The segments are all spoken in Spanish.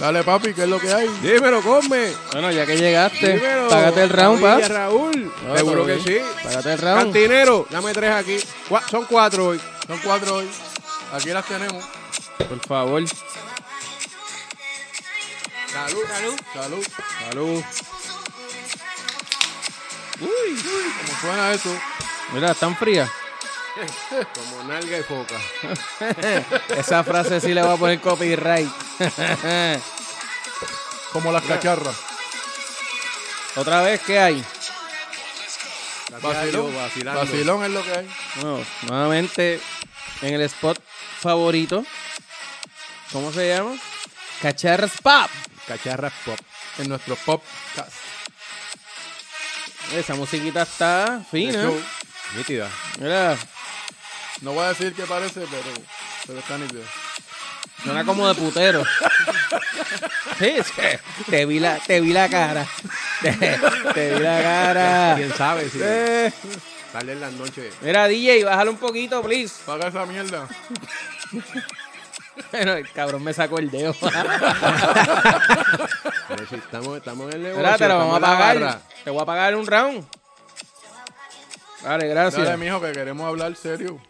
Dale, papi, ¿qué es lo que hay? Dímelo, come. Bueno, ya que llegaste, Dímelo. págate el round, Padilla, paps. Raúl. Ah, Seguro que está sí. bien. Págate el round. Cantinero, dame tres aquí. Cua- son cuatro hoy. Son cuatro hoy. Aquí las tenemos. Por favor. Salud, salud. Salud. Salud. Como suena eso. Mira, están frías. Como nalga y foca. Esa frase sí le va a poner copyright. Como las cacharras. Otra vez, ¿qué hay? Vacilón. Vacilando. Vacilón es lo que hay. Bueno, nuevamente en el spot favorito. ¿Cómo se llama? Cacharras Pop. Cacharras pop. En nuestro podcast. Esa musiquita está de fina. show. Nítida. Mira, No voy a decir qué parece, pero, pero está nítido. suena como de putero. Sí, es que te vi la, te vi la cara. Te, te vi la cara. Quién sabe si Eh, sale en las noches. Mira, DJ, bájale un poquito, please. Paga esa mierda. Bueno, el cabrón me sacó el dedo. Pero si estamos, estamos en el negocio. Mira, te lo vamos a estamos en la pagar. barra. Te voy a pagar un round. Dale, gracias. Dale, mijo, que queremos hablar serio.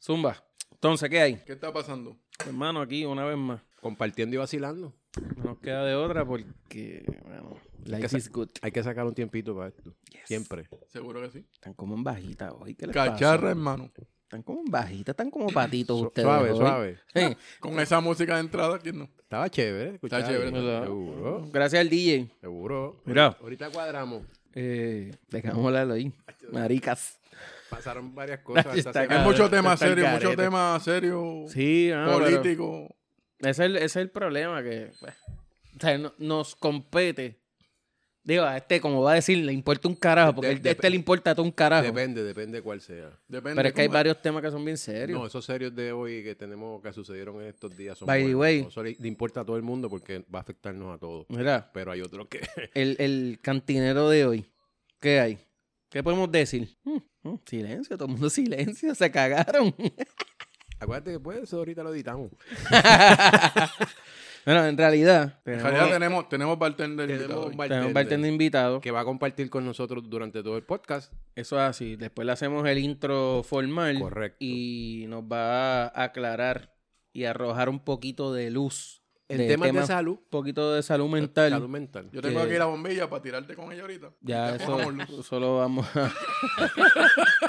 Zumba. Entonces, ¿qué hay? ¿Qué está pasando? Pues, Hermano, aquí una vez más. Compartiendo y vacilando. No nos queda de otra porque, bueno, que life sa- is good. Hay que sacar un tiempito para esto. Siempre. Seguro que sí. Están como en bajita hoy. ¿Qué les Cacharra, pasa? hermano. Están como en bajita, están como patitos Su- ustedes. suave, hoy. suave. Sí. Con esa música de entrada, ¿quién no? Estaba chévere. escuchaba. Está chévere. ¿Verdad? Seguro. Gracias al DJ. Seguro. Mira. Ahorita cuadramos. Eh, dejamos hablar ahí. Maricas. Pasaron varias cosas. Está esta cabrón. Hay semana. muchos temas está el serios, muchos garete. temas serios. Sí, ah, pero político. Ese es, el, ese es el problema que pues, o sea, no- nos compete. Digo, a este, como va a decir, le importa un carajo, porque De- el- de- este le importa a todo un carajo. Depende, depende cuál sea. Depende Pero es que hay cómo- varios temas que son bien serios. No, esos serios de hoy que tenemos, que sucedieron en estos días son By the buenos. way. Eso le, le importa a todo el mundo porque va a afectarnos a todos. Mira, Pero hay otros que... el, el cantinero de hoy, ¿qué hay? ¿Qué podemos decir? Mm, mm, silencio, todo el mundo silencio, se cagaron. Acuérdate que pues eso ahorita lo editamos. bueno, en realidad, En tenemos, realidad tenemos, tenemos bartender invitado Tenemos hoy. un tenemos bartender un bartender invitado. que va a compartir con nosotros durante todo el podcast. Eso es así. Después le hacemos el intro formal. Correcto. Y nos va a aclarar y arrojar un poquito de luz. En temas de temas- salud. Un poquito de salud mental. Salud mental. Yo tengo que- aquí la bombilla para tirarte con ella ahorita. Ya, Te cojamos luz. eso solo vamos a...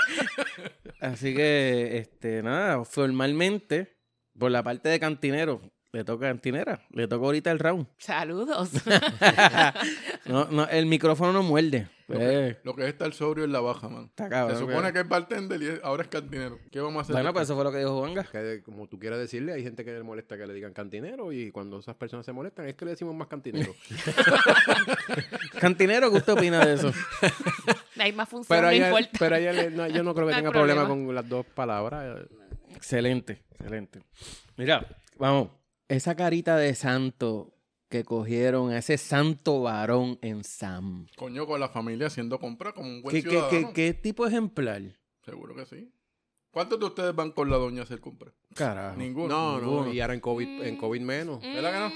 Así que, este, nada, formalmente, por la parte de cantinero, le toca cantinera, le toca ahorita el round. Saludos. No, no, el micrófono no muerde. Eh, Lo que es estar sobrio es la baja, man. Está cabrón, Se supone que- que es bartender y es- ahora es cantinero. ¿Qué vamos a hacer? bueno, pues eso fue lo que dijo Juanga. Que, como tú quieras decirle, hay gente que le molesta que le digan cantinero y cuando esas personas se molestan es que le decimos más cantinero. Cantinero, ¿qué usted opina de eso? Hay más función, pero no ella, importa. pero ella le- no, yo no creo que No hay tenga problema. problema. con las dos eh, palabras. Excelente, excelente. Mira, vamos, esa carita de santo que cogieron a ese santo varón en Sam. Coño, con la familia haciendo compra como un buen ¿Qué, qué, ciudadano. qué, qué tipo ejemplar? Seguro que sí. ¿Cuántos de ustedes van con la doña a hacer compra? Carajo. Ninguno. No, no, Ninguno. y ahora en COVID, Mm. en COVID menos. ¿Verdad que no?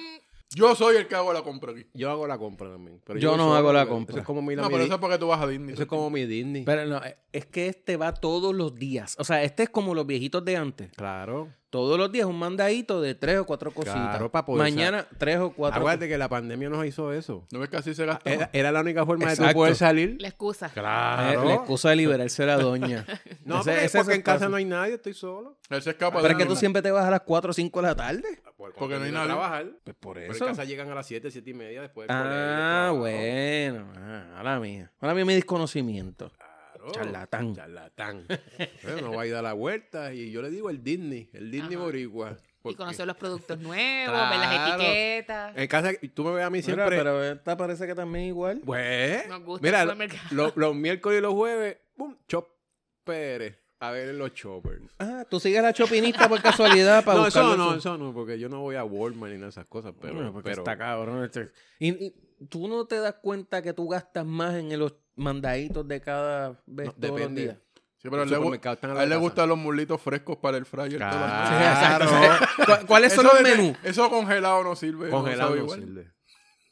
Yo soy el que hago la compra aquí. Yo hago la compra también. pero Yo voy no solo, hago la porque compra. Eso es como mi, No, mi pero Di- eso es porque tú vas a Disney. eso es como mi Disney. Pero no, eh, es que este va todos los días. O sea, este es como los viejitos de antes. claro. Todos los días un mandadito de tres o cuatro cositas. Claro, pa' poder Mañana tres o cuatro. Acuérdate que la pandemia nos hizo eso. ¿No ves que así se gasta? Ah, eh, Era, más? era la única forma de Exacto. tú poder salir. La excusa. Eh, Claro. La excusa de liberarse de la doña. No, Ese- porque, ese porque es en casa fácil. no hay nadie, estoy solo. Él se escapa Pero de es que la tú misma. siempre te vas a las cuatro o cinco de la tarde. Porque no hay nada nadie. trabajar. Pues por Pero eso. en casa llegan a las 7, 7 y media después del Ah, colegio, bueno. Ah, ahora mía. Ahora mía mi desconocimiento. claro. Charlatán. Charlatán. bueno, nos va a ir a la vuelta y yo le digo el Disney, el Disney Ajá. boricua. Y porque conocer los productos nuevos, ver las Claro. etiquetas. En casa, tú me ves a mí siempre... Mira, pero esta parece que también igual. Pues, Nos gusta mira, el lo- supermercado. lo- los miércoles y los jueves, boom, choppers. A ver los choppers. Ah, tú sigues la chopinista por casualidad para no, buscar eso no, eso no, porque yo no voy a Walmart ni nada de esas cosas, pero, Bueno, porque pero está cabrón. este- Y, y tú no te das cuenta que tú gastas más en los mandaditos de cada vez no, todos los depende. días. Sí, pero a él le, gu- supermercado, están al a él le lado de casa. gustan los mulitos frescos para el fryer. toda la- Sí, Ah, Claro. exacto. O sea, ¿cu- Ah. ¿Cuáles son Eso los de- menús? Eso congelado no sirve. no Congelado sabe no igual. sirve.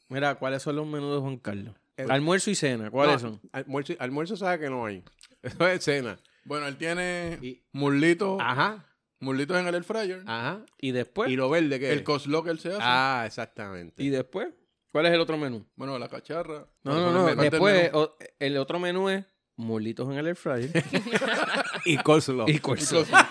Mira, ¿cuáles son los menús de Juan Carlos? El- Almuerzo y cena, ¿cuáles No, son? Almuerzo, almuerzo sabe que no hay. Eso es cena. Bueno, él tiene Y- Ah. mulitos, Ajá, mulitos en el air fryer. ajá. Y después. ¿Y lo verde que el cosló que él se hace. Ah, exactamente. pues, ¿Y después? ¿Cuál es el otro menú? Bueno, la cacharra. No, Pero no, ponle no. parte del Después, menú. o- el otro menú es mulitos en el air fryer y coleslaw. y Y corso. coleslaw.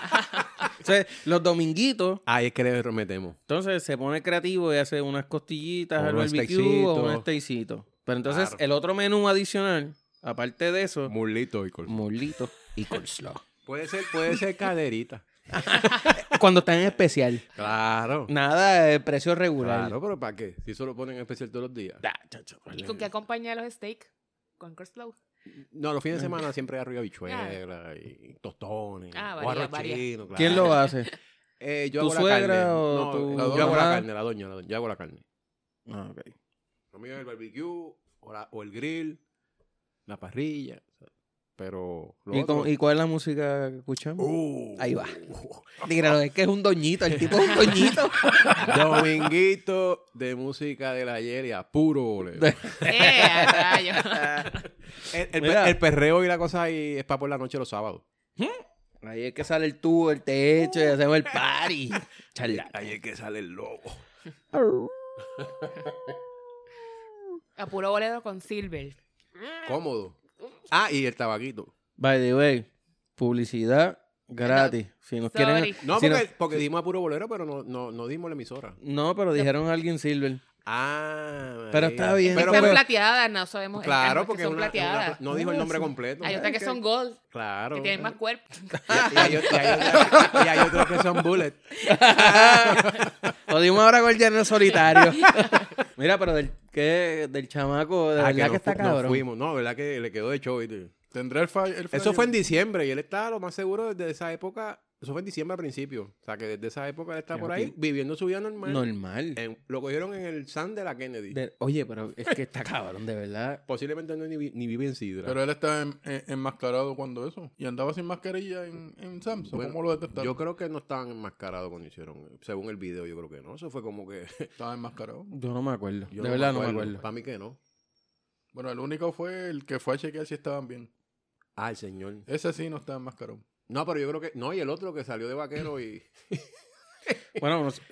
Entonces, los dominguitos, Ahí es que le metemos. entonces se pone creativo y hace unas costillitas O al unos barbecue o steakcitos. un steakcito. Pero entonces, Claro. el otro menú adicional, aparte de eso, Mulito y coleslaw. mulitos y coleslaw. Puede ser, puede ser caderita. Cuando están en especial. Claro. Nada de precio regular. Claro, pero ¿para qué? Si eso lo ponen en especial todos los días. Da, chacho, vale. ¿Y con qué acompaña los steaks? Con coleslaw. No, los fines de semana siempre hay arriba bichuela y tostones. Ah, o varía, arroz varía. chino, claro. ¿Quién lo hace? Eh, yo ¿Tu hago la suegra carne. o No, tu Yo hago la mamá? carne, la doña, la doña. Yo hago la carne. Ah, ok. Lo mío es el barbecue o, la- o el grill, la parrilla. o sea, Pero lo ¿Y, otro- con- y cuál es la música que escuchamos? Uh, Ahí va. Dígalo, es que es un doñito, el tipo es un doñito. Dominguito de música del ayer y a puro bolero. De- ¡Eh, a rayos! El, el- Mira. el perreo y la cosa ahí es para por la noche los sábados. Ahí es que sale el tubo, el techo, y hacemos el party. Charla. Ahí es que sale el lobo. A puro bolero con silver. Cómodo. Ah, y el tabaquito. By the way, publicidad gratis. Si nos Sorry. quieren. No, si porque, porque dimos a puro bolero, pero no, no, no dimos la emisora. No, pero dijeron a alguien Silver. Ah. Pero María. está bien. Pero, Pero, Fue pero- plateadas, no sabemos. claro, es que porque es son una- es una- plateadas. no dijo el nombre completo. Hay otras que son gold, Claro. que tienen más cuerpo. Y hay, ot- y hay otras- y hay otras que son bullet. Lo dimos ahora con el llanero solitario. Mira, pero del, ¿qué? del chamaco, de Ah, verdad que, no está fu- no cabrón. fuimos. No, verdad que le quedó de show. ¿viste? Tendrá el, fa- el oh. Eso fryer. fue en diciembre y él está lo más seguro desde esa época. Eso fue en diciembre al principio. O sea, que desde esa época él está Ya, por ahí ok. viviendo su vida normal. Normal. En- lo cogieron en el San de la Kennedy. De- oye, pero es que está cabrón, de verdad. Posiblemente no ni, vi- ni vive en Sidra. Pero él estaba en- en- enmascarado cuando eso. Y andaba sin mascarilla en, en Samsung. Bueno, ¿Cómo lo detectaron? yo creo que no estaban enmascarados cuando hicieron. eh, Según el video, yo creo que no. Eso fue como que. Estaba enmascarado. Yo no me acuerdo. yo de verdad no me acuerdo. Para mí que no. Bueno, el único fue el que fue a chequear si estaban bien. Ah, el señor. Ese sí no estaba enmascarado. No, pero yo creo que. No, y el otro que salió de vaquero y. Bueno, no sé,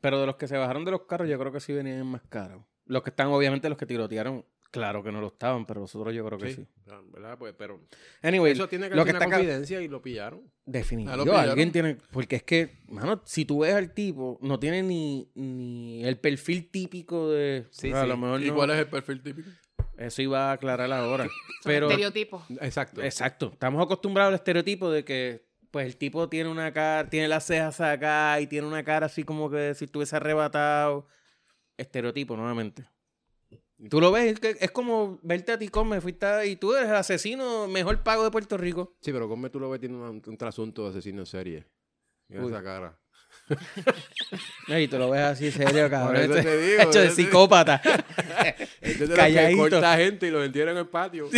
pero de los que se bajaron de los carros, yo creo que sí venían más caros. Los que están, obviamente, los que tirotearon, claro que no lo estaban, pero los otros yo creo que sí. Ah, ¿Verdad? Pues, pero. Anyway, eso tiene que lo haber que sido está una acá- confidencia y lo pillaron. definitivo. Ah, lo pillaron. alguien tiene. Porque es que, mano, si tú ves al tipo, no tiene ni, ni el perfil típico de. Sí, a sí. lo mejor ¿Y no. cuál es el perfil típico? Eso iba a aclarar ahora. Son pero. estereotipos. Exacto. Exacto. Estamos acostumbrados al estereotipo de que, pues, el tipo tiene una cara, tiene las cejas acá y tiene una cara así como que si estuviese arrebatado. Estereotipo, nuevamente. Tú lo ves, es, que- es como verte a ti come, fuiste a- y tú eres el asesino mejor pago de Puerto Rico. Sí, pero Gómez tú lo ves tiene un, un trasunto de asesino en serie. Mira Uy. esa cara. No, Y tú lo ves así serio, cabrón. eso Este- te digo, hecho de yo te- psicópata. Este Es de los Calladito. que corta gente y los entierra en el patio.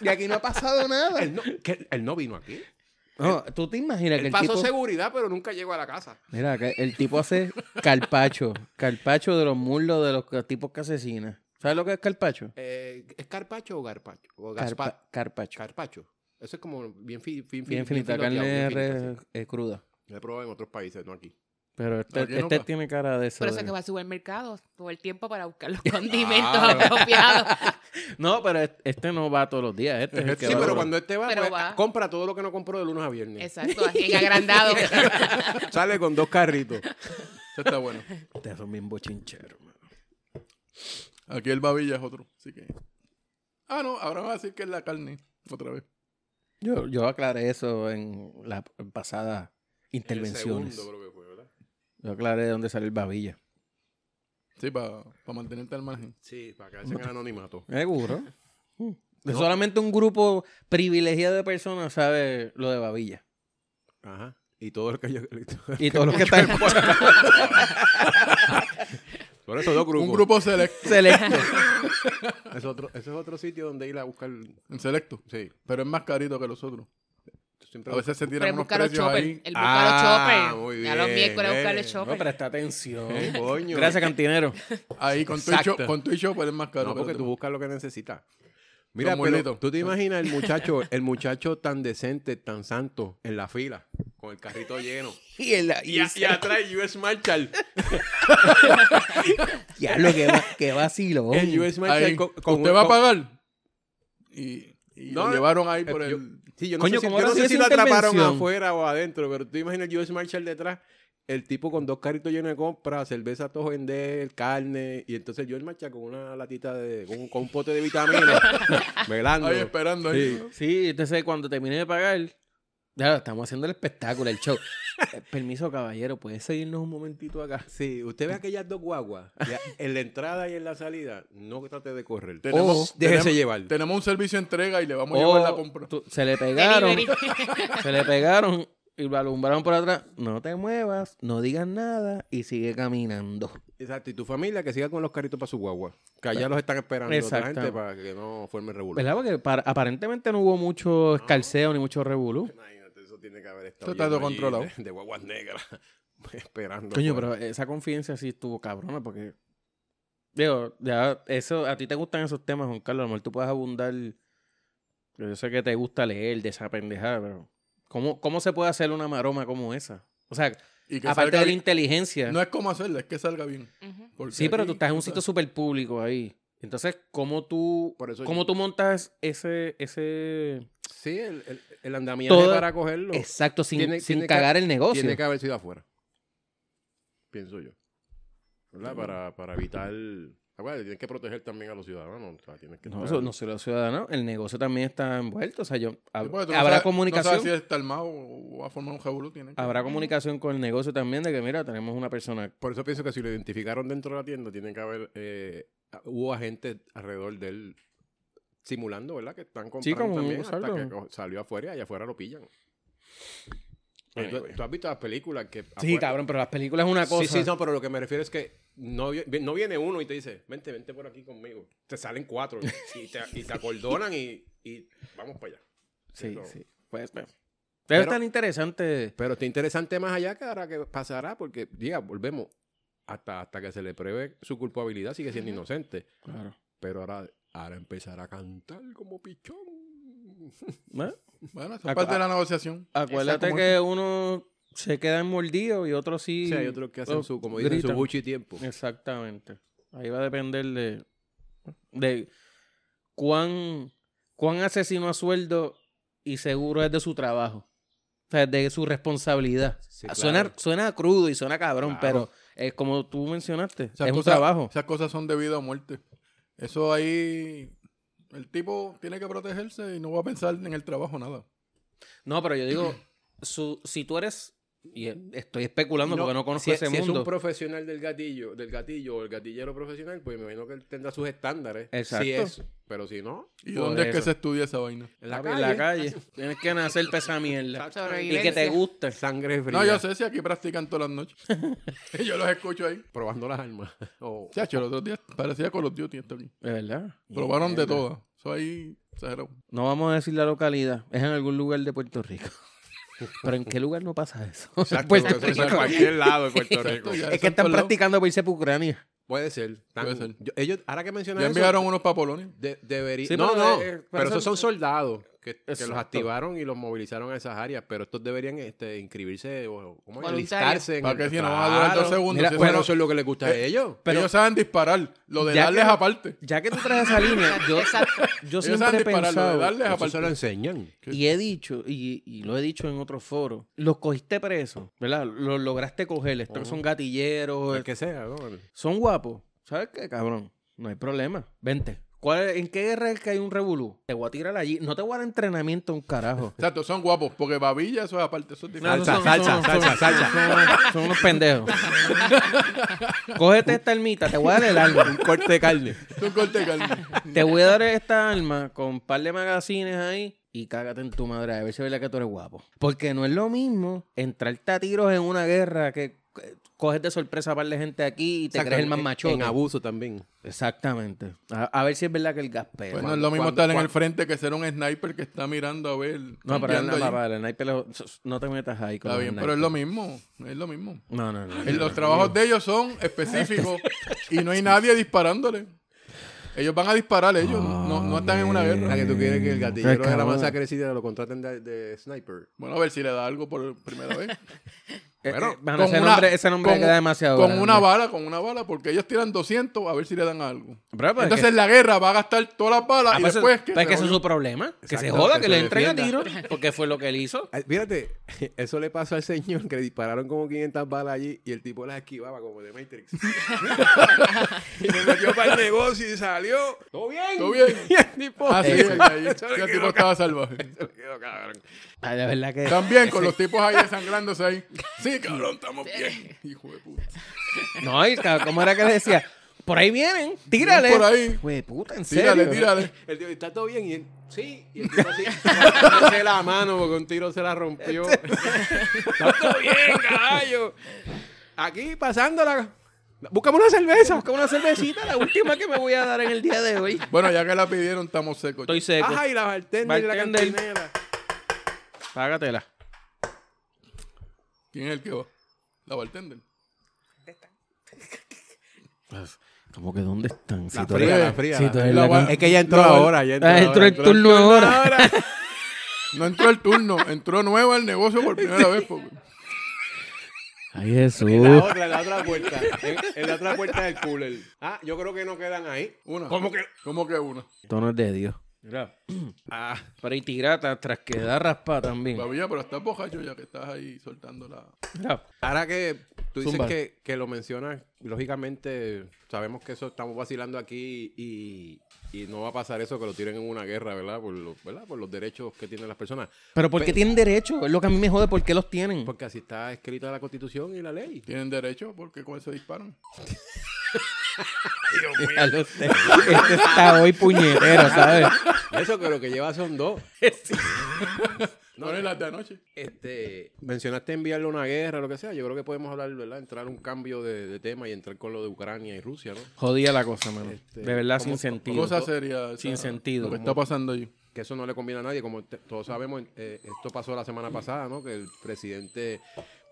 y aquí no ha pasado nada. Él, no, que- él no vino aquí. No, tú te imaginas que Él el pasó tipo... seguridad, pero nunca llegó a la casa. Mira, que el tipo hace carpacho. Carpacho de los muslos de los tipos que asesinan. ¿Sabes lo que es carpacho? Eh, ¿Es carpacho o garpacho? O Carpa- gaspa- carpacho. Carpacho. Eso es como bien fi, fin, bien fin- finita, bien carne filoteado, bien finita, re- eh, cruda. sí. Lo he probado en otros países, no aquí. Pero este, Aquí este nunca. tiene cara de eso. Por eso es de- que va al supermercado todo el tiempo para buscar los condimentos Claro. apropiados. No, pero es- este no va todos los días. Este es el Sí, que Sí, va pero todos los- cuando este va, Pero pues, va. compra todo lo que no compró de lunes a viernes. Exacto, en agrandado. Sale con dos carritos. Ese está bueno. Ustedes son bien bochincheros, mano. Aquí el babilla es otro. Así que. Ah, no. Ahora me va a decir que es la carne. Otra vez. Yo, yo aclaré eso en las pasadas El intervenciones. segundo creo que fue, ¿verdad? Yo aclaré de dónde sale el babilla. Sí, para mantenerte al margen. Sí, para que hacen el anonimato. Seguro. Mm. Solamente un grupo privilegiado de personas sabe lo de babilla. Ajá. Y todo lo que yo... Y todos los que están... Pero Pero esos dos grupos. Un grupo selecto. Selecto. Es otro, ese es otro sitio donde ir a buscar. En selecto. Sí. Pero es más carito que los otros. tú siempre A veces se Pero tiran el unos Búcaro precios Chopper. ahí. El Búcaro Ah, muy Chopper. A los bien, miércoles eh. buscarle No, Chopper. presta atención. buscas- Eh, coño. Gracias, cantinero. Ahí con tu, Exacto. con tu y Chopper es más caro. No, porque espérate. tú buscas lo que necesitas. Mira, Don pero Muelito. tú te imaginas el muchacho, el muchacho tan decente, tan santo, en la fila, con el carrito lleno. Y, el, Y, a- y atrás US Marshall. ya lo que, va- que vacilón. El US Marshall Ahí. con, con- Usted va a con- pagar. Y, y No, lo llevaron ahí eh, por yo- el. Sí, yo no Coño, sé si, ¿cómo yo no habrá sido sé si esa lo atraparon intervención? afuera o adentro, pero tú imaginas el US Marshall detrás, el tipo con dos carritos llenos de compras, cerveza todo vender, carne, y entonces el US Marshall con una latita de, con, con un pote de vitaminas, velando. Ahí esperando. Ahí. Sí. Sí, entonces cuando terminé de pagar, ya estamos haciendo el espectáculo, el show. Eh, Permiso, caballero, ¿puedes seguirnos un momentito acá? Sí, usted ve aquellas dos guaguas, ya, en la entrada y en la salida, no trate de Oh. correr. Tenemos- O Oh, déjese tenemos- llevar. Oh, Tenemos un servicio de entrega y le vamos a O llevar la compra. tú- se le pegaron, Delivery. se le pegaron y lo alumbraron por atrás. No te muevas, no digas nada y sigue caminando. Exacto, y tu familia que siga con los carritos para su guagua, que allá los están esperando otra Exacto. gente para que no forme revolución. ¿Verdad? Porque para- aparentemente no hubo mucho escalceo ni mucho revolú. Imagínate, eso tiene que haber estado Esto está lleno todo allí controlado. De, de guaguas negras, esperando. Coño, fuera. pero esa confianza sí estuvo cabrona porque... Digo, ya, eso, a ti te gustan esos temas, Juan Carlos. A lo mejor tú puedes abundar... Yo sé que te gusta leer de esa pendejada, pero... ¿Cómo, cómo se puede hacer una maroma como esa? O sea, Y que aparte salga de la bien. inteligencia... No es como hacerla, es que salga bien. Ujú. Porque sí, pero aquí, tú estás en un o sea, sitio súper público ahí. Entonces, ¿cómo tú... Por eso ¿Cómo yo- tú montas ese... ese... Sí, el, el, el andamiaje Todo- para cogerlo Exacto, sin, Tiene- sin tiene que- cagar el negocio. tiene que haber sido afuera. Pienso yo. ¿Verdad? Para, para evitar... Acuérdate, tienes que proteger también a los ciudadanos. o sea, tienes que No, estar- eso no solo ciudadano, el negocio también está envuelto. O sea, yo, hab- sí, porque tú no Ah, habrá sabes- comunicación. No sabes si es talmado o va a formar un jabulú. Tiene que- Habrá comunicación con el negocio también de que, mira, tenemos una persona. Por eso pienso que si lo identificaron dentro de la tienda, tiene que haber. eh, hubo agentes alrededor de él simulando, ¿verdad? Que están comprando como un también hasta saldo. que co- salió afuera y afuera lo pillan. Pero tú- Anyway. ¿Tú has visto las películas que. Sí, afuera- cabrón, pero las películas es una cosa. Sí, sí, no, pero lo que me refiero es que no, vi- vi- no viene uno y te dice, vente, vente por aquí conmigo. Te salen cuatro y te, y te acordonan y, y vamos para allá. Sí, no. sí. Pues, pues. Pero- Pero es tan interesante. Pero está interesante más allá que ahora que pasará, porque, diga, volvemos, hasta, hasta que se le pruebe su culpabilidad, sigue siendo Ujú. inocente. Claro. Pero ahora, ahora empezará a cantar como pichón. Bueno, eso Ac- es parte de la negociación. ¿Eh? Acuérdate como que uno se queda mordido y otro sí. Sí, hay otros que hacen oh, su, como dicen, su gritan. buchi tiempo. Exactamente. Ahí va a depender de, de cuán, cuán asesino a sueldo y seguro es de su trabajo. O sea, de su responsabilidad. Ah, Sí, suena, claro. suena crudo y suena cabrón, Claro. pero es como tú mencionaste, Esas es un cosas- trabajo. Esas cosas son de vida o muerte. Eso ahí. El tipo tiene que protegerse y no va a pensar en el trabajo nada. No, pero yo digo, su- si tú eres, y eh, estoy especulando porque no conozco si, ese si es mundo. un profesional del gatillo, del gatillo o el gatillero profesional, pues me imagino que él tendrá sus estándares. Exacto. Si es, pero si no, ¿Y Por dónde es eso. que se estudia esa vaina? en la Papi, calle. Tienes que nacer para esa mierda. Y Sobrevivencia. que te guste. Sangre fría. No, yo sé si aquí practican todas las noches. y yo los escucho ahí. Probando las armas. O- Chacho, los otros días parecía con los Duty esto aquí. De verdad. Probaron de Mierda. todas. Eso ahí, exagerado. No vamos a decir la localidad, es en algún lugar de Puerto Rico. Pero ¿en qué lugar no pasa eso? Exacto, Puerto eso es en Rico. cualquier lado de Puerto Rico. Exacto, ya. Es Eso que están en todos lados. practicando para irse para Ucrania. Puede ser. tan- Puede ser. yo- ellos, ahora que mencionas Ya eso, enviaron unos pa' Polonia. de- debería... Sí, no, pero, no, eh, eh, pero pero esos son son- soldados que, que los Exacto. activaron y los movilizaron a esas áreas, pero estos deberían este, inscribirse o ¿cómo es? Voluntarios. enlistarse. en ¿Para el- qué si no van a durar dos Claro. segundos? Mira, Si eso Bueno, no- eso es lo que les gusta a ellos. pero- ellos saben disparar. Lo de Ya darles que- aparte. Ya que tú traes esa línea, yo, yo Ellos siempre saben disparar. Lo de he pensado, darles Eso se lo aparte. enseñan. y he dicho, y, y lo he dicho en otros foros, los cogiste presos, ¿verdad? Los lograste coger, estos son gatilleros, Pues, El Oh. que sea, ¿no? son guapos. ¿Sabes qué, cabrón? No hay problema, vente. ¿Cuál, ¿En qué guerra es que hay un revolú? Te voy a tirar allí. No te voy a dar entrenamiento un carajo. Exacto, son guapos. Porque Babilla, eso es aparte. Eso es diferente. Salsa, salsa, salsa, salsa. Son, son unos pendejos. Cógete esta almita, te voy a dar el alma. Un corte de carne. Es un corte de carne. Pues Te voy a dar esta alma con un par de magazines ahí y cágate en tu madre. A ver si es verdad que tú eres guapo. Porque no es lo mismo entrarte a tiros en una guerra que. que- coges de sorpresa a par de gente aquí y te Exacto, crees el en- más macho. En abuso también. Exactamente. A, a ver si es verdad que el gas pega. Pues no es lo mismo cuando- estar en cuando- el frente que ser un sniper que está mirando a ver. no, pero campeando no, allí. papá, el sniper lo- no te metas ahí con Está los bien, pero snipers. es lo mismo. Es lo mismo. No, no, no. En los trabajos de ellos son específicos y no hay nadie disparándole. Ellos van a disparar ellos, no, no están en una La que guerra. Ah, tú quieres que el Tres gatillero de la cabrones. masa crecida lo contraten de, de sniper. Bueno, a ver si le da algo por primera vez. Eh, eh, Bueno, mano, con ese una- nombre, ese nombre con- queda demasiado. Con grande. una bala, con una bala, porque ellos tiran 200 a ver si le dan algo. Pero, pues, Entonces la guerra va a gastar todas las balas Ah, y pues, después pues, que se ese es jodan. su problema. Que se Exacto, joda, que que, se le entren a defienda. tiro, porque fue lo que él hizo. Ay, Fíjate, eso le pasó al señor que le dispararon como 500 balas allí y el tipo las esquivaba como de Matrix. y se metió para el negocio y salió. ¿Todo bien? ¿Todo bien? Y el tipo... Ah, sí, Eso. ahí- ahí. Eso le Ese tipo quedó estaba salvaje. Se quedó, cabrón. Ah, de verdad que. También con los tipos ahí desangrándose ahí. Sí, cabrón, estamos bien. Hijo de puta. No, y ca- ¿cómo era que le decía? Por ahí vienen, tírale. Por ahí. Güey, puta, en serio. Tírale, tírale. El tío, ¿está todo bien? Y él, sí. Y el tipo así, dándose la mano porque un tiro se la rompió. ¿Está todo bien, caballo? Aquí, pasándola. Buscamos una cerveza. Como una cervecita, la última que me voy a dar en el día de hoy. Bueno, ya que la pidieron, estamos secos. Estoy seco. Ajá, y la Eh, pues, bartender y la Bartender. cantinera. Págatela. ¿Quién es el que va? La bartender. Como que dónde están? Si La tú fría, eres- la fría, si la tú fría. eres La la- guan- Es que ya entró la- ahora. Ya entró, Ah, entró ahora, el turno ahora. ahora. No entró el turno, entró nueva al negocio por primera vez. porque- Ay, Jesús. La otra, en la otra puerta. En, en la otra puerta del cooler. Ah, yo creo que no quedan ahí. Una. ¿Cómo que? ¿Cómo que una? Esto no es de Dios. Mira. Ah, Pero y tirata, tras que da raspa también. Babilla, pero estás bojacho ya que estás ahí soltando la. Mira. ahora que tú dices Zumba. que, que lo mencionas, lógicamente sabemos que eso estamos vacilando aquí y, y no va a pasar eso que lo tiren en una guerra, ¿verdad? Por, lo- ¿verdad? Por los derechos que tienen las personas. Pero ¿por qué tienen derecho? Es lo que a mí me jode, ¿por qué los tienen? Porque así está escrita la constitución y la ley. Tienen derecho porque con eso disparan. Ya lo sé. Este está hoy puñetero, ¿sabes? Eso que lo que lleva son dos. Este No es las de anoche. Este, mencionaste enviarle una guerra, lo que sea. Yo creo que podemos hablar, ¿verdad? Entrar un cambio de, de tema y entrar con lo de Ucrania y Rusia, ¿no? Jodía la cosa, mano. Este, de verdad, sin sentido. Cosa seria. o sea, Sin sentido. Lo que está pasando allí. Que eso no le conviene a nadie. Como te- todos sabemos, eh, esto pasó la semana pasada, ¿no? Que el presidente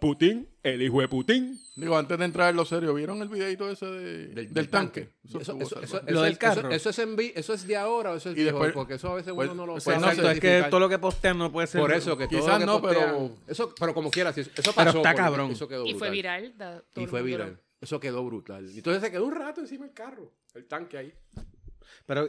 Putin, el hijo de Putin, Digo, antes de entrar en lo serio, ¿vieron el videito ese de- del, tanque? Eso, eso, estuvo eso- salvaje. eso- Lo del eso- carro. Eso, es en vi- eso es de ahora o eso es Y viejo, después- porque eso a veces pues- uno no lo pues puede exacto, Exacto, es que identificar. todo lo que postean no puede ser. Por eso que todo Quizás lo que no, pero- postean- eso, pero como quieras, eso pasó. está porque cabrón. Eso quedó Y fue brutal. viral. da- todo Y el fue mundo lo- viral. Eso quedó brutal. Y Entonces se quedó un rato encima del carro, el tanque ahí. Pero,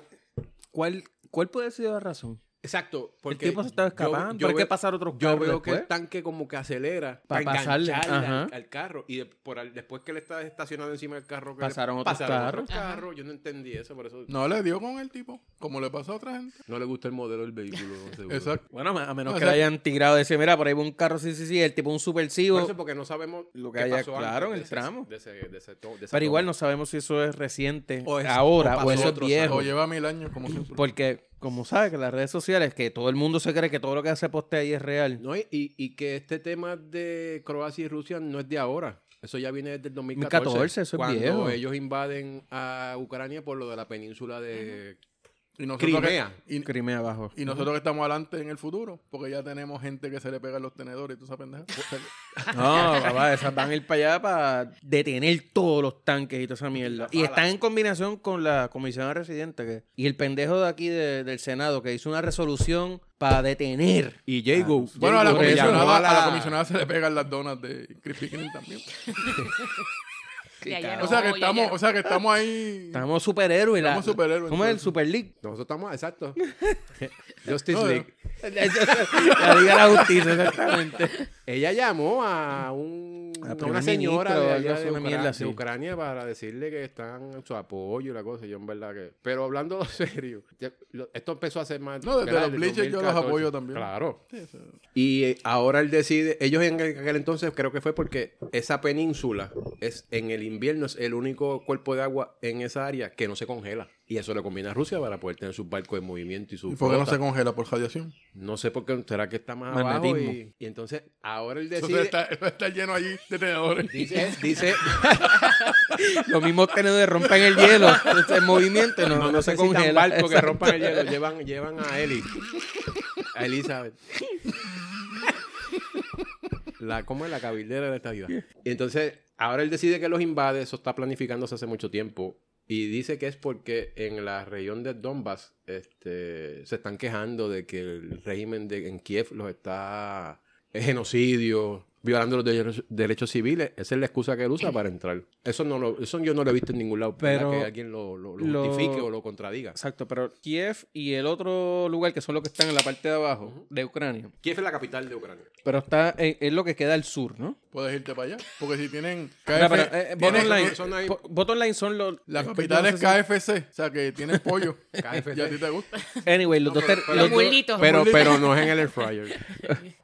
¿cuál, ¿cuál puede ser la razón? Exacto. Porque el tipo se estaba yo- escapando. yo pero hay que veo- pasar otro Yo carro veo que el después. tanque como que acelera Pa' pasarle, engancharle al, ajá. al carro. Y de- por al- después que él está estacionado encima del carro, que Pasaron le, otros otros carros. carros. Yo no entendí eso, por eso No le dio con el tipo, como le pasó a otra gente. no le gusta el modelo del vehículo. seguro. Exacto. Bueno, a O menos que sea- le hayan tirado. Decir, mira, por ahí va un carro, sí, sí, sí. El tipo un Por subversivo. eso porque no sabemos Lo que haya- claro, antes en de el ese- tramo. de ese- de ese to- de esa Pero igual toma. no sabemos si eso es reciente O es- o ahora o, pasó eso es otro, viejo. O lleva mil años, como siempre. Porque, como sabes, que las redes sociales, que todo el mundo se cree que todo lo que se postea ahí es real. No, y, y- y que este tema de Croacia y Rusia no es de ahora. Eso ya viene desde el 2014. 2014, eso es cuando viejo. ellos invaden a Ucrania por lo de la península de... Y nosotros que- Crimea. y- Crimea abajo. Y nosotros que estamos adelante en el futuro, porque ya tenemos gente que se le pega en los tenedores y tú esa pendeja. No, papá, esas van a ir para allá para detener todos los tanques y toda esa mierda. Y están en combinación con la comisión residente que, y el pendejo de aquí de- del Senado que hizo una resolución para detener. Y Jago. Bueno, a la, Digo, que comisionada, llamó a la comisionada se le pegan las donas de Krispy Kreme también. Ya, ya o, sea que no, ya, ya estamos, no. o sea que estamos ahí. Estamos superhéroes. la- Estamos superhéroes, ¿Cómo es el entonces. Super League? Nosotros estamos, exacto. Justice No, League. la Liga de la Justicia, exactamente. Ella llamó a, un, A a una primer señora ministro o de, algo allá así, de una Ucra- mierda de así. Ucrania para decirle que están en su apoyo y la cosa. Yo en verdad que... Pero hablando serio, ya- lo- esto empezó a hacer más... No, desde ¿verdad? los Bleachers yo los 2014. apoyo también. Claro. Sí, o sea, Y eh, ahora él decide, ellos en aquel entonces creo que fue porque esa península es en el invierno es el único cuerpo de agua en esa área que no se congela. Y eso le conviene a Rusia para poder tener sus barcos en movimiento y su ¿Y por qué no flota. se congela por radiación? No sé por qué será que está más abajo Magnetismo. y, y entonces ahora él Eso decide está, eso está lleno allí detenedores. Dice, dice los mismos tenedores rompen el hielo. El movimiento no, No, no, no se sé congela. si tan barco que Exacto. rompan el hielo. Llevan, llevan a Eli. A Elizabeth. La, ¿Cómo es la cabildera de esta vida? Y entonces, ahora él decide que los invade. Eso está planificándose hace mucho tiempo. Y dice que es porque en la región de Donbass este, se están quejando de que el régimen de, en Kiev los está... Es genocidio, violando los dere- derechos civiles. Esa es la excusa que él usa para entrar. Eso no lo, eso yo no lo he visto en ningún lado. ¿verdad? Pero- Que alguien lo, lo- lo Lo- justifique o lo contradiga. Exacto, pero Kiev y el otro lugar que son los que están en la parte de abajo de Ucrania. Kiev es la capital de Ucrania. Pero está en- es lo que queda al sur, ¿no? Puedes irte para allá. Porque si tienen KF, Mira, pero, eh, eh, tienen- bottom line, son ahí- po- bottom line son los... la es que capital yo no es sé si- KFC. O sea, que tienen pollo. KFC. Y a ti te gusta. Anyway, los No, dos... pero- ter- pero- los Los dos- mulitos. Pero, pero no es en el air fryer.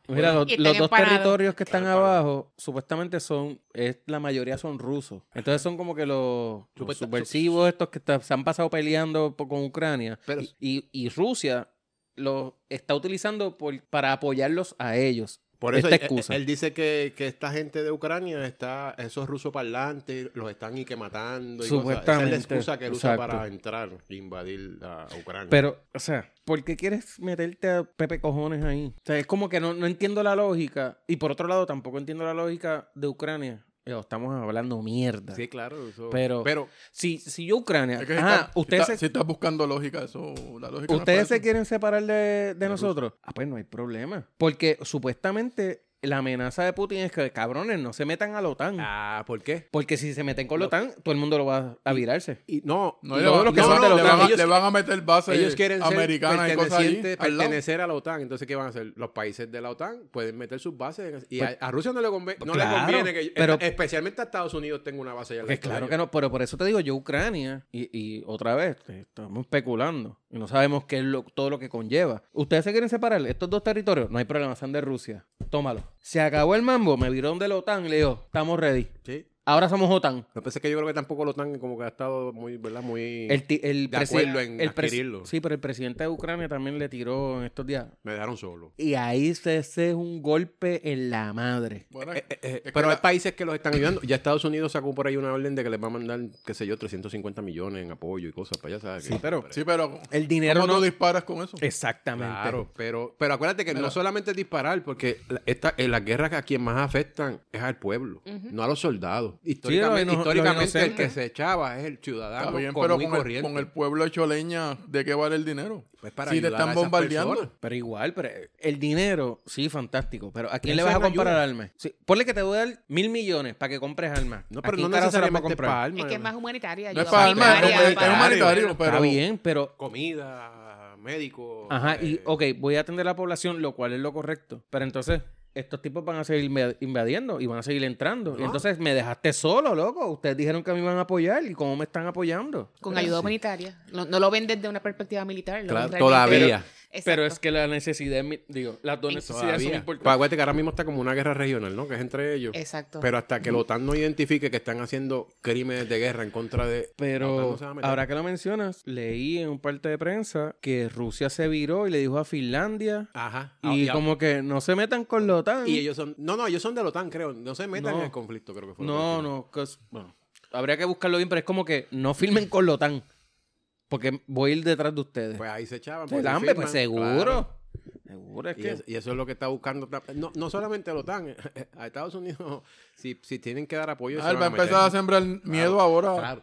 Mira, los, Y están los dos empanados. territorios que están Están empanados. abajo, supuestamente son, es, la mayoría son rusos. Entonces son como que los, los Supuesta- subversivos estos que está- se han pasado peleando po- con Ucrania. Pero- y, y Rusia los está utilizando por- para apoyarlos a ellos. Por eso eh, esta él- excusa. Él, dice que, que esta gente de Ucrania está, esos rusos parlantes, los están y que matando. Y cosas. Supuestamente. Esa es la excusa que él usa Exacto. para entrar e invadir a Ucrania. Pero, o sea, ¿por qué quieres meterte a Pepe Cojones ahí? O sea, es como que no, no entiendo la lógica. Y por otro lado, tampoco entiendo la lógica de Ucrania. Yo, estamos hablando mierda. sí, claro. eso- Pero- pero Si, si yo Ucrania... Es que si ajá, estás- si ustedes... estás- si estás buscando lógica, eso, la lógica no es para ¿Ustedes se eso. quieren separar de, de nosotros? Ah, pues no hay problema. Porque supuestamente la amenaza de Putin es que cabrones no se metan a la OTAN. ah, ¿por qué? Porque si se meten con la OTAN, todo el mundo lo va a virarse. Y no, No, y le, todos va- los que no, son no, de la le OTAN, van a, ellos- le van a meter bases ellos quieren ser americanas y cosas allí. pertenecientes- al lado. pertenecer a la OTAN. Entonces, ¿qué van a hacer? Los países de la OTAN pueden meter sus bases. en- y a, a Rusia no le, conven- no le claro, conviene que... pero- especialmente a Estados Unidos tenga una base allá. al Porque lado de claro ellos. que no, pero por eso te digo, yo Ucrania, y, y otra vez, te- estamos especulando y no sabemos qué es lo- todo lo que conlleva. ¿Ustedes se quieren separar? Estos dos territorios, no hay problema, son de Rusia. Tómalo. Se acabó el mambo, me viró de la OTAN y le digo, estamos ready. Sí. Ahora somos OTAN. Lo que pasa es que yo creo que tampoco la OTAN como que ha estado muy, ¿verdad? Muy... El, ti- el de presi- acuerdo en el presi- adquirirlo. Sí, pero el presidente de Ucrania también le tiró en estos días. Me dejaron solo. Y ahí se, ese es un golpe en la madre. Bueno, es que Eh, Pero hay la- países que los están ayudando. Ya Estados Unidos sacó por ahí una orden de que les va a mandar, qué sé yo, 350 millones en apoyo y cosas para allá, ¿sabes? Sí, Que- pero- Sí, pero El dinero ¿cómo no... tú disparas con eso? Exactamente. Claro, pero, pero acuérdate que no solamente es disparar, porque la- esta, en las guerras que a quien más afectan es al pueblo, no a los soldados. Históricamente, los ino- históricamente los el que inocentes. se echaba es el ciudadano Está bien, común pero y con el, corriente. con el pueblo hecho leña, ¿de qué vale el dinero? Pues para si te ayudar a están esas bombardeando. personas. Pero igual, pero eh, el dinero, sí, fantástico. Pero ¿a quién le Eso vas a es una comprar ayuda. armas? Sí, ponle que te voy a dar mil millones para que compres armas. No, ¿A pero quién no carajo se las va a necesariamente comprar? para armas. Es que es más humanitaria. No ayuda es para armas, armas, humanitaria, es, es para- humanitario, pero... ah, Está bien, pero... Comida, médico. Ajá, y eh, ok, voy a atender a la población, lo cual es lo correcto. Pero entonces, estos tipos van a seguir inva- invadiendo y van a seguir entrando. Y No. entonces, me dejaste solo, loco. Ustedes dijeron que a mí me van a apoyar y cómo me están apoyando. Con ayuda humanitaria. No, no lo ven desde una perspectiva militar. lo Claro, ven realmente- todavía. Exacto. Pero es que la necesidad, es mi- digo, las dos necesidades son Todavía. Pues importantes. acuérdate que ahora mismo está como una guerra regional, ¿no? Que es entre ellos. Exacto. Pero hasta que la OTAN no identifique que están haciendo crímenes de guerra en contra de... la OTAN Pero no se va a meter. ahora que lo mencionas, leí en un parte de prensa que Rusia se viró y le dijo a Finlandia Ajá. y como que no se metan con la OTAN. Ah, Y ellos son... No, no, ellos son de la OTAN, creo. No se metan No. en el conflicto, creo que fue. lo que No, dijeron. no, cos- bueno, habría que buscarlo bien, pero es como que no filmen con la OTAN porque voy a ir detrás de ustedes. Pues ahí se echaban. Pues, se hambre, pues firman, seguro. claro. Seguro es Y, que... es- y eso es lo que está buscando. No, no solamente la OTAN. A Estados Unidos, si, si tienen que dar apoyo... Ah, se él van va a meter. empezar a sembrar miedo ahora Claro.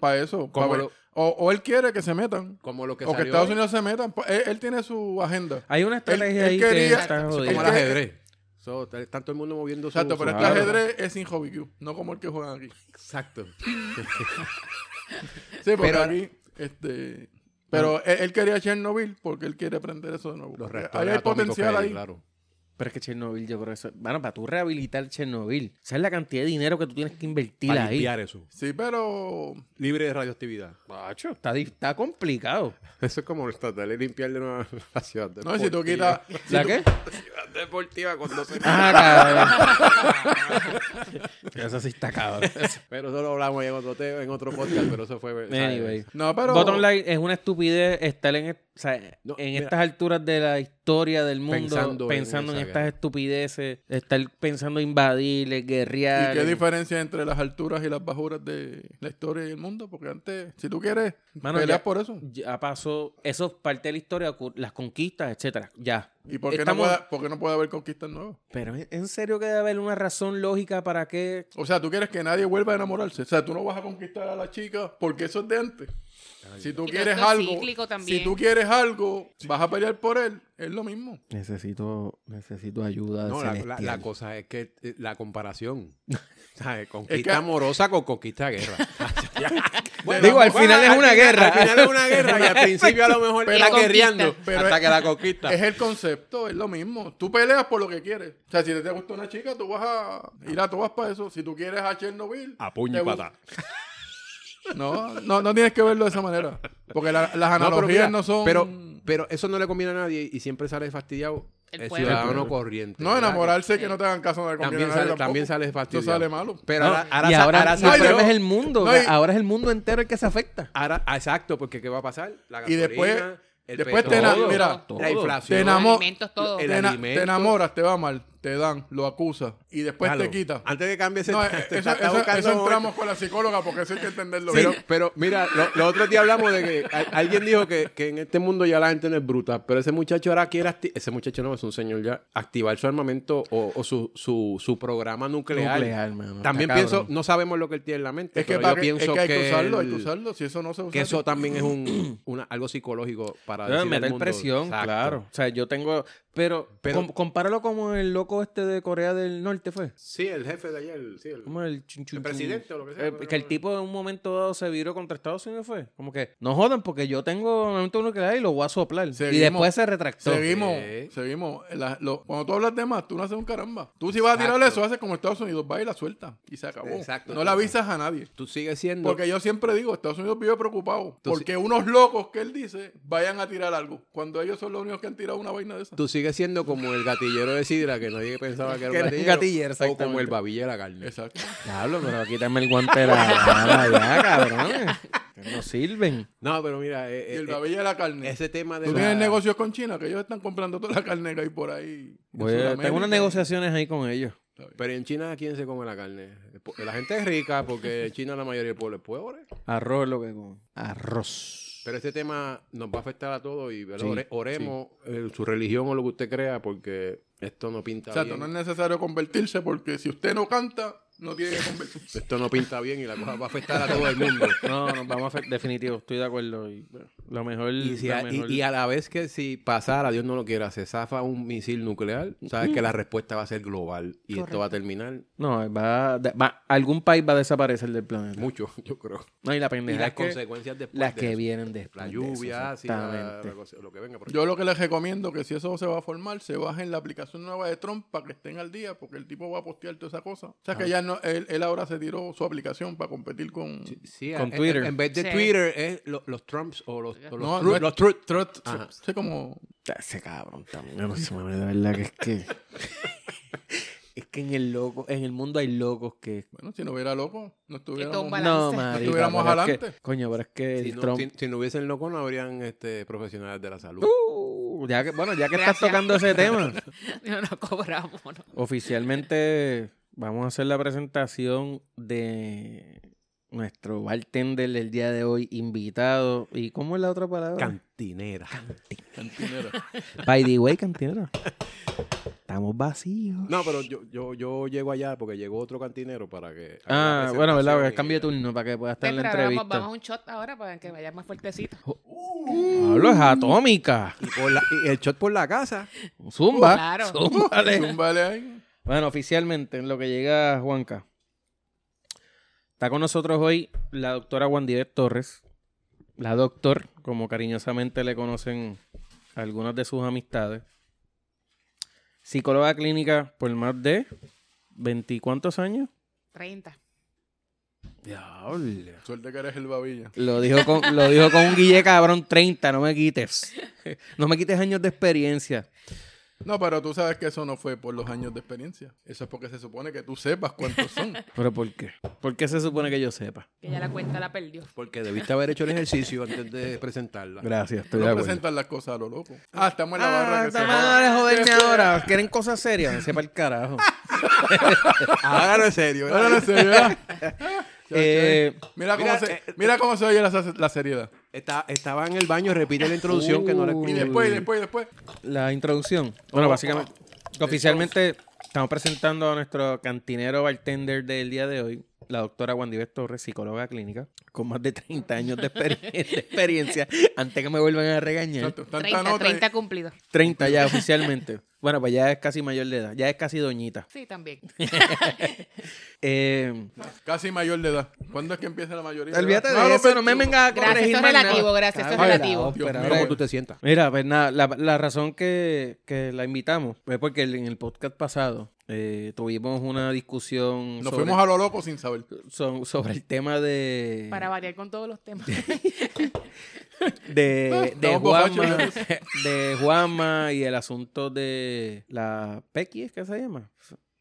para eso. Como pa' ver- lo- o, o él quiere que se metan. Como lo que o que salió Estados hoy, Unidos se metan. Pa- Él, él tiene su agenda. Hay una estrategia él ahí quería- que está Exacto, jodida. Como el Él que- ajedrez. So, está, está todo el mundo moviendo su... Exacto, pero su- este ajedrez es sin hobby Q, no como el que juegan aquí. Exacto. Sí, porque Pero- Ah. aquí, este... Pero él, él quería Chernobyl porque él quiere aprender eso de nuevo. Los Ahí reactores hay atómicos que potencial hay, ahí. claro. Pero es que Chernobyl, yo creo eso... Bueno, para tú rehabilitar Chernobyl, ¿sabes la cantidad de dinero que tú tienes que invertir Para ahí? limpiar eso. Sí, pero... Libre de radioactividad. Macho, está, di- está complicado. Eso es como tratar de limpiar de nuevo la ciudad No, si tú quitas... ¿La qué? Ciudad deportiva cuando se... Ah, cabrón. Eso sí está cabrón. Pero eso lo hablamos en otro, tema, en otro podcast, pero eso fue... ¿sabes? Anyway. No, pero... Bottom line es una estupidez estar en, est- O sea, No, en mira. estas alturas de la historia del mundo, Pensando pensando, en en, esa estas guerra. estupideces, estar pensando en invadir, en guerrear. ¿Y qué en- diferencia entre las alturas y las bajuras de la historia y el mundo? Porque antes, si tú quieres, Mano, peleas ya- por eso. Ya pasó, eso es parte de la historia, ocu- las conquistas, etcétera. Ya. ¿Y por qué, Estamos- no, puede, por qué no puede haber conquistas nuevas? Pero ¿en- en serio que debe haber una razón lógica para que O sea, tú quieres que nadie vuelva a enamorarse. O sea, tú no vas a conquistar a la chica porque eso es de antes. Si tú Y todo quieres esto es algo, cíclico si también. tú quieres algo, vas a pelear por él. Es lo mismo. Necesito, necesito ayuda. No, la, la- celestial. la cosa es que eh, la comparación. ¿sabes? Conquista Es que- amorosa con conquista de guerra. Bueno, Digo, al final es una guerra. Al final es una guerra y al principio a lo mejor Pero- está Conquista. guerreando Pero hasta es- que la conquista. Es el concepto, es lo mismo. Tú peleas por lo que quieres. O sea, si te gusta una chica, tú vas a ir a todas para eso. Si tú quieres a Chernobyl... A puño te y gu- patada. No, no, no tienes que verlo de esa manera. Porque la- las No, pero, analogías mira, no, son... pero, pero eso no le conviene a nadie y siempre sale fastidiado el, El pueblo. ciudadano El pueblo. corriente. No, ¿verdad? enamorarse que no te hagan caso no le conviene También a nadie sale, tampoco. también sale Eso fastidiado. sale malo. Pero No, ahora, ahora, y sa- ahora, ahora el no, sale- yo- problema es el mundo. no, y- ahora es el mundo entero el que se afecta. ahora- ah, exacto, porque ¿qué va a pasar? La Y después- gasolina, el después te petróleo, na- mira, la inflación. te Los enamo- alimentos, todo. el te, ena- alimento. te enamoras, te va mal, te dan, lo acusas y después Jalo. pues, te quita. Antes de cambiar ese No, eh, te- te eso, está eso- buscando eso momento. entramos con la psicóloga porque eso hay que entenderlo Pero, bien. pero mira, lo- los otros días hablamos de que al- alguien dijo que, que en este mundo ya la gente no es bruta, pero ese muchacho ahora quiere, acti- ese muchacho no es un señor ya, activar su armamento o, o su, su, su programa nuclear. Nuclear, mano. También Está pienso, cabrón. no sabemos lo que él tiene en la mente, Es que, pero para yo que- pienso es que hay que, usarlo, hay el- que usarlo. Si eso no se usa, que eso también es un, una- algo psicológico para Debe decirle al meter mundo, presión, exacto. claro. O sea, yo tengo. Pero, Pero- com- compáralo como el loco este de Corea del Norte fue. Sí, el jefe de ayer, sí, el- Como el chun, chun, chun. El presidente o lo que sea, Eh, pero- que el tipo en un momento dado se viró contra Estados Unidos fue. Como que no jodan porque yo tengo un momento nuclear y lo voy a soplar. Y Seguimos. después se retractó. pues, Seguimos, Ok. seguimos. La- lo- cuando tú hablas de más, tú no haces un caramba. Tú si vas a tirar Exacto. eso, haces como Estados Unidos, va y la suelta. Y se acabó. Exacto. no la avisas a nadie. tú sigues siendo... Porque yo siempre digo, Estados Unidos vive preocupado. Tú Porque unos locos que él dice vayan a tirar algo. Cuando ellos son los únicos que han tirado una vaina de esa. Tú sigues siendo como el gatillero de sidra que nadie pensaba que era un Que era un gatillero. gatillero, o como exactamente. el babilla de la carne. Exacto. Diablo, pero quítame el guante de la mano ya, cabrones. Que No sirven. No, pero mira, eh, Y el eh, babilla de la carne. ese tema de Tú la- tienes negocios con China, que ellos están comprando toda la carne que hay por ahí. en Voy a- Sudamérica. tengo unas negociaciones ahí con ellos. Pero en China, ¿a quién se come la carne? La gente es rica porque en China la mayoría del pueblo es pobre. Arroz es lo que como. Arroz. Pero este tema nos va a afectar a todos y ¿verdad? Sí, Ore- oremos eh, su religión o lo que usted crea porque esto no pinta Exacto, no bien. es necesario convertirse porque si usted no canta, no tiene que convertirse. Esto no pinta bien y la cosa va a afectar a todo el mundo. No, no, vamos a hacer definitivo, estoy de acuerdo. Y, bueno, lo mejor. Y, si lo a, y- mejor- y a la vez que si pasara, Dios no lo quiera, se zafa un misil nuclear, sabes que la respuesta va a ser global y esto va a terminar No, va, de- va- algún país va a desaparecer del planeta. mucho, yo creo. No, y la Y pendeja. las es que- consecuencias después las de que eso. vienen después. La de eso, lluvia, ácida, la- exactamente. la cosa- lo que venga. por ahí. Yo lo que les recomiendo que si eso se va a formar, se bajen la aplicación nueva de Trump para que estén al día, porque el tipo va a postear toda esa cosa. O sea Ah. que ya no, él, él ahora se tiró su aplicación para competir con Sí, Con en- Twitter. En, en vez de Sí. Twitter es lo- los Trumps o los, o los No, Tru- no es- los Truth. Trot. Ajá. Sé como Ese cabrón también. No se me de verdad que es que. es que en el loco, en el mundo hay locos que. bueno, si no hubiera loco, no estuviéramos. tumba No, Balance. marica, Estuviéramos pero es que- adelante. coño, pero es que Si el no, Trump. si- si no hubiesen loco, no habrían este, profesionales de la salud. Uh, ya que, bueno, ya que estás Gracias. tocando ese tema, No, no cobramos, no. oficialmente vamos a hacer la presentación de nuestro bartender del día de hoy, invitado. ¿Y cómo es la otra palabra? Cantinera. cantinera. By the way, cantinero. Estamos vacíos. No, pero yo, yo, yo llego allá porque llegó otro cantinero para que. haga Ah, la bueno, ¿verdad? Porque presentación y- cambio de turno para que pueda estar en la Pero ahora entrevista. vamos, vamos a un shot ahora para que vaya más fuertecito. Hablo es atómica. Y, por la- y el shot por la casa. Zumba. Claro. Zúmbale. Zúmbale ahí. Bueno, oficialmente, en lo que llega Juanca. Está con nosotros hoy la doctora Wandivet Torres. La doctor, como cariñosamente le conocen algunas de sus amistades. Psicóloga clínica por más de veinticuántos años. 30. Diablo. Suerte que eres el babilla. Lo dijo con, lo dijo con un guille cabrón 30, no me quites. No me quites años de experiencia. No, pero tú sabes que eso no fue por los años de experiencia. Eso es porque se supone que tú sepas cuántos son. ¿Pero por qué? ¿Por qué se supone que yo sepa? Que ya la cuenta la perdió. Porque debiste haber hecho el ejercicio antes de presentarla. Gracias, estoy de No acuerdo. presentan las cosas a lo loco. Ah, estamos en la barra que Ah, se está joda. mal de joderme ahora. Quieren cosas serias, me sepa el carajo. Ahora Ah, en serio. Ahora la seriedad. Eh, Mira cómo, Mira, se, eh, mira cómo se oye la, la seriedad. Está- estaba en el baño, repite la introducción que no la Y escuché. después, y después, y después. la introducción. Bueno, básicamente, oficialmente estamos presentando a nuestro cantinero bartender del día de hoy, la doctora Wandibes Torres, psicóloga clínica, con más de 30 años de, experien- de experiencia, antes que me vuelvan a regañar. Exacto, tanta 30, nota y- 30 cumplidos. 30 ya oficialmente. Bueno, pues ya es casi mayor de edad, ya es casi doñita. Sí, también. Eh, Casi mayor de edad. ¿Cuándo es que empieza la mayoría? de olvídate edad? de No, eso, no me veintiuno. vengas a Gracias, corregir eso es más nada. relativo, gracias, eso es Cabrón, relativo. ópera, Dios mío, ahora- Mira cómo tú te sientas. Mira, pues nada, la, la razón que, que la invitamos fue porque en el podcast pasado eh, tuvimos una discusión Nos sobre, fuimos a lo loco sin saber. so- sobre el tema de, Para variar con todos los temas. de, de, Ah, Estamos Juanma, borrachos, de Juanma y el asunto de la Pequi, ¿es que se llama?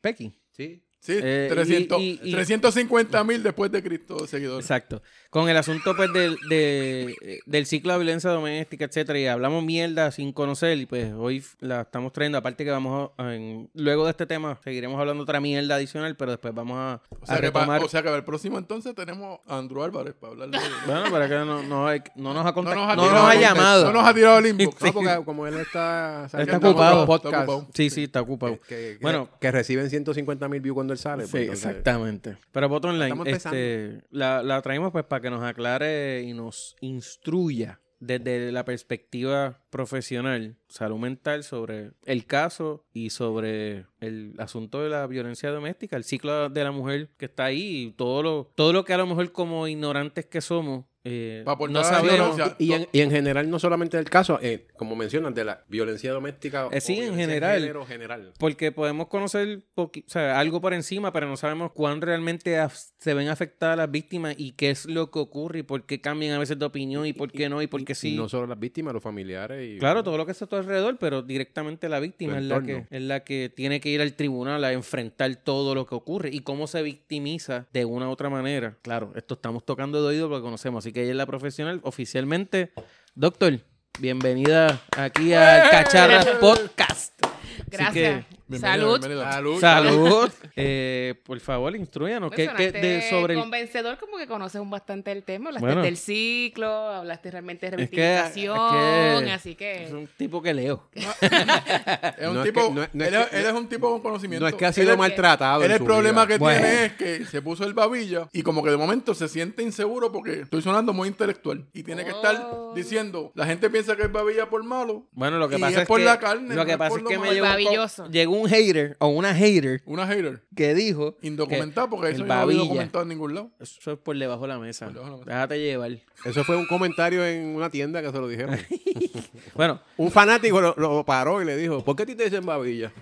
Pequi. Sí. Sí, Eh, 300, y- y- y- 350 mil después de Cristo de seguidores. Exacto. Con el asunto pues del, de- del ciclo de violencia doméstica, etcétera, y hablamos mierda sin conocer y pues hoy f- la estamos trayendo. Aparte que vamos a, en- luego de este tema seguiremos hablando otra mierda adicional, pero después vamos a, O a sea, que pa- retomar. o sea que para el próximo entonces tenemos a Andrew Álvarez para hablar de Bueno, para que no, no, hay- no nos ha No contactado, nos no ha, nos ha, tirado el- llamado. No nos ha tirado el inbox. Ah, No, porque como él está... saliendo Está ocupado. con los Está ocupado. Este, Sí, sí, está ocupado. Que, que- que- Bueno. que reciben 150 mil views cuando él sale. Sí, pues, exactamente. Pero Bottom Line, Estamos este, la, la traemos pues para que nos aclare y nos instruya desde la perspectiva profesional, salud mental, sobre el caso y sobre el asunto de la violencia doméstica, el ciclo de la mujer que está ahí y todo lo, todo lo que a lo mejor como ignorantes que somos, eh, Pa' aportar no a la sabemos. violencia. Y, en, y en general, no solamente del caso, eh, como mencionas, de la violencia doméstica. Eh, sí, o en violencia de general. género general. Porque podemos conocer poqui- o sea, algo por encima, pero no sabemos cuán realmente af- se ven afectadas las víctimas y qué es lo que ocurre y por qué cambian a veces de opinión y por qué no y por qué Y sí. no solo las víctimas, los familiares. Y, Claro, todo lo que está a tu alrededor, pero directamente la víctima Tu es la, que, entorno. es la que tiene que ir al tribunal a enfrentar todo lo que ocurre y cómo se victimiza de una u otra manera. Claro, esto estamos tocando de oído porque conocemos, así que ella es la profesional oficialmente. Doctor, bienvenida aquí al Cacharras Podcast. Gracias. Bienvenida, Salud. bienvenida. Salud. Eh, por favor, instruyanos. Pues ¿Qué, qué- Sonaste de- sobre el- convencedor como que conoces un bastante el tema hablaste Bueno. del ciclo hablaste realmente de Es que- es que- reivindicación así Es que un tipo que leo. Es un No es tipo, que- no es- no es él, es- que- él es un tipo con conocimiento. No es que ha Él sido es- maltratado. él en el su problema vida. que Bueno. tiene es que se puso el babilla y como que de momento se siente inseguro porque estoy sonando muy intelectual y tiene que estar Oh. diciendo, la gente piensa que es babilla por malo, Bueno, lo que Y pasa es, es por que, la carne, lo no que es pasa por es lo que me malo. llegó un, co- Babilloso. llegó un hater o una hater una hater, que dijo que indocumentada porque eso el yo no lo había babilla. documentado en ningún lado. Eso es por debajo de la mesa. Por debajo de la mesa. Déjate llevar. Eso fue un comentario en una tienda que se lo dijeron. Bueno, un fanático lo, lo paró y le dijo, ¿por qué a ti te dicen babilla?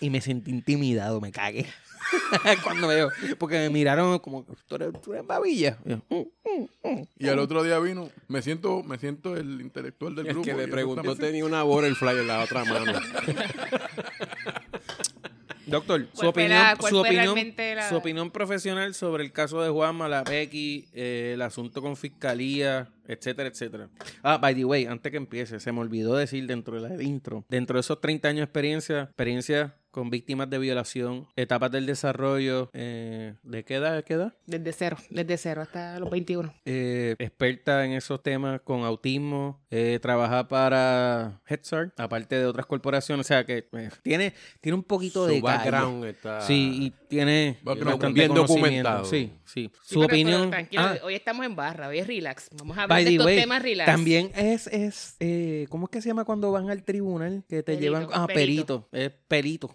y me sentí intimidado, me cagué. Cuando veo, porque me miraron como, tú eres, tú eres babilla. Y yo, "Mm". Y al otro día vino, me siento, me siento el intelectual del El grupo. que y le eso preguntó está- tenía una Butterfly en la otra mano. Doctor, su ¿Cuál fue opinión, la- cuál su, fue opinión, realmente la- su opinión profesional sobre el caso de Juan Malapequi, eh, el asunto con fiscalía, etcétera, etcétera. Ah, by the way, antes que empiece, se me olvidó decir dentro de la intro, dentro de esos 30 años de experiencia, experiencia con víctimas de violación, etapas del desarrollo, eh, ¿de qué edad, de qué edad? desde cero desde cero hasta los 21 Eh, experta en esos temas con autismo, eh, trabaja para Head Start, aparte de otras corporaciones, o sea que eh, tiene, tiene un poquito de Su detalle. background está... Sí, y tiene Background bastante bien conocimiento. documentado. Sí, sí. Sí, Su pero- pero opinión. tranquilo, Ah, hoy estamos en barra hoy es relax vamos a hablar by de the estos way, temas relax También es, es eh, ¿cómo es que se llama cuando van al tribunal? Que te Perito, llevan. Ah, perito. perito. Es perito.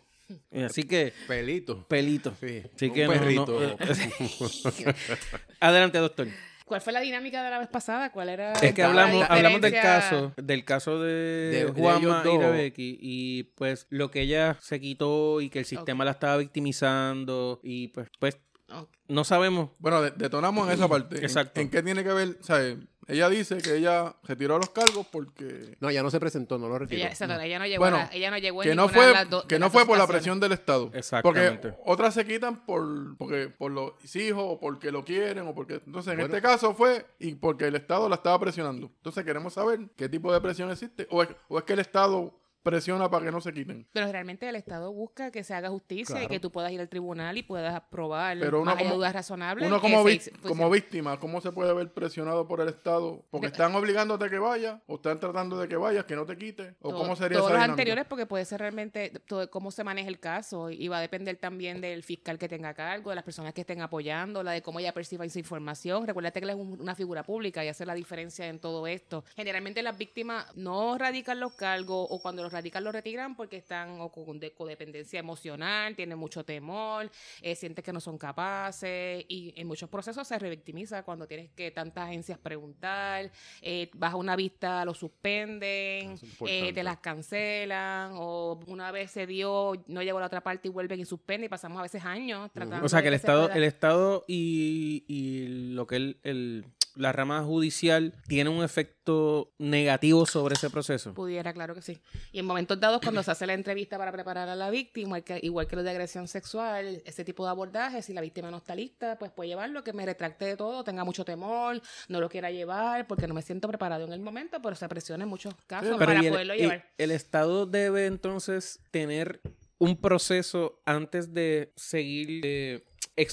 Así que, Pelito. pelito. Sí, Así un que no, no, perrito. eh, Adelante, doctor. ¿Cuál fue la dinámica de la vez pasada? ¿Cuál era? Es que la hablamos, hablamos del diferencia? caso, del caso de, de Juanma ellos dos. y Rebecky, y pues lo que ella se quitó y que el sistema la estaba victimizando, y pues, pues Ok. no sabemos Bueno, de- detonamos en esa parte. ¿En- Exacto. ¿En, qué tiene que ver? ¿sabes? Ella dice que ella retiró los cargos porque... No, ya no se presentó, no lo retiró. Ella, exacto, ella no llegó, Bueno, a la- ella no llegó en Que no ninguna de fue, las dos- que de no las fue dos por la ocasiones. presión del Estado. Exactamente. Porque otras se quitan por, porque, por los hijos o porque lo quieren o porque... Entonces, en Bueno. este caso fue y porque el Estado la estaba presionando. Entonces, queremos saber qué tipo de presión existe o es, o es que el Estado presiona para que no se quiten. Pero realmente el Estado busca que se haga justicia y Claro. que tú puedas ir al tribunal y puedas probar Pero uno más allá de como- dudas razonables. Uno que como, se vic- hizo- pues, como víctima, ¿cómo se puede ver presionado por el Estado? Porque De- están obligándote a que vayas, o están tratando de que vayas, que no te quites, o todo- cómo sería todos esa los dinámica? anteriores porque puede ser realmente todo, cómo se maneja el caso y va a depender también del fiscal que tenga a cargo, de las personas que estén apoyando, la de cómo ella perciba esa información. Recuérdate que él es un- una figura pública y hace la diferencia en todo esto. Generalmente las víctimas no radican los cargos o cuando los radican los retiran porque están o con de- codependencia emocional, tienen mucho temor, eh, sientes que no son capaces y en muchos procesos se revictimiza cuando tienes que tantas agencias preguntar, eh, vas a una vista, lo suspenden, Eso es importante. eh, te las cancelan o una vez se dio, no llegó a la otra parte y vuelven y suspenden y pasamos a veces años Ah, tratando O sea pues, de que el se Estado, pueda- el Estado y, y lo que el, el- la rama judicial tiene un efecto negativo sobre ese proceso. Pudiera, claro que sí. Y en momentos dados, cuando se hace la entrevista para preparar a la víctima, igual que, igual que lo de agresión sexual, ese tipo de abordaje, si la víctima no está lista, pues puede llevarlo, que me retracte de todo, tenga mucho temor, no lo quiera llevar, porque no me siento preparado en el momento, pero se presiona en muchos casos Sí, Pero para y el- poderlo y llevar. el Estado debe entonces tener un proceso antes de seguir eh,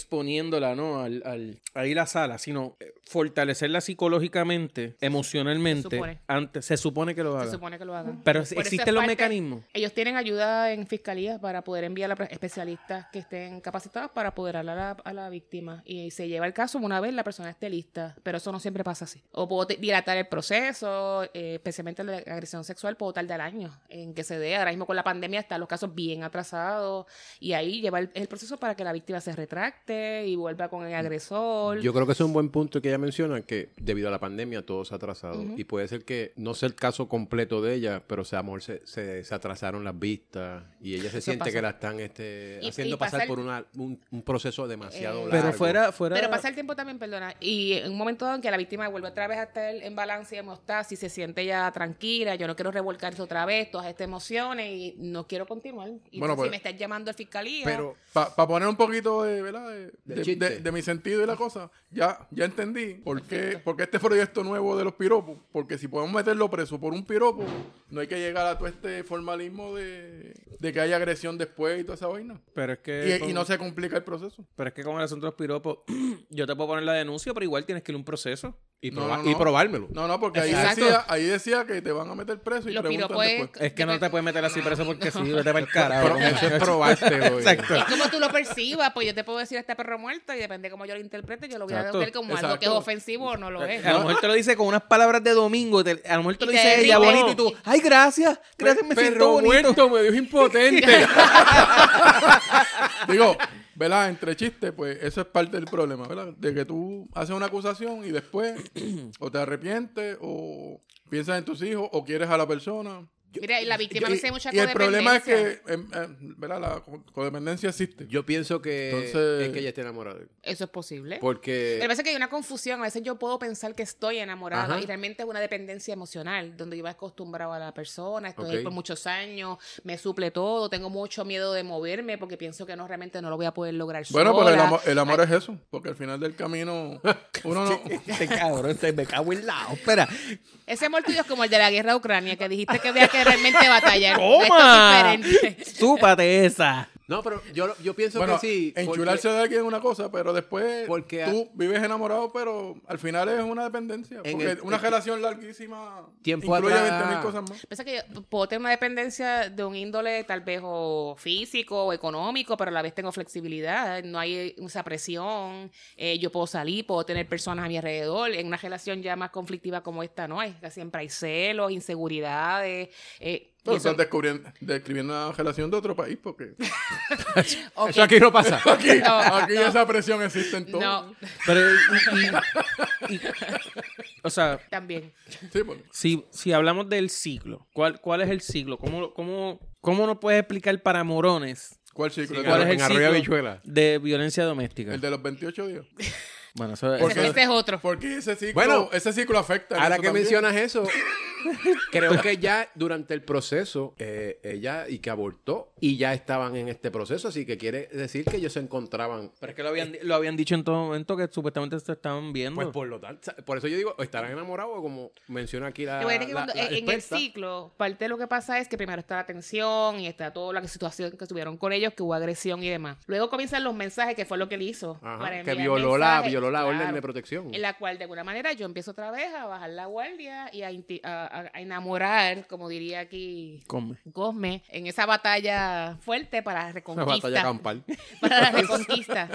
exponiéndola, ¿no? Al, al, a ir a sala, sino eh, fortalecerla psicológicamente, emocionalmente. supone. Antes, se supone que lo haga. Se supone que lo hagan. Pero Por eso es existen los parte- mecanismos. Ellos tienen ayuda en fiscalías para poder enviar a la- especialistas que estén capacitados para apoderar a la, a la víctima. Y se lleva el caso una vez la persona esté lista, pero eso no siempre pasa así. O puedo te- dilatar el proceso, eh, especialmente la agresión sexual, puedo tardar años en que se dé. Ahora mismo con la pandemia están los casos bien atrasados y ahí lleva el, el proceso para que la víctima se retracte y vuelva con el agresor. Yo creo que eso es un buen punto que ella menciona, que debido a la pandemia todo se ha atrasado. Y puede ser que no sea el caso completo de ella, pero o sea, a lo mejor se, se, se atrasaron las vistas y ella se siente pasa. que la están este, Y- haciendo y pasa pasar el- por una, un, un proceso demasiado Eh, largo. Pero fuera, fuera. Pero pasa el tiempo también, perdona. Y en un momento dado en que la víctima vuelve otra vez a estar en balance y está, si se siente ya tranquila, yo no quiero revolcarse otra vez, todas estas emociones y no quiero continuar. Y Bueno, entonces, pues- si me estás llamando a fiscalía. Pero para poner un poquito de, ¿verdad? de, De de- chiste. de- de mi sentido y la cosa, ya, ya entendí por qué, por qué este proyecto nuevo de los piropos. Porque si podemos meterlo preso por un piropo, no hay que llegar a todo este formalismo de, de que haya agresión después y toda esa vaina. Pero es Eh, que. Y, y con- no se complica el proceso. Pero es que con el asunto de los piropos, yo te puedo poner la denuncia, pero igual tienes que ir a un proceso. Y, No, proba- no, no. y probármelo. No, no, porque ahí Exacto. decía, ahí decía que te van a meter preso y Los preguntan piropos es- después. Es que no te puedes meter así preso porque sí, vete para el carajo. Pero eso es probártelo. eh. Exacto. Es como tú lo percibas, pues yo te puedo decir este perro muerto y depende de cómo yo lo interprete, yo lo voy Exacto, a ver como algo exacto. que es ofensivo o no lo es. A lo mejor te lo dice con unas palabras de domingo, te- a lo mejor te Y lo te dice ella derrites. bonito y tú, ay, gracias, gracias, me siento Perro bonito. muerto, me dijo impotente. Digo, ¿verdad? Entre chistes, pues eso es parte del problema, ¿verdad? De que tú haces una acusación y después o te arrepientes o piensas en tus hijos o quieres a la persona. Mira, y la víctima Y- me dice mucha y el problema es que, codependencia. em, em, ¿verdad? La co- codependencia existe. Yo pienso que Este, Entonces- es que ella está enamorada. de él. Eso es posible. Eh, Pero Porque pasa que hay una confusión. A veces yo puedo pensar que estoy enamorada Ajá. y realmente es una dependencia emocional, donde yo me he acostumbrado a la persona, estoy ahí Ok. por muchos años, me suple todo, tengo mucho miedo de moverme porque pienso que no realmente no lo voy a poder lograr Bueno, sola. pero el amor, eh. el amor es eso, porque al final del camino uno no... Este cabrón, este, me cago en lado, espera. Ese amor tuyo es como el de la guerra de Ucrania, que dijiste que había que realmente batallar. ¡Toma! Esto es diferente. Súpate esa. no, pero yo, yo pienso Bueno, que sí. porque- enchularse de alguien es una cosa, pero después Porque- tú vives enamorado, pero al final es una dependencia. En Porque el- una en- relación larguísima Tiempo incluye atrás. 20.000 cosas más. Pasa que yo puedo tener una dependencia de un índole tal vez o físico o económico, pero a la vez tengo flexibilidad, no hay eh, esa presión, eh, yo puedo salir, puedo tener personas a mi alrededor. En una relación ya más conflictiva como esta no hay, siempre hay celos, inseguridades. eh, y Pero eso- estás descubriendo, describiendo una relación de otro país porque ok, Eso aquí no pasa. aquí, No, aquí esa presión existe en todo. no, Pero, y- y- y- o sea, también. Sí, pues, porque- si, si hablamos del ciclo, ¿cuál, cuál es el ciclo? ¿Cómo, lo- cómo, ¿Cómo nos puedes explicar para morones ¿Cuál ciclo? cuál es en el Arroyo ciclo Habichuela. de violencia doméstica? el de los 28 días. Bueno, eso es. ¿Por Ese qué? este es otro. Porque ese ciclo, Bueno, ese ciclo afecta. en Ahora eso que también. mencionas eso, creo que ya durante el proceso, eh, ella y que abortó y ya estaban en este proceso, así que quiere decir que ellos se encontraban. Pero es que lo habían, lo habían dicho en todo momento que supuestamente se estaban viendo. Pues por lo tanto, por eso yo digo, estarán enamorados, como menciona aquí la. Lo que pasa es la- que cuando- la en- en el experta. ciclo, parte de lo que pasa es que primero está la tensión y está toda la situación que tuvieron con ellos, que hubo agresión y demás. Luego comienzan los mensajes, que fue lo que él hizo. Ajá, para que enviar violó la, mensajes, violó la orden claro. de protección. En la cual, de alguna manera, yo empiezo otra vez a bajar la guardia y a, inti- a- a- a enamorar, como diría aquí Come. Cosme, en esa batalla fuerte para la Una reconquista. batalla campal. para la reconquista.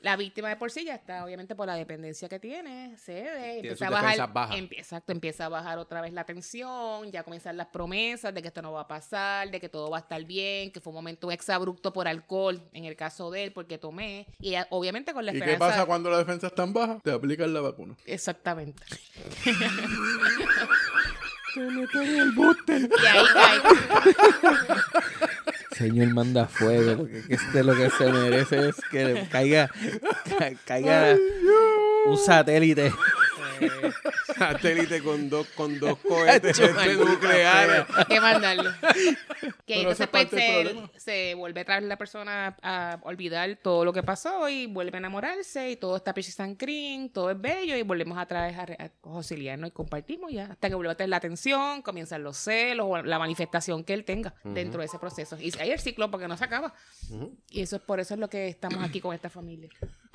La víctima de por sí ya está, obviamente, por la dependencia que tiene, cede, empieza sus a bajar. defensas bajas. em- exacto, empieza a bajar otra vez la tensión, ya comienzan las promesas de que esto no va a pasar, de que todo va a estar bien, que fue un momento exabrupto por alcohol, en el caso de él, porque tomé. Y a- obviamente con la ¿Y esperanza. qué pasa cuando la defensa es tan baja? Te aplican la vacuna. Exactamente. Te meten en el buste. Y ahí cae. Señor, manda fuego, porque que este lo que se merece es que le caiga, ca- caiga un satélite. Eh, Satélite con dos, con dos cohetes este nucleares. que mandarlo. Que Pero eso entonces es pues, parte del se, problema. se vuelve otra vez la persona a olvidar todo lo que pasó y vuelve a enamorarse y todo está peaches and cream, todo es bello y volvemos otra vez a, re- a conciliarnos y compartimos ya hasta que vuelve a tener la atención, comienzan los celos o la manifestación que él tenga dentro de ese proceso. Y ahí el ciclo porque no se acaba. Y eso es por eso es lo que estamos aquí con esta familia.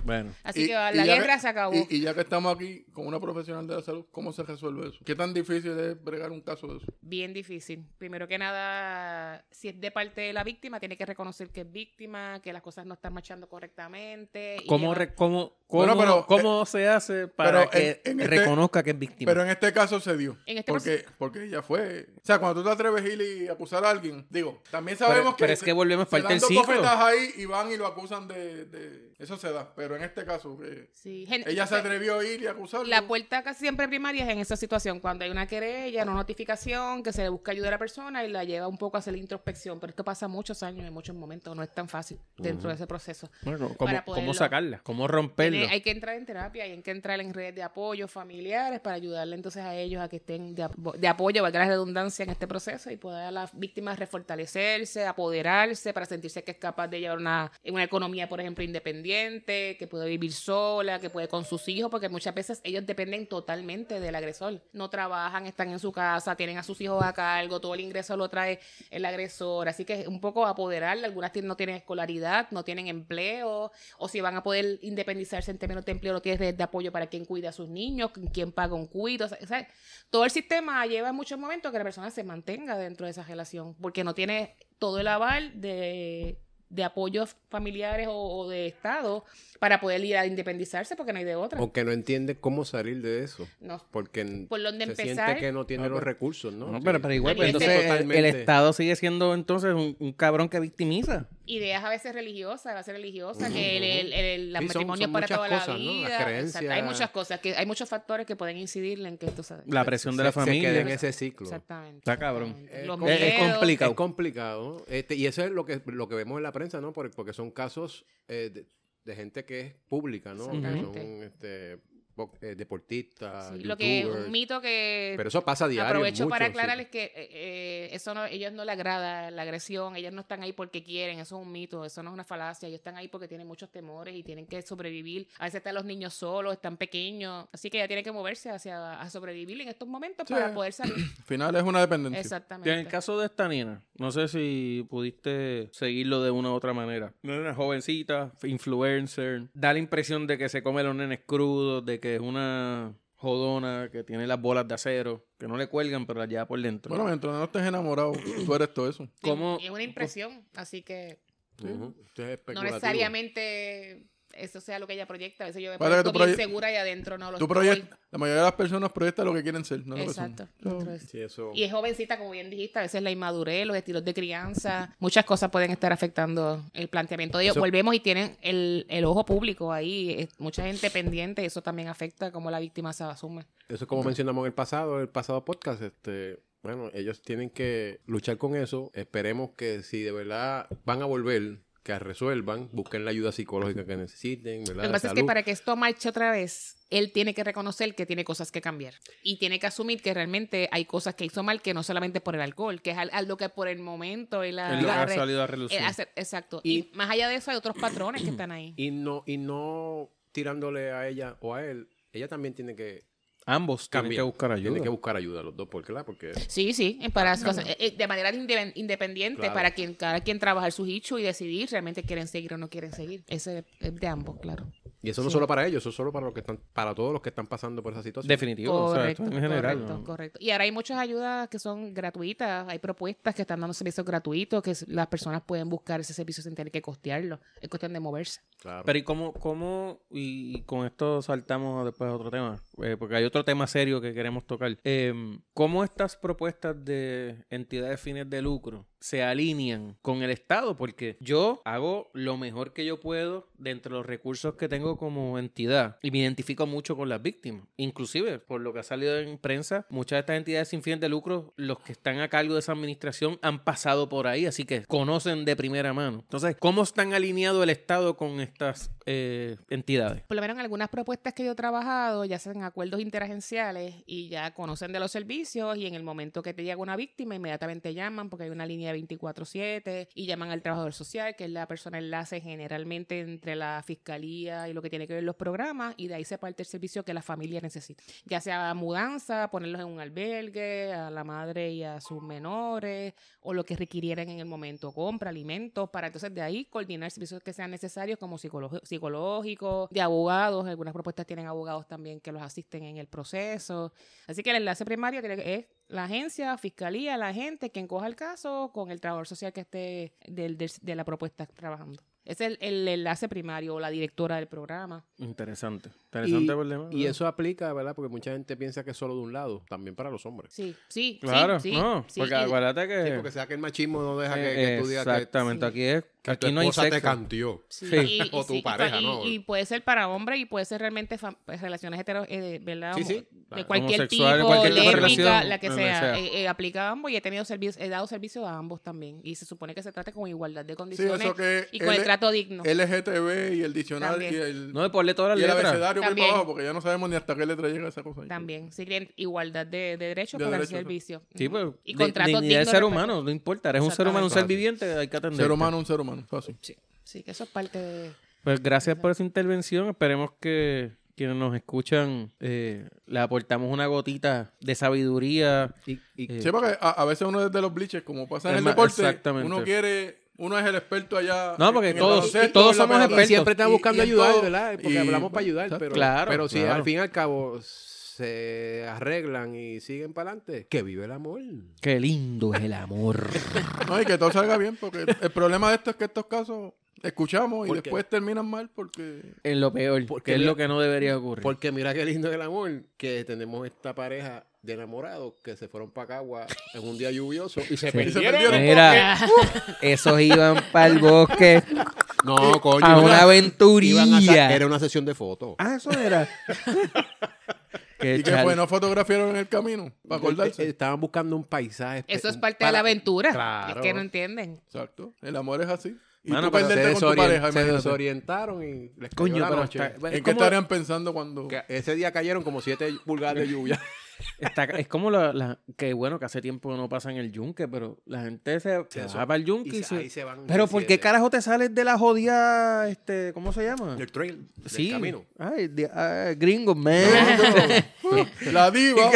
Bueno, Así Y- que la y ya guerra que- se acabó. Y, y ya que estamos aquí con una profesional de la salud, ¿cómo se resuelve eso? ¿Qué tan difícil es bregar un caso de eso? Bien difícil. Primero que nada, si es de parte de la víctima, tiene que reconocer que es víctima, que las cosas no están marchando correctamente. y ¿cómo, lleva- re- cómo, cómo, Bueno, pero, eh, cómo se hace pero para que en- en este- reconozca que es víctima? Pero en este caso se dio. En este porque, porque ella fue. O sea, cuando tú te atreves Gil, y acusar a alguien, digo, también Pero- sabemos que. pero es que volvemos se parte dan del dos ciclo. bofetadas ahí y van y lo acusan de, de- Eso se da. Pero en este caso, que Sí, gen- ella se eh, atrevió a ir y acusarlo. La puerta casi siempre primaria es en esa situación, cuando hay una querella, una notificación, que se le busca ayuda a la persona y la lleva un poco a hacer la introspección. Pero esto pasa muchos años, en muchos momentos, no es tan fácil dentro de ese proceso. Bueno, ¿cómo, para cómo poderlo- sacarla? ¿Cómo romperlo? Tiene- hay que entrar en terapia y hay que entrar en redes de apoyo familiares para ayudarle entonces a ellos a que estén de, apo- de apoyo, valga la redundancia, en este proceso y poder a las víctimas refortalecerse, apoderarse para sentirse que es capaz de llevar una, una economía, por ejemplo, independiente, que puede vivir sola, que puede con sus hijos, porque muchas veces ellos dependen totalmente del agresor. No trabajan, están en su casa, tienen a sus hijos a cargo, todo el ingreso lo trae el agresor. Así que un poco apoderarle. Algunas tien- no tienen escolaridad, no tienen empleo, o si van a poder independizarse en términos de empleo, no tienes red de apoyo para quien cuida a sus niños, con quien paga un cuido. O sea, o sea, todo el sistema lleva en muchos momentos que la persona se mantenga dentro de esa relación, porque no tiene todo el aval de de apoyos familiares o, o de Estado para poder ir a independizarse porque no hay de otra. O que no entiende cómo salir de eso. No. Porque en- Por dónde se empezar. siente que no tiene Ah, los pero- recursos, ¿no? No, pero, pero igual, Pero pues, es que- entonces el- el, este Totalmente. Estado sigue siendo entonces un, un cabrón que victimiza. ideas a veces religiosas, a veces religiosas, que el, el, el- la Sí, son- matrimonio son para muchas toda la cosas, ¿no? vida. Las creencias. Exacto, Hay muchas cosas, que hay muchos factores que pueden incidir en que tú sabes. La presión de Se- la Se familia. queda en ese ciclo. Exactamente. Está cabrón. exactamente. Es Los com- es es- miedos. complicado. Es complicado. Este, y eso es lo que, lo que vemos en la prensa, ¿no? Por- Porque son casos eh, de, de gente que es pública, ¿no? Que Exactamente. son este, bo- eh, deportistas, Sí, lo que es youtubers. un mito que Pero eso pasa a diario. en aprovecho para muchos, aclararles sí. que eh, eh, eso no, ellos no les agrada la agresión, ellos no están ahí porque quieren, eso es un mito, eso no es una falacia, ellos están ahí porque tienen muchos temores y tienen que sobrevivir. A veces están los niños solos, están pequeños, así que ya tienen que moverse hacia a sobrevivir en estos momentos Sí. para poder salir. Al final es una dependencia. Exactamente. En el caso de esta nena, no sé si pudiste seguirlo de una u otra manera. Una nena jovencita, influencer, da la impresión de que se come los nenes crudos, de que es una jodona, que tiene las bolas de acero, que no le cuelgan, pero las lleva por dentro. Bueno, mientras no estés enamorado, tú eres todo eso. Y- ¿Cómo- y es una impresión, así que Ujú. Esto es no especulativo. necesariamente eso sea lo que ella proyecta. A veces yo me Para que tú pongo bien proye- segura y adentro no lo Tú estoy. proyect- la mayoría de las personas proyectan lo que quieren ser, no lo que son. Exacto. dentro de eso. Sí, eso. Y es jovencita, como bien dijiste, a veces la inmadurez, los estilos de crianza, muchas cosas pueden estar afectando el planteamiento de ellos. Eso- Volvemos y tienen el, el ojo público ahí, es- mucha gente pendiente, eso también afecta cómo la víctima se asume. Eso es como mencionamos en el pasado, el pasado podcast, este, bueno, ellos tienen que luchar con eso. Esperemos que si de verdad van a volver, que resuelvan, busquen la ayuda psicológica que necesiten, ¿verdad? Lo que De pasa es que salud. para que esto marche otra vez, él tiene que reconocer que tiene cosas que cambiar. Y tiene que asumir que realmente hay cosas que hizo mal, que no solamente por el alcohol, que es al- algo que por el momento él ha- Es lo que ha ha re- salido a él relucir. hace- Exacto. Y, más allá de eso, hay otros patrones que están ahí. Y no, y no tirándole a ella o a él, ella también tiene que Ambos tienen cambiar. que buscar ayuda. Tiene que buscar ayuda los dos, ¿por qué? Porque Sí, sí, en- para situaciones- eh, eh, de manera inde- independiente, Claro. para quien cada quien trabajar sus hechos y decidir realmente quieren seguir o no quieren seguir. Ese es de ambos, claro. Y eso no Sí. solo para ellos, eso es solo para los que están, para todos los que están pasando por esa situación. Definitivo, o sea, esto en general. correcto, ¿no? correcto. Y ahora hay muchas ayudas que son gratuitas, hay propuestas que están dando servicios gratuitos, que s- las personas pueden buscar ese servicio sin tener que costearlo. Es cuestión de moverse. Claro. Pero ¿y cómo, cómo, y con esto saltamos después a otro tema, eh, porque hay otro tema serio que queremos tocar. Eh, ¿Cómo estas propuestas de entidades fines de lucro se alinean con el Estado? Porque yo hago lo mejor que yo puedo dentro de los recursos que tengo como entidad y me identifico mucho con las víctimas. Inclusive, por lo que ha salido en prensa, muchas de estas entidades sin fines de lucro, los que están a cargo de esa administración han pasado por ahí, así que conocen de primera mano. Entonces, ¿cómo están alineado el Estado con estas eh, entidades? Por lo menos en algunas propuestas que yo he trabajado, ya hacen acuerdos interagenciales y ya conocen de los servicios y en el momento que te llega una víctima, inmediatamente llaman porque hay una línea 24/7 y llaman al trabajador social, que es la persona enlace generalmente entre la fiscalía y lo que tiene que ver los programas y de ahí se parte el servicio que la familia necesita. Ya sea mudanza, ponerlos en un albergue, a la madre y a sus menores o lo que requirieran en el momento, compra, alimentos, para entonces de ahí coordinar servicios que sean necesarios como psicolo- psicológicos, de abogados, algunas propuestas tienen abogados también que los asisten en el proceso. Así que el enlace primario tiene que- es la agencia, fiscalía, la gente, quien coja el caso con el trabajador social que esté del- del- de la propuesta trabajando. Ese es el, el enlace primario o la directora del programa. Interesante. y, Interesante problema. y eso aplica, ¿verdad? Porque mucha gente piensa que es solo de un lado, también para los hombres. Sí, sí, sí, Claro, sí, no, sí, porque y- acuérdate que... Sí, porque sea que el machismo no deja que, que tú digas que, Eh, Exactamente, aquí es... que tu aquí no hay esposa te sexo. cantió. Sí, Sí. y- y O tu sí, y pa- pareja, y- ¿no? Y puede ser para hombre y puede ser realmente fam- pues, relaciones hetero, eh, ¿verdad? Sí, sí, Homo- De claro. cualquier tipo, Homosexual, cualquier tipo de lésbica, relación, la que donde sea. sea. Eh, eh, aplica a ambos y he, tenido servicio, he dado servicio a ambos también. Y se supone que se trate con igualdad de condiciones eso que y con L- el trato digno. LGTB y el diccionario También. y el, No, y ponle todas las y el letras. abecedario por ahí También. para abajo, porque ya no sabemos ni hasta qué letra llega esa cosa. ahí. también. Sí, que igualdad de, de derechos De para derechos, el servicio. Sí, Ujú. pues, di- Y con trato dignidad del digno, ser respeto. humano, no importa, eres un ser humano, un ser Exactamente. viviente, hay que atender. este Ser humano, un ser humano. Fácil. Sí, sí, que eso es parte Eh, de... Pues gracias por esa intervención. Esperemos que quienes nos escuchan eh, le aportamos una gotita de sabiduría. Y, y- Eh, Sí, porque a, a veces uno desde los bleachers, como pasa en Es el más- deporte, exactamente. uno quiere, uno es el experto allá. No, en- porque en el todos- baloncesto, todos en la somos pelota. expertos. siempre están Y- buscando y en ayudar, todo. ¿verdad? Eh, Porque Y- hablamos para ayudar, pero, Claro, pero si claro. al fin y al cabo se arreglan y siguen para adelante, que vive el amor. Qué lindo es el amor. No, y que todo salga bien, porque el problema de esto es que estos casos escuchamos y ¿Por qué? después terminan mal porque... es lo peor, Porque que es mira- lo que no debería ocurrir. Porque mira qué lindo es el amor, que tenemos esta pareja de enamorados que se fueron para Cagua en un día lluvioso y se Y se perdieron. perdieron. Mira, esos iban para el bosque No, coño. a iban una iban a sa- Era aventurilla. una sesión de fotos. Ah, eso era. Qué ¿Y que chal- fue? ¿No fotografiaron en el camino? Para Eh, eh, acordarse. Estaban buscando un paisaje. Eso eh, es un- parte para- de la aventura. Claro. Es que no entienden. Exacto. El amor es así. Y Mano, tú pero se, perderte con tu desorien- pareja, se imagínate. desorientaron y les cayó Coño, la pero noche. está- ¿En es qué como- estarían pensando cuando...? Que Ese día cayeron como 7 pulgadas de lluvia. Está- es como la, la- que bueno que hace tiempo no pasa en el yunque, pero la gente se, se Eso. va para el yunque Y y se- se- ahí se van Pero de ¿por qué siete. carajo te sales de la jodida este, ¿cómo se llama? Del trail, del sí. camino. Ay, di- ay, gringo, man. La diva.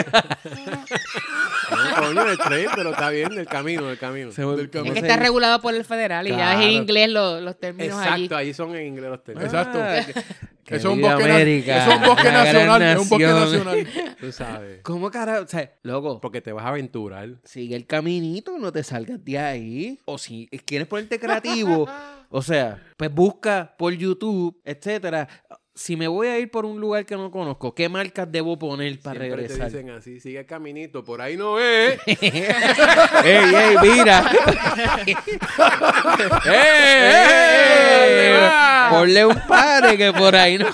No, coño, del trail, pero está bien, del camino, del camino. Se vol- Del camino. Vamos Es que está regulado por el federal y ya es Claro. en inglés lo- los términos allí. Exacto, ahí son en inglés los términos. Exacto. Ah, que- Que es un querida bosque, na- América, es un bosque la gran nacional. Es un bosque nación. nacional. Tú sabes. ¿Cómo carajo? O sea, loco, Porque te vas a aventurar. sigue el caminito, no te salgas de ahí. O si quieres ponerte creativo, o sea, pues busca por YouTube, etcétera. Si me voy a ir por un lugar que no conozco, ¿qué marcas debo poner para Siempre regresar? Eh, te dicen así, sigue el caminito, por ahí no es. ¡Ey, ey, mira! eh, ¡Ey, ey! ah, Ponle un padre que por ahí no,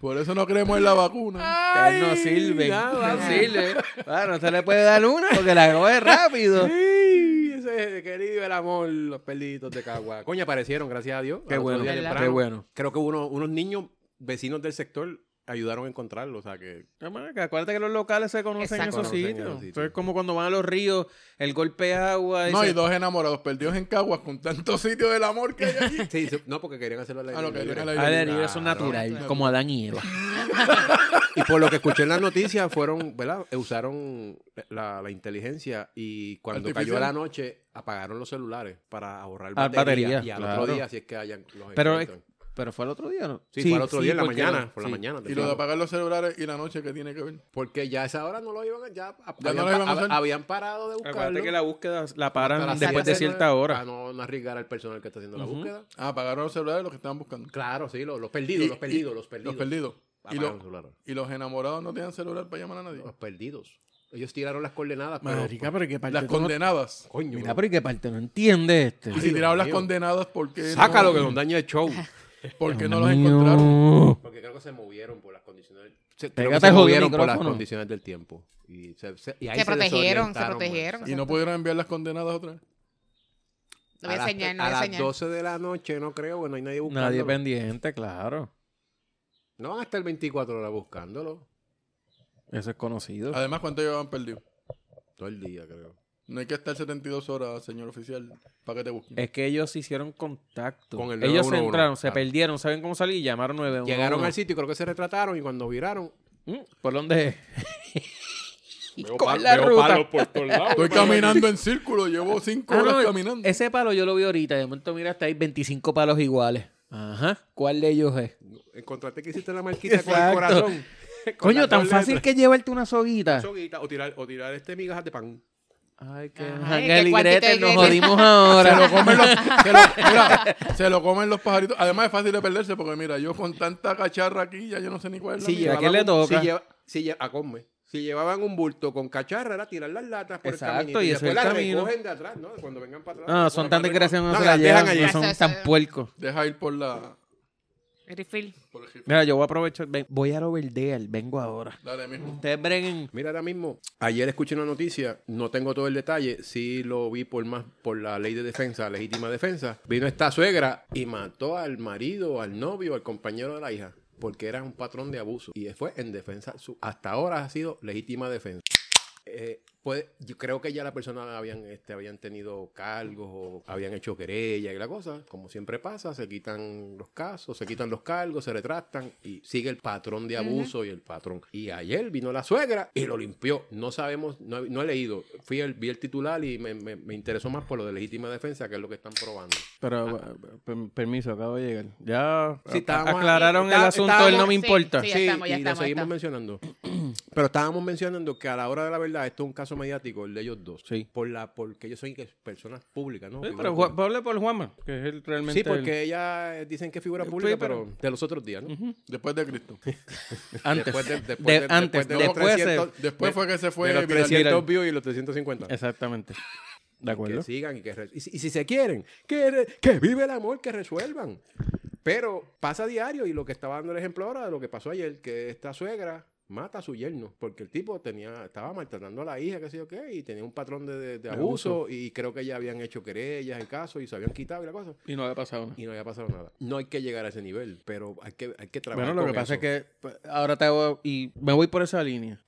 Por eso no creemos en la Ah, vacuna. Ustedes no sirven. ya, no vamos. sirven. Bueno, no se le puede dar una porque la coge rápido. Ey, dice, querido el amor, los perditos de Cagua. Coño, aparecieron, gracias a Dios. Qué Al otro bueno, día ¿Verdad? temprano. qué bueno. Creo que uno- unos niños vecinos del sector ayudaron a encontrarlo. O sea que. Cámara, que Acuérdate que los locales se conocen en Exacto. esos Conocen en sitios. esos sitios. Entonces, como cuando van a los ríos, el golpe de agua. No, dice, y dos enamorados perdidos en Caguas con tantos sitios del amor que hay allí. Sí, se- no, porque querían hacerlo al aire Ah, no, que libre. querían al "Ah, de libre, Claro. eso es natural, Claro. como Adán y Eva. Y por lo que escuché en las noticias, fueron, ¿verdad? Eh, Usaron la, la inteligencia y cuando Artificial. cayó la noche, apagaron los celulares para ahorrar Ah, batería. batería, y al claro. otro día, si es que hayan los Pero, encuentran. pero fue el otro día, ¿no? Sí, fue el otro día, en la porque- mañana. Por la sí. mañana. Y lo de temprano. apagar los celulares y la noche que tiene que ver. Porque ya a esa hora no lo iban a... Ya, Ya habían, no lo iban a hab- hacer. habían parado de buscarlo. Acuérdate que la búsqueda la Hasta paran las después siete de la- cierta Para hora. no, no arriesgar al personal que está haciendo Ujú. la búsqueda. Ah, apagaron los celulares los que estaban buscando. Claro, sí, los, los perdidos, Y- los perdidos, y- los perdidos. Ah, Los perdidos. Y, Apagaron los- su celular. y los enamorados no tenían celular para llamar a nadie. Los perdidos. Ellos tiraron las coordenadas, pero... Marica, pero qué parte. Las tú no- condenadas. Coño, Mira, bro. pero qué parte no entiende este. Y si tiraron las mío. condenadas, ¿por qué Sácalo, que no, nos daña el show. ¿por qué Dios no las mío. encontraron? Porque creo que se movieron por las condiciones del... Pégate, se jodido movieron por las micrófono. condiciones del tiempo. Y se, se- pues. y ahí Se protegieron, se desorientaron, man. protegieron. Y no pudieron enviar las condenadas otra vez. No voy a las- enseñar, no a voy a las enseñar. 12 de la noche, no creo, que no hay nadie buscando. Nadie pendiente, claro. No van a estar 24 horas buscándolo. Eso es conocido. Además, ¿cuánto llevaban perdido? Todo el día, creo. No hay que estar 72 horas, señor oficial, para que te busquen. Es que ellos hicieron contacto. Con el ellos se 911, entraron, se claro. perdieron, saben cómo salir y llamaron 911. Llegaron al sitio y creo que se retrataron y cuando viraron... Mm, ¿Por dónde es? y veo con pal- la veo ruta. palos por todos lados, Estoy hermano. caminando en círculo, llevo 5 Ah, no, horas el- caminando. Ese palo yo lo vi ahorita. De momento, mira, hasta hay 25 palos iguales. Ajá. ¿Cuál de ellos es? Encontraste que hiciste la marquita con el Exacto. corazón. Con Coño, las tan dos fácil letras. que llevarte una soguita. Soguita, O tirar, o tirar este migajas de pan. Ay, que Ay, Ángel qué y cuartito Gretel, de nos Gretel. jodimos ahora. Comen los- se, lo, mira, se lo comen los pajaritos. Además es fácil de perderse porque mira, yo con tanta cacharra aquí ya yo no sé ni cuál es la Si mía. ¿a quién llevaban le un- toca? Si, lleva- si lle- a comer. Si llevaban un bulto con cacharra, era tirar las latas por Exacto, el caminito. y ese es después el las camino. recogen de atrás, ¿no? Cuando vengan para atrás. No, son tan desgraciados, no, No, se que la las dejan llevan, allí. no son Gracias, tan eh. puercos. Deja ir por la El refill. por el rifle. Mira, yo voy a aprovechar, ven- voy a Overdale, vengo ahora. Dale, mijo. Ustedes breguen. Mira, ahora mismo, ayer escuché una noticia, no tengo todo el detalle, sí lo vi por más por la ley de defensa, legítima defensa. Vino esta suegra y mató al marido, al novio, al compañero de la hija, porque era un patrón de abuso. Y fue en defensa, su- hasta ahora ha sido legítima defensa. Eh, pues, yo creo que ya la persona habían, este, habían tenido cargos o habían hecho querella y la cosa. Como siempre pasa, se quitan los casos, se quitan los cargos, se retractan y sigue el patrón de abuso y el patrón. Y ayer vino la suegra y lo limpió. No sabemos, no, he- no he leído. Fui el, vi el titular y me, me- me interesó más por lo de legítima defensa, que es lo que están probando. Pero, permiso, acabo de llegar. Ya Sí, estábamos aquí. aclararon el Está- asunto, estábamos- él no me Sí, importa. sí. ya estamos, ya y estamos, lo ya seguimos estamos. mencionando. Pero estábamos mencionando que a la hora de la verdad, esto es un caso mediático, el de ellos dos. Sí. Por la, porque ellos son que- personas públicas, ¿no? Sí, Figuras pero Ju- públicas. hable por Juanma, que es el realmente. Sí, porque ellas eh, dicen que es figura Sí, pública, pero- pero, de los otros días, ¿no? Después de Cristo. el- antes. Después de- después De- de- después antes, de los después. se- 300 Después De- fue que se de fue los viral. 300 views y los 350. Exactamente. De Que acuerdo. sigan y que... re- Y, si- y si se quieren, que, re- que vive el amor, que resuelvan. Pero pasa a diario y lo que estaba dando el ejemplo ahora de lo que pasó ayer, que esta suegra mata a su yerno porque el tipo tenía estaba maltratando a la hija, qué sé yo qué, y tenía un patrón de, de- de abuso, y creo que ya habían hecho querellas y casos y se habían quitado y la cosa. Y no había pasado nada. Y no había pasado nada. No hay que llegar a ese nivel, pero hay que, hay que trabajar Bueno, lo con que pasa eso. es que pues, ahora te voy y me voy por esa línea.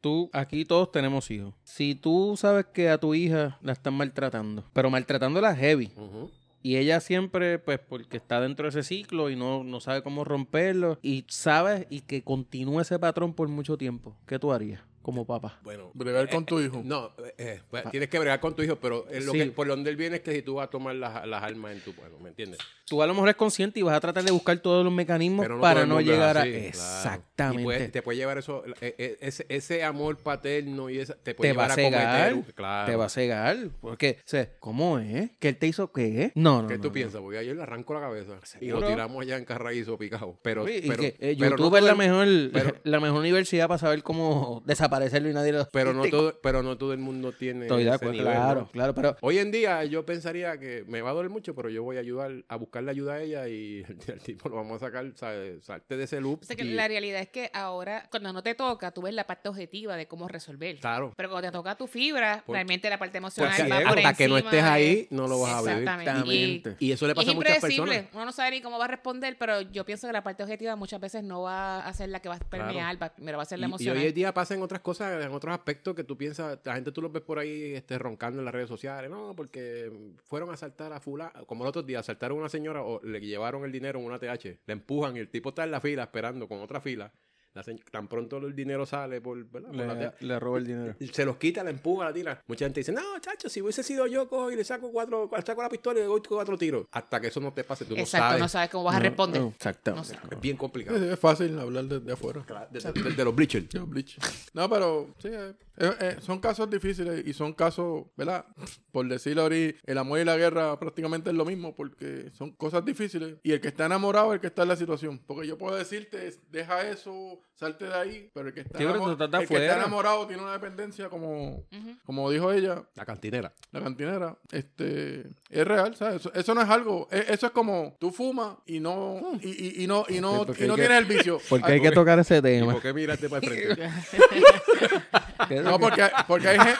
Tú, aquí todos tenemos hijos. Si tú sabes que a tu hija la están maltratando, pero maltratándola heavy, Ujú. Y ella siempre, pues, porque está dentro de ese ciclo y no, no sabe cómo romperlo. Y sabes, y que continúe ese patrón por mucho tiempo. ¿Qué tú harías como papá? Bueno, Bregar con tu hijo. No, eh, eh, pues, tienes que bregar con tu hijo, pero eh, lo Sí. que, por donde él viene es que si tú vas a tomar las, las armas en tu pueblo, ¿me entiendes? Tú a lo mejor es consciente y vas a tratar de buscar todos los mecanismos Pero todo para el no mundo es llegar a... así, claro. Exactamente. Y puede- te puede llevar eso, eh, eh, ese, ese amor paterno y esa, te puede te va llevar a a, cometer cegar. un- claro. Te va a cegar. Porque, o sea, ¿cómo es? ¿Que él te hizo qué? No, no. ¿Qué no, tú no. piensas? Porque ayer le arranco la cabeza y ¿Seguro? lo tiramos allá en carraízo picado. Pero, Sí, y pero, que, eh, pero no YouTube es todo la el- mejor, pero- la mejor universidad para saber cómo desaparecerlo y nadie lo... Pero no, todo, pero no todo el mundo tiene. Estoy de ese acuerdo, nivel, ¿no? claro, claro, pero... Hoy en día yo pensaría que me va a doler mucho, pero yo voy a ayudar a buscarle ayuda a ella y al tipo lo vamos a sacar, sa- salte de ese loop. O sea que y- la realidad es que ahora, cuando no te toca, tú ves la parte objetiva de cómo resolver. Claro. Pero cuando te toca tu fibra, Por- realmente la parte emocional Porque va por hasta que no encima estés de- ahí, no lo vas a vivir. Exactamente. Y- Exactamente. Y eso le Y es pasa a muchas impredecible, personas. uno no sabe ni cómo va a responder, pero yo pienso que la parte objetiva muchas veces no va a ser la que va a permear, va, primero va a ser Y, la y emocional. hoy en día pasan otras cosas, en otros aspectos que tú piensas, la gente tú los ves por ahí este, roncando en las redes sociales, no, porque fueron a asaltar a fula, como el otro día, asaltaron a una señora o le llevaron el dinero en una TH, le empujan y el tipo está en la fila esperando con otra fila, La se- tan pronto el dinero sale por, ¿verdad? por la Le, TH, le robo el Eh. dinero. y se los quita, la empuja, la tira. Mucha gente dice, no, chacho, si hubiese sido yo, cojo y le saco cuatro, saco la pistola y le doy cuatro tiros. Hasta que eso no te pase, tú Exacto, no no sabes. sabes cómo vas a responder. No Exactamente. sé. Es bien Sí, complicado. sí, es fácil hablar desde afuera. Desde los bleachers. Yo, Bleach. No, pero sí, eh, eh, eh, son casos difíciles y son casos, ¿verdad? Por decirlo ahorita, el amor y la guerra prácticamente es lo mismo porque son cosas difíciles y el que está enamorado es el que está en la situación. Porque yo puedo decirte, es- deja eso, salte de ahí, pero el que está, Sí, pero tú enamo- estás de el que está afuera. enamorado tiene una dependencia como, Ujú. como dijo ella, La cantinera. la cantinera, este, es real, ¿sabes? Eso, eso no es algo, e- eso es como tú fumas y no, Hmm. y, y- y no, y no, Sí, porque y no hay que- tienes el vicio. Ah, Porque Ay, hay que tocar ese ¿Y tema. por qué miraste para el frente? No, porque, porque hay, gen-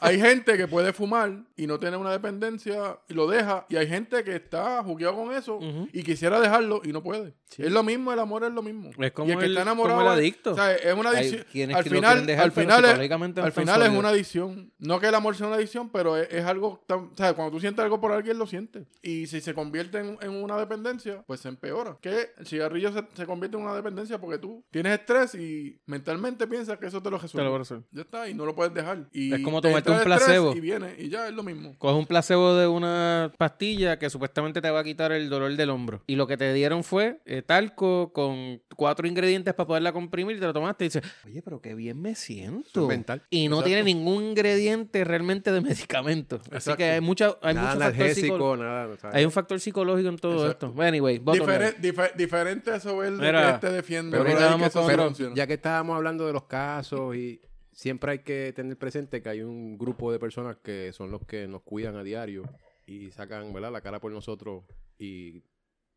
hay gente que puede fumar y no tiene una dependencia y lo deja. Y hay gente que está jugueado con eso Ujú. y quisiera dejarlo y no puede. Es lo mismo, el amor es lo mismo. Es como y el que el- está enamorado. como el es- adicto. o sea, es una Hay adicción. quienes al que lo final, quieren dejar, al pero final, es, psicológicamente no al están final es sólidos. una adicción. No que el amor sea una adicción, pero es, es algo tan. O sea, cuando tú sientes algo por alguien, lo sientes. Y si se convierte en, en una dependencia, pues se empeora. Que el cigarrillo se, se convierte en una dependencia porque tú tienes estrés y mentalmente piensas que eso te lo Te resuelve. lo voy a resolver. Ya está, y no lo puedes dejar. Y Es como te tomarte entra un el estrés placebo. Y viene, y ya es lo mismo. Coges un placebo de una pastilla que supuestamente te va a quitar el dolor del hombro. Y lo que te dieron fue eh, talco con cuatro ingredientes para poderla comprimir. Te lo tomaste y dices, oye, pero qué bien me siento. mental. Y no tiene ningún ingrediente realmente de medicamento. Así Exacto. que hay, mucha, hay nada mucho factor psicológico. analgésico, nada. o sea, Hay un factor psicológico en todo Exacto. esto. Anyway, bottom Difere- line. dife- diferente a eso el de Mira, que te defiende. pero por ahorita ahí, que vamos eso con- sí pero funciona. ya que estábamos hablando de los casos y siempre hay que tener presente que hay un grupo de personas que son los que nos cuidan a diario y sacan ¿verdad? la cara por nosotros y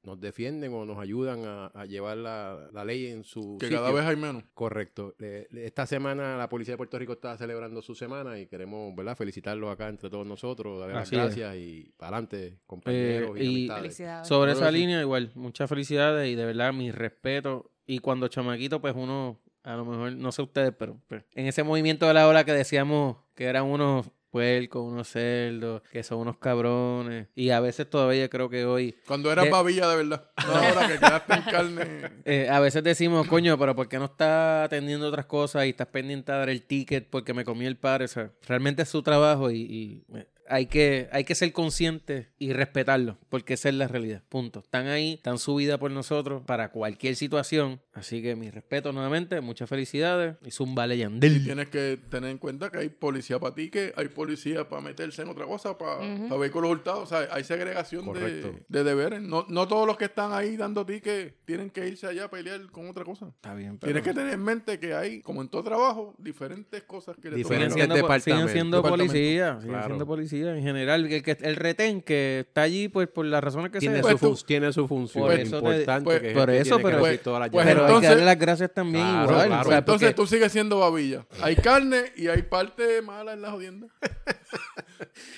nos defienden o nos ayudan a, a llevar la, la ley en su que sitio. cada vez hay menos. Correcto. Eh, esta semana la Policía de Puerto Rico está celebrando su semana y queremos ¿verdad? felicitarlos acá entre todos nosotros, darle Así es. las gracias y para adelante, compañeros Eh, y, y- amistades. Felicidades. Sobre Claro esa que sí. línea, igual, muchas felicidades y de verdad mi respeto. Y cuando chamaquito, pues uno, a lo mejor, no sé ustedes, pero, pero en ese movimiento de la ola que decíamos que eran unos puercos, unos cerdos, que son unos cabrones. Y a veces todavía creo que hoy Cuando eras De- babilla, de verdad. No, ahora que quedaste en carne. Eh, a veces decimos, coño, pero ¿por qué no estás atendiendo otras cosas y estás pendiente de dar el ticket porque me comí el par? O sea, realmente es su trabajo y, y, eh, hay, que, hay que ser conscientes y respetarlo porque esa es la realidad. Punto. Están ahí, están su vida por nosotros para cualquier situación. Así que mi respeto nuevamente, muchas felicidades y Zumba Y Leyandel. tienes que tener en cuenta que hay policía para ti, que hay policía para meterse en otra cosa, para Ujú. vehículos hurtados. O sea, hay segregación Correcto. de, de deberes. No, no todos los que están ahí dando tickets tienen que irse allá a pelear con otra cosa. Está bien, Tienes que tener en mente que tener, como en todo trabajo, diferentes cosas que le Diferentes Siguen tocan. siendo, po- siguen departamentos. siendo Departamento. policía, siguen Claro. siendo policía en general. El, que- el retén que está allí, pues por las razones que tiene, sea. Pues su tú- fun- tiene su función Por eso te- importante. pues- que es por el que eso, tiene que pero- abrir todas las pues llaves. pero hay que entonces- darle las gracias también Claro, igual. claro. o sea, Entonces porque- tú sigues siendo babilla. Hay carne y hay parte mala en la jodienda.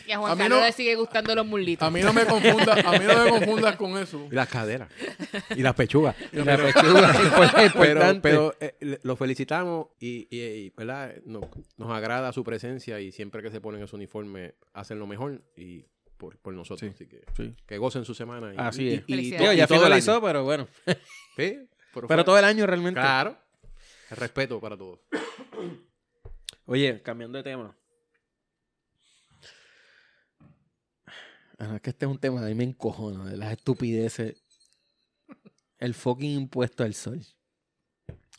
Y a Juan a mí Carlos no- le sigue gustando los muslitos. A mí no me confundas, a mí no me confundas con eso. Y las caderas. Y las pechugas. La pechuga es impor- es Pero, importante. pero eh, le- lo felicitamos y, y- y, ¿verdad? Nos, nos agrada su presencia y siempre que se ponen ese uniforme hacen lo mejor y por, por nosotros. Así que, sí. que gocen su semana. Y, Así y- es. y- y Felicidades. Digo, to- ya y todo el finalizó, año. pero bueno. Sí, pero, Pero fue- todo el año realmente. Claro. El respeto para todos. Oye, cambiando de tema. Ah, es que este es un tema, a mí me encojona de las estupideces. El fucking impuesto al sol.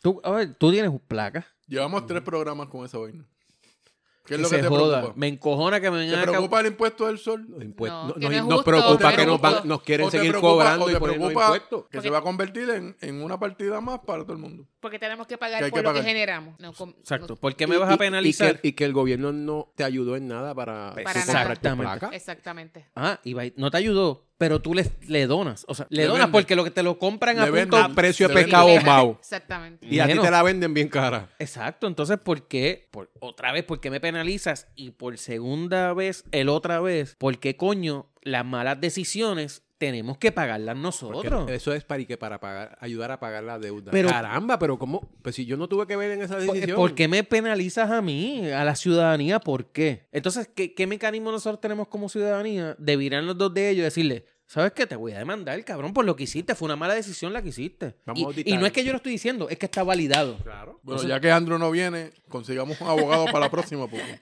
Tú, a ver, tú tienes placas. Llevamos tres programas con esa vaina. ¿Qué es lo que se te joda. preocupa? Me encojona que me vengan ¿Te a cabo- preocupa el impuesto del sol? Los impuestos. No, No, que no, no es nos justo, preocupa que que no nos, es van- justo. nos quieren ¿O te seguir preocupa- o cobrando te y poniendo preocupa impuestos. Que Porque- se va a convertir en, en una partida más para todo el mundo. Porque tenemos que Que pagar hay por que lo que pagar. generamos. No, com- Exacto. no- ¿Por qué Y- me vas y- a penalizar? Y que, y que el gobierno no te ayudó en nada para, Para tú comprar tu Exactamente. placa. exactamente. Ah, y va- no te ayudó, pero tú le, le donas. O sea, le, Le donas venden. porque lo que te lo compran a Le punto. venden. A precio de Le pescado venden. mao. Exactamente. Y a ti Menos. te la venden bien cara. Exacto. Entonces, ¿por qué? Por, otra vez, ¿por qué me penalizas? Y por segunda vez, el otra vez, ¿por qué coño las malas decisiones tenemos que pagarlas Porque nosotros? Eso es para, y que para pagar, ayudar a pagar la deuda. Pero- Caramba, pero ¿cómo? Pues si yo no tuve que ver en esa ¿Por, decisión. por qué me penalizas a mí, a la ciudadanía? ¿Por qué? Entonces, ¿qué, qué mecanismo nosotros tenemos como ciudadanía de virar los dos de ellos y decirle, ¿sabes qué? Te voy a demandar, cabrón, por lo que hiciste. Fue una mala decisión la que hiciste. Vamos a Y- y auditar. no es que yo lo estoy diciendo, es que está validado. Claro. Bueno, ya que Andrew no viene, consigamos un abogado para la próxima. Porque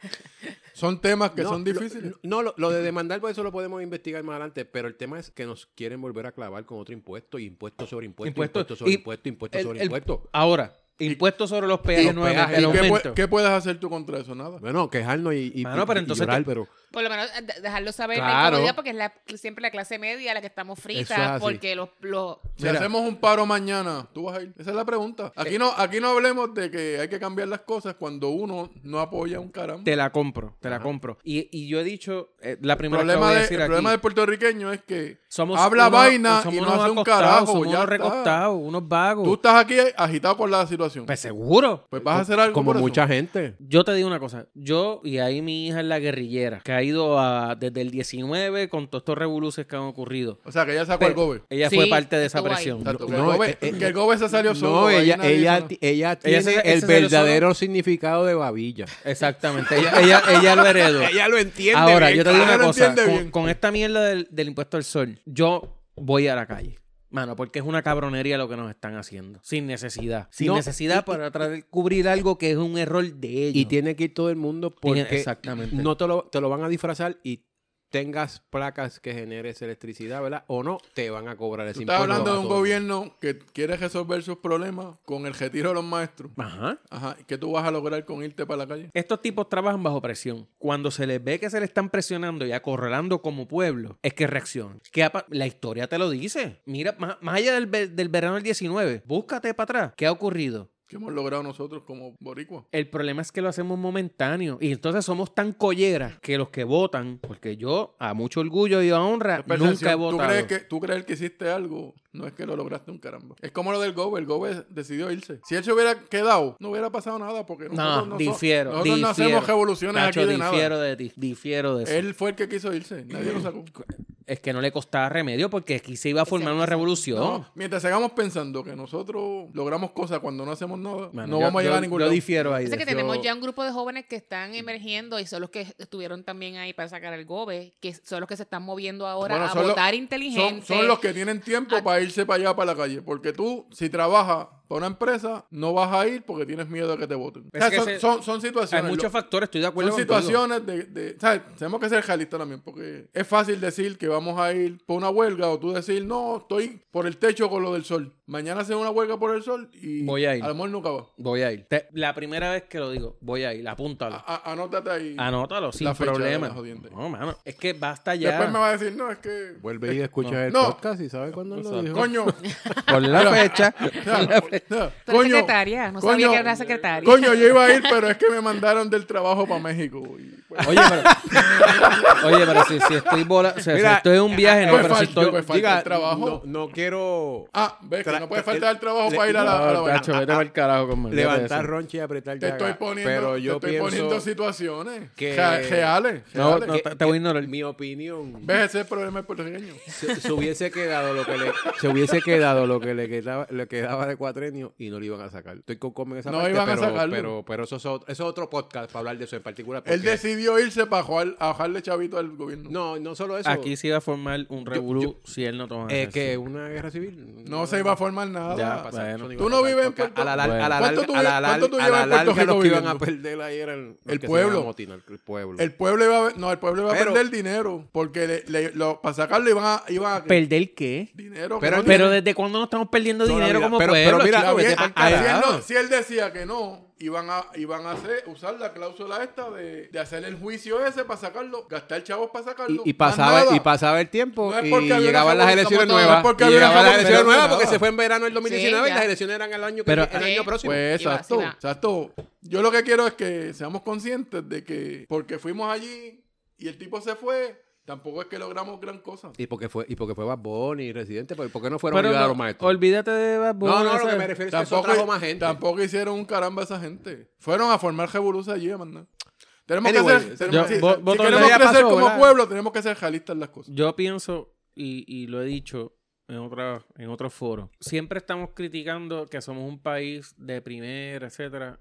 son temas que No, son lo- difíciles. no, lo, lo de demandar, por eso lo podemos investigar más adelante. Pero el tema es que nos quieren volver a clavar con otro impuesto, y impuesto sobre impuesto, Impuesto. impuesto, sobre Y impuesto, impuesto el- sobre el- impuesto. Ahora, impuestos sobre los peajes los nuevamente, peajes. el ¿Y ¿Qué, aumento. pue- qué puedes hacer tú contra eso? Nada. Bueno, quejarnos y, y, Mano, pero y- y entonces llorar, te- pero Por lo menos eh, de- dejarlo saber la Claro. incomodidad porque es la, siempre la clase media la que estamos fritas Eso es así. porque los, los Si Mira. hacemos un paro mañana, tú vas a ir. Esa es la pregunta. Aquí no, aquí no hablemos de que hay que cambiar las cosas cuando uno no apoya un caramba. Te la compro, te la Ajá. compro. Y, y yo he dicho, eh, la el primera que problema, voy a de- decir el aquí, problema del puertorriqueño es que somos habla unos- vaina somos y no unos hace un acostados, carajo. Somos ya unos está. recostados, unos vagos. Tú estás aquí agitado por la situación. Pues Pues, seguro. vas a hacer algo como por eso? mucha gente. Yo te digo una cosa, yo y ahí mi hija es la guerrillera, que ha ido a, desde el 19 con todos estos revoluces que han ocurrido. O sea, que ella sacó el Pero gobe. Ella Sí, fue parte de esa estuvo ahí. presión. Exacto, que, eh, no, el gobe, eh, eh, que el gobe se salió solo. No, ahí ella, nadie hizo ella, nada. ti- ella tiene se- ella el se salió sola. verdadero significado de babilla. Exactamente, ella, ella, ella lo heredó. lo entiende. Ahora, yo te digo Ella una lo cosa, entiende con, bien. con esta mierda del, del impuesto al sol, yo voy a la calle. Mano, porque es una cabronería lo que nos están haciendo. Sin necesidad. Sin No, necesidad para tratar de cubrir algo que es un error de ellos. Y tiene que ir todo el mundo Tiene- porque exactamente. no te lo, te lo van a disfrazar y tengas placas que generes electricidad, ¿verdad? O no, te van a cobrar ese Tú estás impuesto hablando a de un todo. gobierno que quiere resolver sus problemas con el retiro de los maestros. Ajá. Ajá. ¿Qué tú vas a lograr con irte para la calle? Estos tipos trabajan bajo presión. Cuando se les ve que se le están presionando y acorralando como pueblo, es que reaccionan. ¿Qué ha pa- la historia te lo dice. Mira, más, más allá del, ve- del verano del 19, búscate para atrás. ¿Qué ha ocurrido? ¿Qué hemos logrado nosotros como boricua? El problema es que lo hacemos momentáneo. Y entonces somos tan colleras que los que votan, porque yo, a mucho orgullo y a honra, Es percepción. nunca he ¿Tú votado. crees, que, tú crees que hiciste algo, no es que lo lograste un caramba. Es como lo del Gobe, el Gobe decidió irse. Si él se hubiera quedado, no hubiera pasado nada porque No, nosotros no, so- difiero. nosotros no difiero. hacemos revoluciones Cacho, aquí de difiero nada. de ti. Difiero de eso. Él fue el que quiso irse, nadie lo sacó. Es que no le costaba remedio porque aquí se iba a Ese- formar una ese- revolución. No, mientras sigamos pensando que nosotros logramos cosas cuando no hacemos nada, Mano, no yo- vamos a llegar yo- a ningún Yo lado. difiero ahí. Parece que de- tenemos yo- ya un grupo de jóvenes que están emergiendo y son los que estuvieron también ahí para sacar el gobe, que son los que se están moviendo ahora Bueno, a son los- votar Son, inteligente. son los que tienen tiempo Ah. para irse para allá, para la calle. Porque tú, si trabajas para una empresa, no vas a ir porque tienes miedo de que te voten. O Es sea, que son, se- son- son Hay situaciones. muchos Lo- factores, estoy de acuerdo. Son contigo. situaciones de, de- ¿sabes? Tenemos que ser realistas también, porque es fácil decir que vamos a ir por una huelga o tú decir, no, estoy por el techo con lo del sol. Mañana hacemos una huelga por el sol y Voy a ir. lo mejor nunca va. Voy a ir. Te- la primera vez que lo digo, voy a ir. Apúntalo. A- a- anótate ahí. Anótalo, sin Ah, la fecha de problema. las jodientes. No, mano. Es que basta Después me ya. va a decir, no, es que... Vuelve y escucha el No. podcast y sabe cuándo lo Exacto. dijo. Coño. Por la fecha. Tú eres coño, secretaria, no sabía coño, que era secretaria. Coño, yo iba a ir, pero es que me mandaron del trabajo para México. y, pues, Oye, pero, oye, pero si, si estoy bola, o sea, Mira, si estoy en un viaje, no, pues, pero si fal- estoy. pues, falta el trabajo. No, no quiero ah, ves que Tra- no puede tra- faltar el trabajo le- para ir a la... a la No, vaina. tacho, vete pa'l carajo conmigo. Ah, levantar roncha y apretar Te llaga, estoy poniendo, pero te yo estoy pienso poniendo situaciones que- rea- reales. No, reales. no, te, te voy a ignorar. mi opinión ¿Ves ese es el problema del puertorriqueño? se, se hubiese quedado lo que le se hubiese quedado lo que le quedaba le quedaba de cuatrenio y no lo iban a sacar estoy con Comen en esa No parte, iban a pero, sacarlo. pero pero eso es otro, eso es otro podcast para hablar de eso en particular Él porque- decidió irse para jugar, a bajarle chavito al gobierno. No, no no solo eso Aquí se iba a formar un revolú si él no toma eh, acción. que una guerra civil se iba a formar nada. Ya, a pasar, bueno. eso Tú iba a no pasar, vives en porque Puerto- a la, lar- a la ¿Cuánto larga- tú a la vi- cuánto larga, tú a llevas la en Puerto larga los Rico que iban a viviendo? perder ahí eran los El que se iban a pueblo. amotinar, el pueblo El pueblo iba a, no, el pueblo iba a Pero- perder dinero. Porque le, le- lo, para sacarlo iban a, iban a ¿Perder qué? dinero. que Pero- no Pero tienen. ¿desde cuándo no estamos perdiendo Toda la dinero vida. como pero, pueblo, pero mira, carajo, vete bien- pa'l ah, si él carajo. no- si él decía que no, iban a, iban a hacer, usar la cláusula esta de, de hacer el juicio ese para sacarlo, gastar chavos para sacarlo. Y, y más pasaba, nada. y pasaba el tiempo No es porque y había una llegaban las favor- elecciones como todo, nuevas. no es porque y había una llegaban las favor- elecciones pero- nuevas porque nada. se fue en verano del 2019 Sí, y ya. las elecciones eran el año, que Pero- el año Sí. próximo. Pues Y va, exacto, sí va. exacto. Yo lo que quiero es que seamos conscientes de que porque fuimos allí y el tipo se fue, tampoco es que logramos gran cosa. Y porque fue, y porque fue Bad Bunny y Residente, ¿por por qué no fueron Pero a ayudar a no, los maestros? olvídate de Bad Bunny, No, no, lo ¿sabes? que me refiero es que eso Tampoco, trajo más gente. tampoco hicieron un caramba esa gente. Fueron a formar revolución allí, Amanda. Tenemos Anyway, que ser, yo- tenemos- si- vo- si voto queremos ya crecer pasó, como ¿verdad? pueblo, tenemos que ser realistas en las cosas. Yo pienso, y, y lo he dicho en otra, en otros foros, siempre estamos criticando que somos un país de primera, etcétera,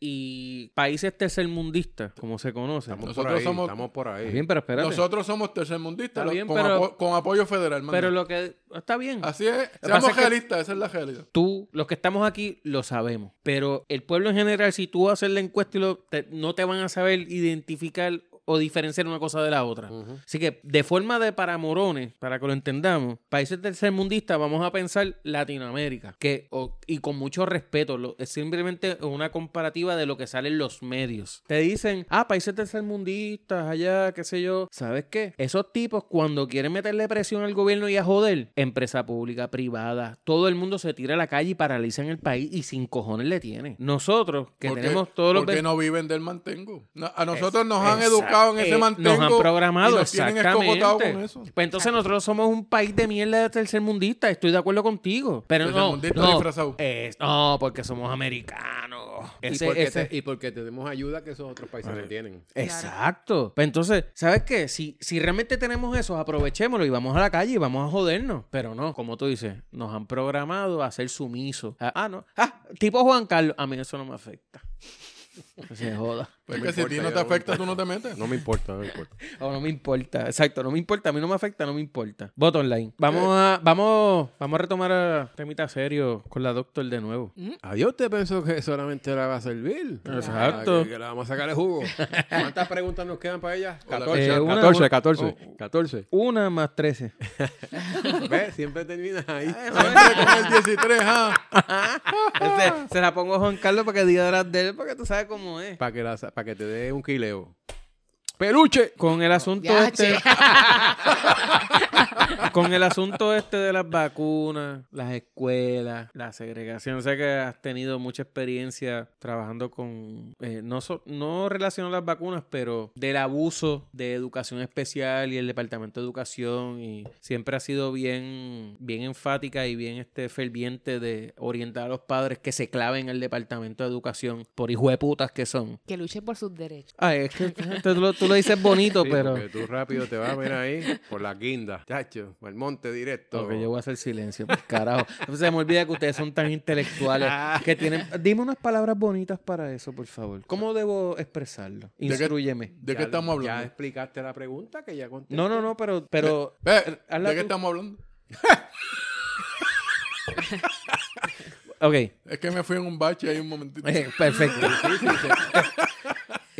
y países tercermundistas, como se conoce. Estamos por Nosotros ahí, somos- estamos por ahí. Bien, pero espérate. Eh, Nosotros somos tercermundistas Está lo- bien, con, pero- apo- con apoyo federal, Amanda. pero lo que está bien. Así es. que pasa Seamos es que- realistas, esa es la realidad. Tú, los que estamos aquí, lo sabemos. Pero el pueblo en general, si tú haces la encuesta, y lo- te- no te van a saber identificar o diferenciar una cosa de la otra. Ujú. Así que, de forma de para morones, para que lo entendamos, países tercermundistas, vamos a pensar Latinoamérica. Que, o- y con mucho respeto, lo- es simplemente una comparativa de lo que sale en los medios. Te dicen, ah, países tercermundistas, allá, qué sé yo. ¿Sabes qué? Esos tipos, cuando quieren meterle presión al gobierno y a joder, empresa pública, privada, todo el mundo se tira a la calle y paralizan el país y sin cojones le tienen. Nosotros, que Porque- tenemos todos los... porque ve- no viven del mantengo. No- a nosotros nos han Exact- educado en ese eh, mantengo. Nos han programado, y nos tienen exactamente. escogotados con eso. Pues entonces nosotros somos un país de mierda de tercermundista. Estoy de acuerdo contigo. Pero no, Tercermundista disfrazado. no, es- no, porque somos americanos. Ese- y, porque ese- te- y porque tenemos ayuda que esos otros países no tienen. Exacto. Pues entonces, ¿sabes qué? Si, si realmente tenemos eso, aprovechémoslo y vamos a la calle y vamos a jodernos. Pero no, como tú dices, nos han programado a ser sumisos. Ah, ah, no. Ah, tipo Juan Carlos. A mí eso no me afecta. Que Se joda. Pues No que me si a ti importa, no yo te no- afecta, tú no te metes. No me importa, no me importa. O Oh, no me importa. Exacto, no me importa. A mí no me afecta, no me importa. Voto online. Vamos a, vamos, vamos a retomar a temita serio con la doctor de nuevo. ¿Mm? Adiós, usted pensó que solamente la va a servir. Exacto. Ah, Que, que la vamos a sacar el jugo. ¿Cuántas preguntas nos quedan para ella? Hola, 14, eh, una- 14, 14, 14. Una más trece. Oh. ¿Ves? Siempre terminas ahí. Siempre con el 13, ah. Este, se la pongo a Juan Carlos para que diga detrás de él, porque tú sabes cómo es. Para que, la sa- pa' que te dé un quileo. ¡Peluche! Con el asunto Ya, este. che. Con el asunto este de las vacunas, las escuelas, la segregación, sé que has tenido mucha experiencia trabajando con, eh, no, so- no relacionado a las vacunas, pero del abuso de educación especial y el Departamento de Educación y siempre ha sido bien, bien enfática y bien este, ferviente de orientar a los padres que se claven al Departamento de Educación por hijo de putas que son. Que luchen por sus derechos. Ay, es que tú lo, tú lo dices bonito, Sí, pero... Porque tú rápido te vas a ver ahí por la guinda. Chacho, por el monte directo. Ok, yo voy a hacer silencio, por carajo. Se me olvida que ustedes son tan intelectuales que tienen... Dime unas palabras bonitas para eso, por favor. ¿Cómo debo expresarlo? qué- Instruyeme. ¿De Ya- qué estamos Ya hablando? explicaste la pregunta que ya contesté. No, no, no, pero... pero Ve, hazla ¿De qué tú. estamos hablando? ok, Es que me fui en un bache ahí un momentito. eh, perfecto.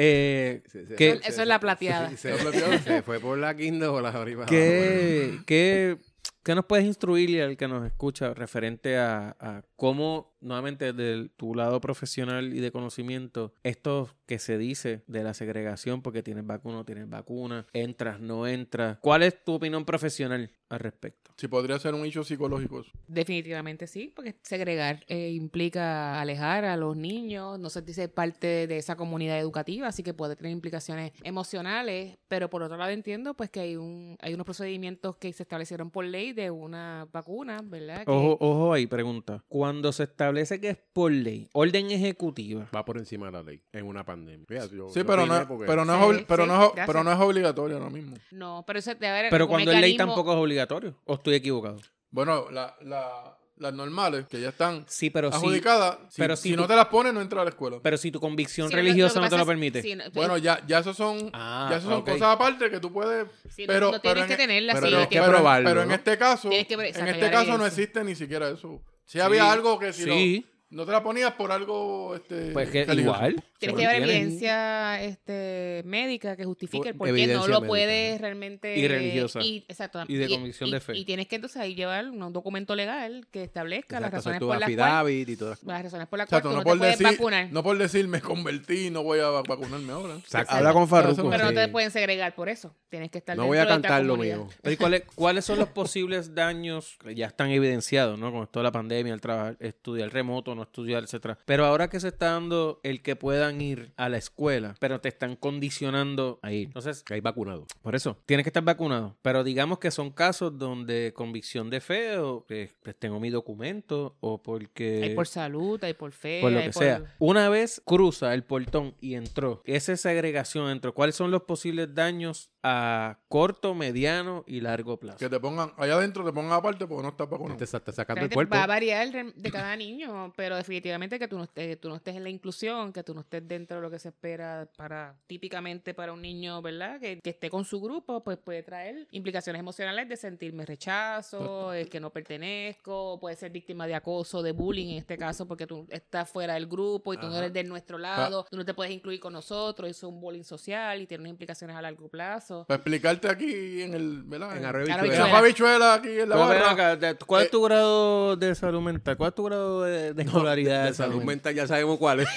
Eh, Sí, sí, ¿qué- sí, Eso sí. es la plateada. Sí, Se, se fue por la guinda o las arriba. ¿Qué, qué- qué nos puedes instruir al que nos escucha referente a, a cómo, nuevamente, desde tu lado profesional y de conocimiento, esto que se dice de la segregación, porque tienes vacuna o tienes vacuna, entras, no entras, ¿cuál es tu opinión profesional al respecto? Si podría ser un hecho psicológico. eso. Definitivamente sí, porque segregar eh, implica alejar a los niños, no sentirse parte de esa comunidad educativa, así que puede tener implicaciones emocionales, pero por otro lado entiendo pues que hay un hay unos procedimientos que se establecieron por ley de una vacuna, ¿verdad? Que- Ojo, ojo ahí, pregunta. Cuando se establece que es por ley, orden ejecutiva, Va por encima de la ley en una pandemia. Fíjate, yo- Sí, yo pero opiné no, porque- pero no, Sí, es, obli- pero, sí, no es, gracias. pero no es obligatorio ahora mismo. No, pero eso debe haber pero algún cuando es ley mecanismo- tampoco es obligatorio, o estoy equivocado. Bueno, la- la- las normales que ya están Sí, pero sí. adjudicadas, si, pero si si no tú- te las pones, no entras a la escuela. Pero si tu convicción Sí, lo- religiosa que no te pasa lo es- permite. sí, no, bueno, ya, ya eso son, Ah, ya eso son ok. cosas aparte que tú puedes... Sí, no- pero, pero no tienes en- que tenerla, pero sí, no- hay que- pero- probarlo, Pero en ¿no? este caso, Tienes que ver- en sacar este la caso no evidencia. existe ni siquiera eso. Si había algo que si lo- Sí. No te la ponías por algo este, Pues que religioso. igual. se Tienes que llevar mantiene. evidencia este, médica que justifique el Por- por qué no evidencia lo médica, puedes realmente... Y religiosa. y- exacto. Y de convicción de fe. Y tienes que entonces ahí llevar un documento legal que establezca las Exacto, hacer razones tu por las cuales... affidavit y todas. Las razones por las cuales Exacto, Pues tú no, no, te por puedes decir, vacunar. no por decir me convertí y no voy a va- vacunarme ahora. Exacto. Habla con Farruko. pero no sí. te pueden segregar por eso. Tienes que estar No dentro voy a de otra cantar lo comunidad. mío. Pero ¿y cuáles, cuáles son los posibles daños que ya están evidenciados, ¿no? Con toda la pandemia, el trabajar, estudiar remoto, no estudiar, etcétera. Pero ahora que se está dando el que puedan ir a la escuela, pero te están condicionando a ir. Entonces, Que hay vacunado. por eso, tienes que estar vacunado. Pero digamos que son casos donde convicción de fe o eh, pues tengo mi documento o porque... Hay por salud, hay por fe, Eh, por lo hay que por- sea. Una vez cruza el portón y entró, esa segregación entró. ¿Cuáles son los posibles daños a corto, mediano y largo plazo? Que te pongan, allá adentro te pongan aparte porque no estás vacunado. Te sa- está sacando el Realmente cuerpo. Va a variar rem- de cada niño, pero definitivamente que tú no, estés, tú no estés en la inclusión, que tú no estés dentro de lo que se espera para típicamente para un niño, ¿verdad? Que, que esté con su grupo, pues puede traer implicaciones emocionales de sentirme rechazo, el que no pertenezco, puede ser víctima de acoso, de bullying en este caso, porque tú estás fuera del grupo y tú no Ajá. eres de nuestro lado, tú no te puedes incluir con nosotros, eso es un bullying social y tiene unas implicaciones a largo plazo. Para explicarte aquí en el, ¿verdad? En En Arroyo Claro, Bichuela. la habichuela aquí en la Pero ven barra. acá, de- ¿Cuál es Eh, tu grado de salud mental? ¿Cuál es tu grado de, de escolaridad? De salud mental ya sabemos cuál es.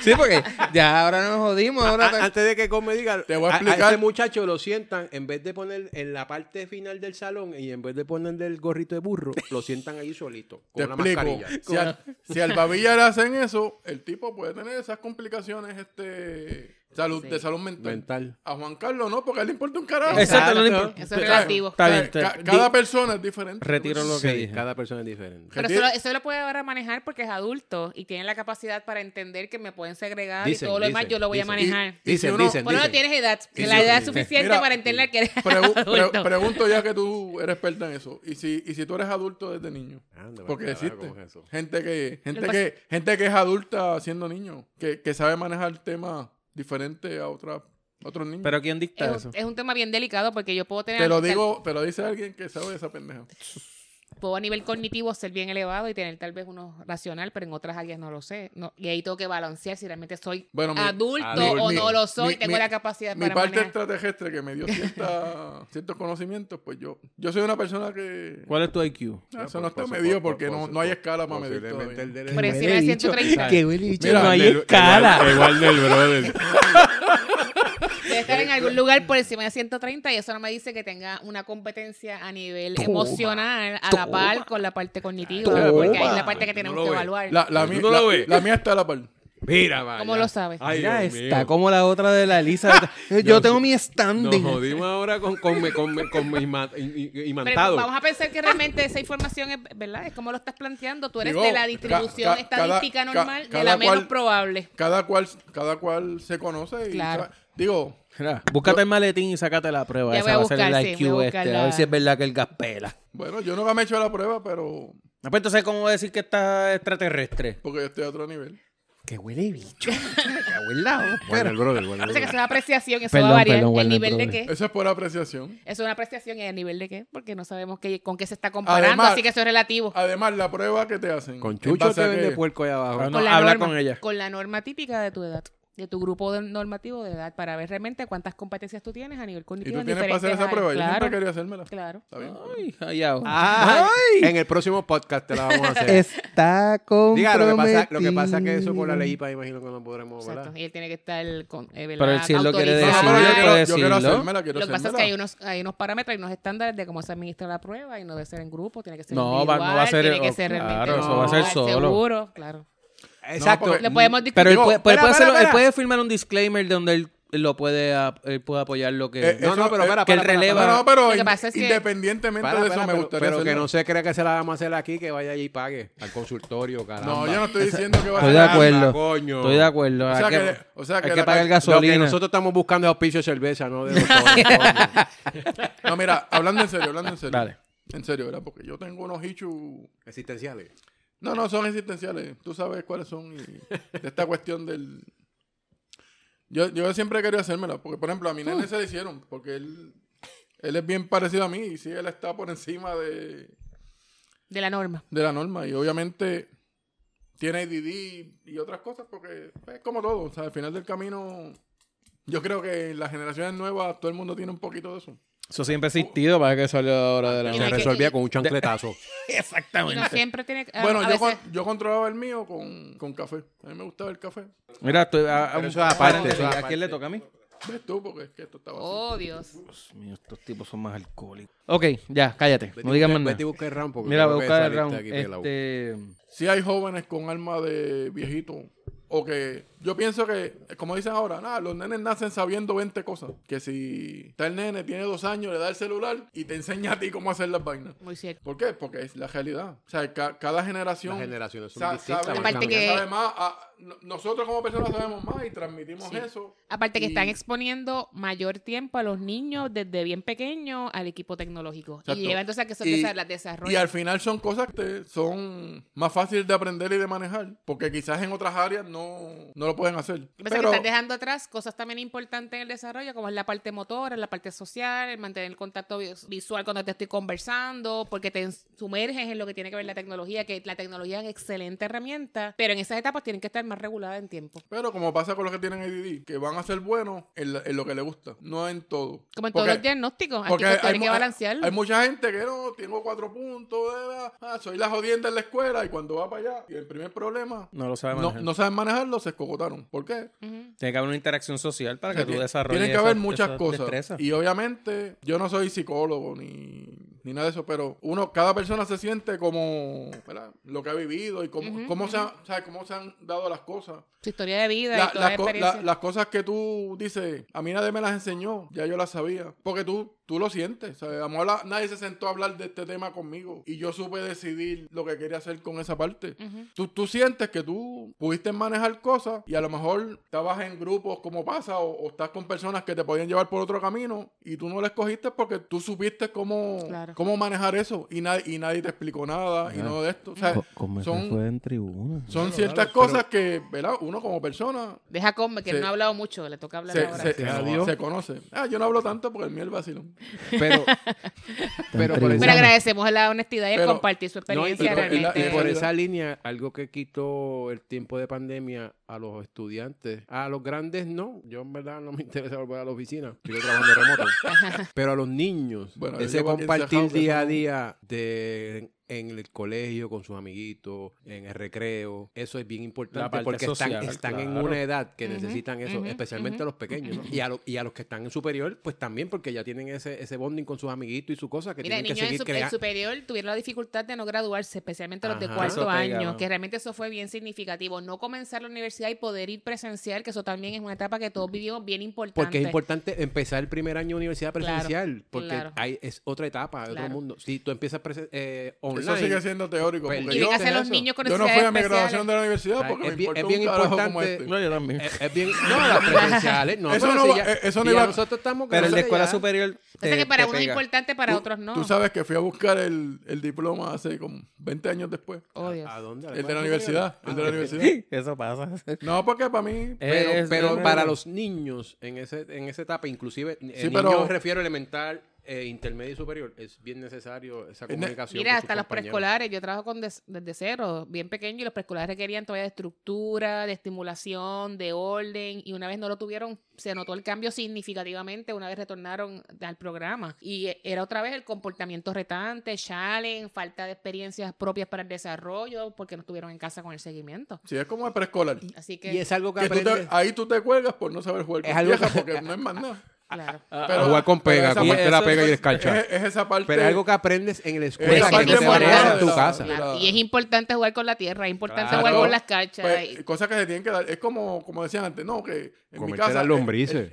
Sí, porque ya ahora nos jodimos. Ahora A- Antes de que Gómez diga, Te voy a a- explicar. ese muchacho lo sientan, en vez de poner en la parte final del salón y en vez de ponerle el gorrito de burro, lo sientan ahí solito, Te con una explico. mascarilla. Si, al- si al babilla le hacen eso, el tipo puede tener esas complicaciones este, salud, Sí. de salud mental. Mental. A Juan Carlos no, porque a él le importa un carajo. Exacto, no le Exacto. importa. Eso es O sea, relativo. Está o sea, bien, te- ca- di- cada persona es diferente. Retiro lo que Sí, dije. cada persona es diferente. Pero Retiro- eso lo, eso lo puede ahora manejar porque es adulto y tiene la capacidad para entender que me pueden segregar Dicen, y todo lo demás dicen, yo lo voy dicen. a manejar. Y- Dicen, si uno- dicen, Por lo menos dicen. tienes edad, Sí, la sí, edad sí. es suficiente Mira, para entender que eres Pregu- pre- adulto. pregunto ya que tú eres experta en eso. ¿Y si, y si tú eres adulto desde niño? Ah, Anda, Porque carajo, existe ¿cómo es eso? gente que gente Lo que que gente que es adulta siendo niño, que, que sabe manejar temas diferentes a otra, a otros niños. Pero ¿quién dicta es, eso? un, es un tema bien delicado porque yo puedo tener te lo tal- digo, te lo dice alguien que sabe de esa pendeja. puedo a nivel cognitivo ser bien elevado y tener tal vez uno racional, pero en otras áreas no lo sé. No, y ahí tengo que balancear si realmente soy Bueno, mi- adulto adulto. o no Mi- lo soy, mi- tengo mi- la capacidad Mi para parte manejar. extraterrestre que me dio cierta- ciertos conocimientos, pues yo yo soy una persona que ¿Cuál es tu IQ? Ah, eso no está Posi- medido po- porque po- no, posi- no hay escala para medir pues, posiblemente todavía. el del- Por encima de 130. Qué Mira, no hay del- escala. Igual, igual del brother. Debe estar Eh, en algún lugar por encima de 130 y eso no me dice que tenga una competencia a nivel emocional a la par con la parte cognitiva. toma. Porque ahí es la parte que No tenemos lo que ve. evaluar. La, la ¿Tú mía- no lo la- ves? la mía está a la par. Mira, vaya. ¿Cómo lo sabes? Ay, Ya Dios está, mío. como la otra de la Elisa. Yo, Yo- tengo mi Nos standing. jodimos ahora con, con, me- con, me- con, me ima- i- i- Pero imantado. vamos a pensar que realmente esa información es verdad, es como lo estás planteando. Tú eres Digo, de la ca- distribución ca- estadística cada- normal, ca- de la cada cual- menos probable. Cada cual cada cual se conoce y Claro. sabe- digo, Mira, Búscate el maletín y sácate la prueba. Ya Esa voy a va a ser buscar, el sí, IQ voy a este. buscar A ver la- si es verdad que el gas pela. bueno, yo nunca me he hecho la prueba, pero Ah, pues entonces, ¿cómo decir que está extraterrestre? porque yo estoy a otro nivel. Que huele bicho. que huele Bueno, el brother, bueno, el O sea que eso es brother. Ah. una apreciación, eso Perdón, va a variar. perdón, ¿El Warner nivel de Brothers. qué? Eso es por apreciación. Eso es una apreciación y el nivel de qué, porque no sabemos qué, con qué se está comparando, Además- así que eso es relativo. Además, la prueba que te hacen. Con en Chucho base te a vende que- puerco ahí abajo. Ah, no. con la habla norma, con ella. Con la norma típica de tu edad, de tu grupo de normativo de edad, para ver realmente cuántas competencias tú tienes a nivel Y cognitivo. tú en tienes para hacer diferentes esa prueba. áreas. Yo siempre Claro, quería hacérmela. claro. Está bien. Ay, hallao. En el próximo podcast te la vamos a hacer. Está comprometido. Diga, lo que, pasa, lo que pasa es que eso por la ley IPA imagino que no podremos Exacto. hablar. Y él tiene que estar con, eh, ¿verdad? Pero él sí lo quiere No, pero autorizado. yo Decidir, quiero, pues. yo quiero decirlo. hacérmela, quiero Lo que pasa es hacérmela. que hay unos, hay unos parámetros y unos estándares de cómo se administra la prueba y no debe ser en grupo, tiene que ser No, va- individual, no va a ser- tiene que oh, ser realmente claro, eso va a ser individual, solo. seguro, claro. Exacto. porque- Lo podemos discutir. Pero él Digo, puede, pero él espera, puede hacerlo- espera, él espera. puede firmar un disclaimer donde él, él lo puede, ap- él puede apoyar lo que. Eh, No, no, Eso, pero eh, para, que el para, para, No, releva- para, no, pero Lo que in- pasa es que- independientemente para, de para, eso me pero- gustaría Pero que hacerlo. no se crea que se la vamos a hacer aquí, que vaya allí y pague al consultorio, caramba. No, yo no estoy diciendo que va a Estoy de ser- acuerdo. coño. Pues Estoy de acuerdo. O sea hay que, que- o sea hay que que la- pagar Lo que gasolina. nosotros estamos buscando es auspicio de cerveza, no de doctores, coño. No, mira, hablando en serio, hablando en serio. Dale. En serio, ¿verdad? Porque yo tengo unos issues Existenciales. No, no, son existenciales. Tú sabes cuáles son. y- de esta cuestión del. Yo, yo siempre he querido hacérmela. Porque, por ejemplo, a mi nene se la hicieron. Porque él, él es bien parecido a mí. Y sí, él está por encima de, De la norma. de la norma. Y obviamente, tiene IDD y otras cosas, porque es como todo. O sea, al final del camino, yo creo que en las generaciones nuevas todo el mundo tiene un poquito de eso. Eso siempre ha existido, para que salió ahora de la Y no Se hay que- resolvía y- con un chancletazo. Y no siempre tiene que- a- Bueno, Ah, a yo, veces- con- yo controlaba el mío con, con café. A mí me gustaba el café. Mira, estoy, a, a- Pero eso es aparte, eso es ¿A quién le aparte. toca a mí? ¿Ves tú? Porque es que esto estaba así. Oh, Dios. Dios mío, estos tipos son más alcohólicos. Ok, ya, cállate. Vete y No digas busca- más Vete y nada. busca el round porque Mira, creo voy a que buscar el round. saliste aquí pelado. Este... Si hay jóvenes con alma de viejito. O que yo pienso que, como dicen ahora, nada, los nenes nacen sabiendo 20 cosas. Que si está el nene, tiene dos años, le da el celular y te enseña a ti cómo hacer las vainas. Muy cierto. ¿Por qué? Porque es la realidad. O sea, ca- cada generación. Las generaciones son sa- distintas, sabe- van Aparte que- sabe más, ah, no- nosotros como personas sabemos más y transmitimos Sí. eso. Aparte que Y- están exponiendo mayor tiempo a los niños desde bien pequeños al equipo tecnológico. Exacto. Y lleva entonces a que se Y- desa- las Y desarrollen. al final son cosas que te- son más fáciles de aprender y de manejar, porque quizás en otras áreas no, no lo pueden hacer. Lo que pasa es Pero- que estás dejando atrás cosas también importantes en el desarrollo, como es la parte motora, la parte social, el mantener el contacto vi- visual cuando te estoy conversando, porque te ens- sumerges en lo que tiene que ver la tecnología, que la tecnología es una excelente herramienta, pero en esas etapas tienen que estar más reguladas en tiempo. Pero como pasa con los que tienen ADD, que van a ser buenos en, la- en lo que les gusta, no en todo. Como Porque- en todos los diagnósticos, aquí porque pues tienen mu- que balancearlo. hay mucha gente que no, tengo cuatro puntos, eh, ah, soy la jodienda en la escuela y cuando va para allá, y el primer problema, No lo sabe no, manejar. no saben manejarlo, se escogotaron. ¿Por qué? Ujú. Tiene que haber una interacción social para que tú Tiene- desarrolles. Tienen que haber esas- muchas esas cosas. destrezas. Y obviamente, yo no soy psicólogo ni, ni nada de eso, pero uno, cada persona se siente como ¿verdad? lo que ha vivido y cómo, Ujú, cómo, se ha- sabe, cómo se han dado las cosas. Su historia de vida La- y toda la, las co- la- experiencia. las cosas que tú dices, a mí nadie me las enseñó, ya yo las sabía. Porque tú, tú lo sientes. ¿sabes? A lo mejor la- nadie se sentó a hablar de este tema conmigo y yo supe decidir lo que quería hacer con esa parte. Ujú. Tú, tú sientes que tú pudiste manejar cosas y a lo mejor estabas en grupos como pasa o, o estás con personas que te podían llevar por otro camino y tú no les cogiste porque tú supiste cómo, Claro. cómo manejar eso y, na- y nadie te explicó nada y Claro. no de esto. O sea, Co- como se son- fue en tribuna. son Claro, ciertas claro, cosas que, ¿verdad? Uno como persona Deja con que Se- no ha hablado mucho, le toca hablar se, ahora. se- Gracias a Dios. se conoce. Ah, yo no hablo tanto porque el mío es el vacilón. Pero, pero por Pero Pero esa- agradecemos la honestidad y el Pero- compartir su No, y, experiencia pero- y- realmente. y por eh, esa línea, algo que quitó el tiempo de pandemia a los estudiantes, a los grandes no, yo en verdad no me interesa volver a la oficina, sigo trabajando remoto, pero a los niños, Bueno, ese yo voy a compartir encerrado que día a son- día de, en, el colegio con sus amiguitos, en el recreo, eso es bien La importante parte porque social, están, están en claro. una edad que Ujú, necesitan eso, ujú, especialmente ujú. a los pequeños, ¿no? y, a lo- y a los que están en superior, pues también porque ya tienen ese, ese bonding con sus amiguitos y su cosa que Mira, tienen que niños en, seguir su- en creando. superior tuvieron la dificultad de no graduarse, especialmente los de Ajá. cuarto Eso pega, año, ¿no? que realmente eso fue bien significativo. No comenzar la universidad y poder ir presencial, que eso también es una etapa que todos vivimos bien importante. Porque es importante empezar el primer año de universidad Claro, presencial, porque claro. hay, es otra etapa, es Claro. otro mundo. Si tú empiezas presen- eh, Eso online, sigue siendo teórico. Pues, porque Y yo- de que hacer a los eso. niños con Yo no fui a mi necesidades graduación especiales. de la universidad Ay, porque es me bien- importó es bien un carajo como importante- este. No, yo también. eh, es, es bien... No, las presenciales, no, Eso pero no si va- ya- eh, eso si no ya iba- nosotros estamos Pero el de grandes escuela ya. superior. te- Entonces, que para te unos es pega. importante, para Tú- otros no. Tú sabes que fui a buscar el, el diploma hace como 20 años después. Oh, Dios. ¿A dónde? ¿A El de la escuela universidad. superior? El de la Ah, universidad. Eso pasa. No, porque para mí. Pero, Es- pero es- para los niños en, ese, en esa etapa, inclusive, eh, Sí, niños pero- refiero elemental, eh, intermedio y superior, es bien necesario esa ne- comunicación. Mira, con sus hasta los compañeros. preescolares, yo trabajo con des- desde cero, bien pequeño, y los preescolares requerían todavía de estructura, de estimulación, de orden, y una vez no lo tuvieron, se notó el cambio significativamente una vez retornaron al programa. Y eh, era otra vez el comportamiento retante, challenge, falta de experiencias propias para el desarrollo, porque no estuvieron en casa con el seguimiento. Si es como el preescolar. Así que, Y es algo que, Que tú te- aprendes... ahí tú te cuelgas por no saber jugar con Es algo viejas, que- porque no es más nada. claro. pero- jugar con pero pega, esa comerte la parte- pega y el Es, escarcha. es esa parte. Pero es algo que aprendes en la esa escuela que parte no te moral aprendes en de tu la- casa. de la- Claro, Y es importante jugar con la tierra, es importante Claro. jugar con las cachas. Ah, Pues, y- cosas que se tienen que dar. Es como, como decían antes, no, que en mi Comerte casa. las el- lombrices.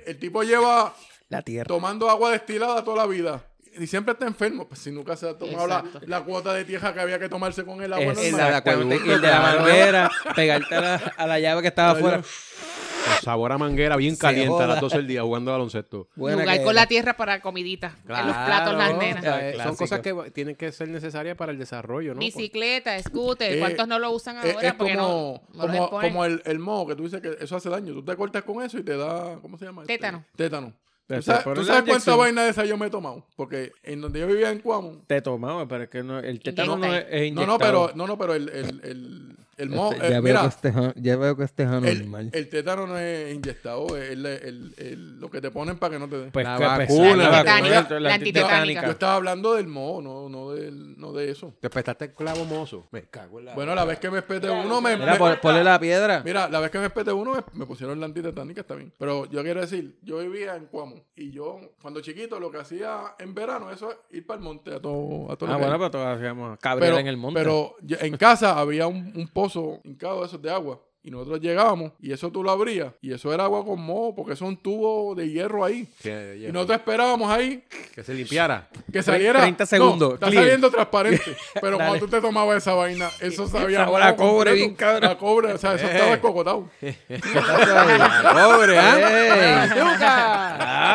El, el tipo lleva La tierra. tomando agua destilada toda la vida. Y siempre está enfermo. Pues si nunca se ha tomado la, Exacto. la cuota de tierra que había que tomarse con el agua. normal. Es la- Exactamente. acueducto, Y el de la claro. manguera, pegarte a la, a la llave que estaba afuera. Con sabor a manguera bien Se caliente a joda. las 12 del día jugando baloncesto. Buena jugar que con era. la tierra para comidita, en los platos las nenas. Eh, Clásico. son cosas que va- tienen que ser necesarias para el desarrollo, ¿no? Bicicleta, scooter, Eh, ¿cuántos no lo usan Es, ahora? es porque como, no, no los como, exponen? como el, el moho que tú dices que eso hace daño. Tú te cortas con eso y te da. ¿Cómo se llama? Este, Tétano. Tétano. Te- ¿Tú te sabes, pones tú la sabes cuánta inyección. vaina de esa yo me he tomado? Porque en donde yo vivía en Cuamo. Te tomaba, pero es que no, el tétano no Inyecta. es, es No, no, inyectado. pero, no, no, pero el, el, el, El mo- Este, ya, eh, veo mira, que este, ja- ya veo que este es anormal. el, el tétano no es inyectado, es el- el- el- lo que te ponen para que no te dé. Pues, La que- pues, vacuna, la la vacuna, tetánica, la antitetánica. Yo estaba hablando del moho, no, no, del, no de eso. Te pestaste el clavo mozo. Me cago en la. Bueno, la vez que me espete uno, me, Mira, me- pon- ponle la piedra. Mira, la vez que me espeté uno, me, me pusieron la antitetánica, está bien. Pero yo quiero decir, yo vivía en Cuamo. Y yo, cuando chiquito, lo que hacía en verano, eso es ir para el monte a todo, a todo Ah, lo que bueno, hay. pero todos hacíamos cabrera en el monte. Pero yo- en casa había un, un pozo hincado de esos de agua. Y nosotros llegábamos, y eso tú lo abrías. Y eso era agua con moho, porque eso es un tubo de hierro ahí. Que, Y nosotros esperábamos ahí que se limpiara. que saliera. 30 segundos, No, está clear. saliendo transparente. Pero Dale. cuando tú te tomabas esa vaina, eso sabía. sabor a moho cobre, completo. bien cabrón. A cobre, o sea, eso estaba escocotado. Pobre, ¿ah?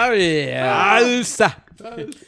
Ah, bien. ¡Alza!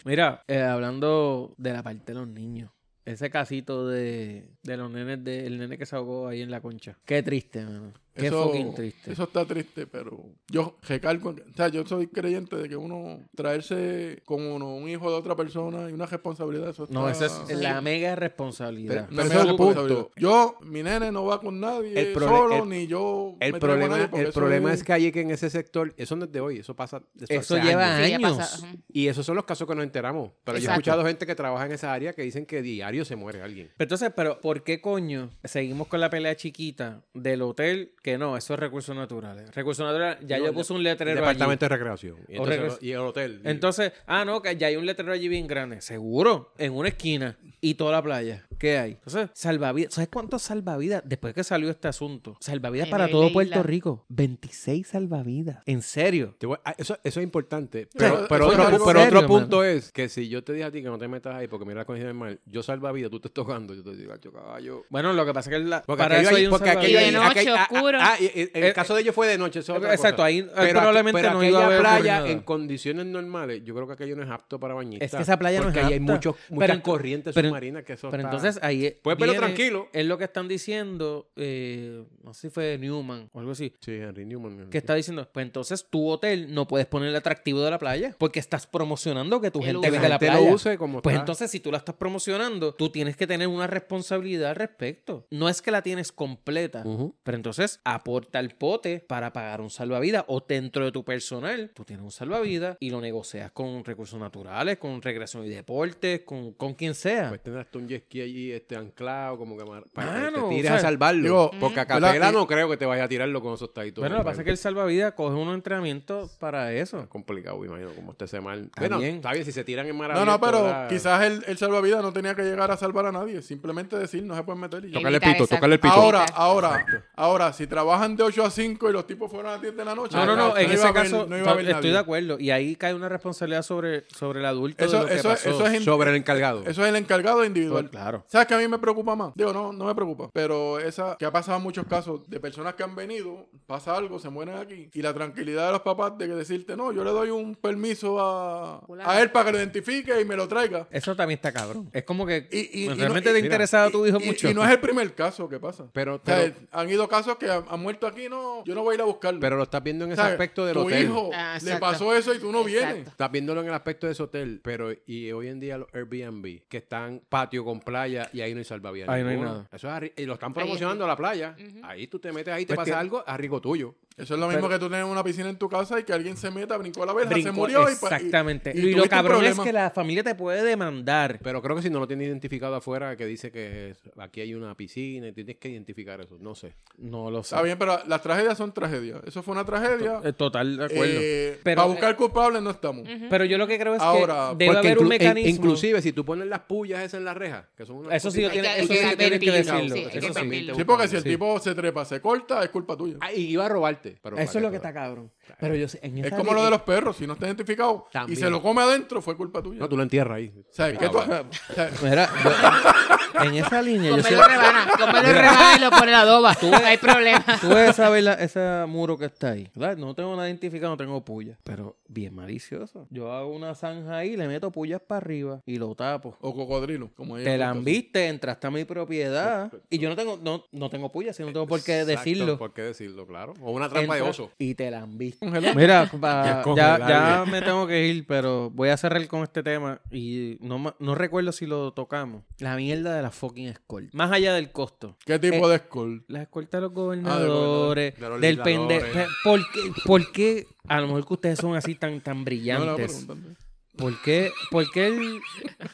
Mira, eh, hablando de la parte de los niños. Ese casito de, de los nenes, de, el nene que se ahogó ahí en la concha. Qué triste, mano. Qué eso, fucking triste. Eso está triste, pero yo recalco, en que- o sea, yo soy creyente de que uno traerse con uno un hijo de otra persona y una responsabilidad, eso está... no, esa es Ah, Sí. la mega responsabilidad. No, la ese mega es el punto. responsabilidad. Yo, mi nene no va con nadie El prole- solo, el- ni yo. El me traigo a problema, nadie, porque el eso problema es que hay que en ese sector, eso no es de hoy, eso pasa. desde Eso hace lleva años. Sí, ya años. pasa, ajá. Y esos son los casos que nos enteramos. Pero yo he Exacto. escuchado gente que trabaja en esa área que dicen que diario se muere alguien. Pero entonces, pero ¿por qué coño seguimos con la pelea chiquita del hotel? Que no, eso es recursos naturales. Recursos naturales, ya No, yo el puse de- un El letrero allí. departamento de recreación. Y, O entonces- regres- y el hotel. y- Entonces, ah, no, que ya hay un letrero allí bien grande. Seguro, en una esquina y toda la playa. ¿Qué hay? Entonces, salvavidas. ¿Sabes cuántos salvavidas? Después que salió este asunto, salvavidas En para el todo isla. Puerto Rico. 26 salvavidas. ¿En serio? Te voy- ah, eso, eso es importante. Pero, eso pero es otro, algo pu- pero serio, otro punto es que si yo te dije a ti que no te metas ahí porque mira la condición es mal, yo salva vida, tú te estás tocando, yo te digo, "Acho, caballo. Bueno, lo que pasa es que la- Porque para aquello eso ahí- hay un porque aquello salvavidas. ahí- Y de noche, aquel- ah, ah, oscuro. ah, y- y- el Eh, caso de ellos fue de noche, eso es otra Exacto, cosa. ahí eh, aqu- probablemente pero no aquella iba a haber playa nada. en condiciones normales, yo creo que aquello no es apto para bañistas. Es que esa playa no porque es ahí hay apta. muchos, Pero muchas ent- corrientes pero- submarinas que eso Pero está- entonces ahí es- Puedes verlo viene- tranquilo. Es lo que están diciendo, eh, no sé si fue Newman o algo así, Sí, Henry Newman. que está diciendo, pues entonces tu hotel no puedes poner el atractivo de la playa porque estás promocionando que tu El gente uso. venga a la gente playa. lo use como Pues está. entonces, si tú la estás promocionando, tú tienes que tener una responsabilidad al respecto. No es que la tienes completa, Ujú. pero entonces aporta el pote para pagar un salvavidas o dentro de tu personal, tú tienes un salvavidas y lo negocias con recursos naturales, con recreación y deportes, con, con quien sea. Pues tendrás tú un jet ski allí este, anclado, como que mar- para que Mano, te tires o sea, a salvarlo. digo, porque a ¿verdad? capela Y- no creo que te vaya a tirarlo con esos taitos. bueno, lo que pasa es que el salvavidas coge unos entrenamientos para eso. Es complicado, me imagino, como usted se mal. Está Bueno, bien. está bien, si se tiran en mar No, no, abierto, pero ¿verdad? quizás el, el salvavidas no tenía que llegar a salvar a nadie. Simplemente decir, no se pueden meter y ya. Tocar Tocarle el pito, Evitar, tocarle el pito. exacto. Ahora, Evitar. ahora, ahora, si trabajan de 8 a 5 y los tipos fueron a las 10 de la noche. No, no, no, ya, en iba a ese haber- caso no iba a haber estoy de nadie. acuerdo. Y ahí cae una responsabilidad sobre, sobre el adulto. Eso- de lo que eso- pasó. eso es en- sobre el encargado. Eso es el encargado individual. Pues, Claro. ¿Sabes que a mí me preocupa más? Digo, no, no me preocupa. Pero esa, que ha pasado en muchos casos de personas que han venido, pasa algo, se mueren aquí. Y la tranquilidad de los papás de que decirte, no, yo le doy un permiso a, a él para que lo identifique y me lo traiga. Eso también está cabrón. Es como que Y- y- pues, y no- realmente y- te mira, interesaba tu hijo Y- y- mucho. Y, no es el primer caso que pasa. Pero, O sea, pero, han ido casos que han, han muerto aquí, no, yo no voy a ir a buscarlo. pero lo estás viendo en ese ¿Sabes? aspecto del tu hotel. hijo Ah, le exacto. pasó eso y tú no Exacto. vienes. Estás viéndolo en el aspecto de ese hotel, pero y hoy en día los Airbnb, que están patio con playa y ahí no hay salvavidas. Ahí no hay ninguno. nada. Eso es arri- y lo están Ahí promocionando a la playa. Ahí tú te metes ahí, te Pues pasa tiene- algo a riesgo tuyo. Eso es lo mismo que tú tienes una piscina en tu casa y que alguien se meta, brincó la verja, Brincó- se murió y pa- y exactamente. Y, y lo tuviste un cabrón es problema. que la familia te puede demandar. Pero creo que si no lo tiene identificado afuera, que dice que es- aquí hay una piscina, y tienes que identificar eso. No sé. No lo sé. Está bien, pero las tragedias son tragedias. Eso fue una tragedia. Eh, Total, de acuerdo. Eh, Pero- para buscar culpables no estamos. Pero yo lo que creo es Ahora, e que debe haber un inclu- in- mecanismo. inclusive si tú pones las pullas esas en la reja, que son unas Eso sí, cositas- lo tiene- Hay que- eso hay sí que tienes que advertirlo, decirlo. sí, hay que Eso sí. advertirlo. Sí, pues. porque si el Sí. tipo se trepa, se corta, es culpa tuya. Ah, y iba a robarte. Pero Eso para es lo que tú- está cabrón. Pero yo sé, en Es esa como li- lo de los perros. Si no está identificado También. y se lo come adentro, fue culpa tuya. No, tú lo entierras ahí. O sea, que tú- Cabrón. o sea, Mira, yo- en esa línea yo Comerlo sé- rebana, comerlo rebana y lo pone la adoba. No hay problema. Tú ves esa vela- esa muro que está ahí. ¿verdad? No tengo nada identificado, no tengo puya. Pero bien malicioso. Yo hago una zanja ahí, le meto pullas para arriba y lo tapo. o cocodrilo, como ella Te la gusta. viste, entraste a mi propiedad y yo no tengo, no, no tengo puya, si no tengo por qué Exacto, decirlo. ¿Por qué decirlo, claro? O una trampa de entras oso. Y te la han visto. Congelado. Mira, pa- Ya es ya, congelar, ya me tengo que ir, pero voy a cerrar con este tema y no, ma- no recuerdo si lo tocamos. La mierda de las fucking escoltas. Más allá del costo. ¿Qué tipo de score? Las escoltas de los gobernadores, gobernadores, Ah, de los del legisladores. pendejo. ¿Por qué, ¿Por qué? A lo mejor que ustedes son así tan, tan No, no, brillantes. preguntando. ¿Por qué, por qué el,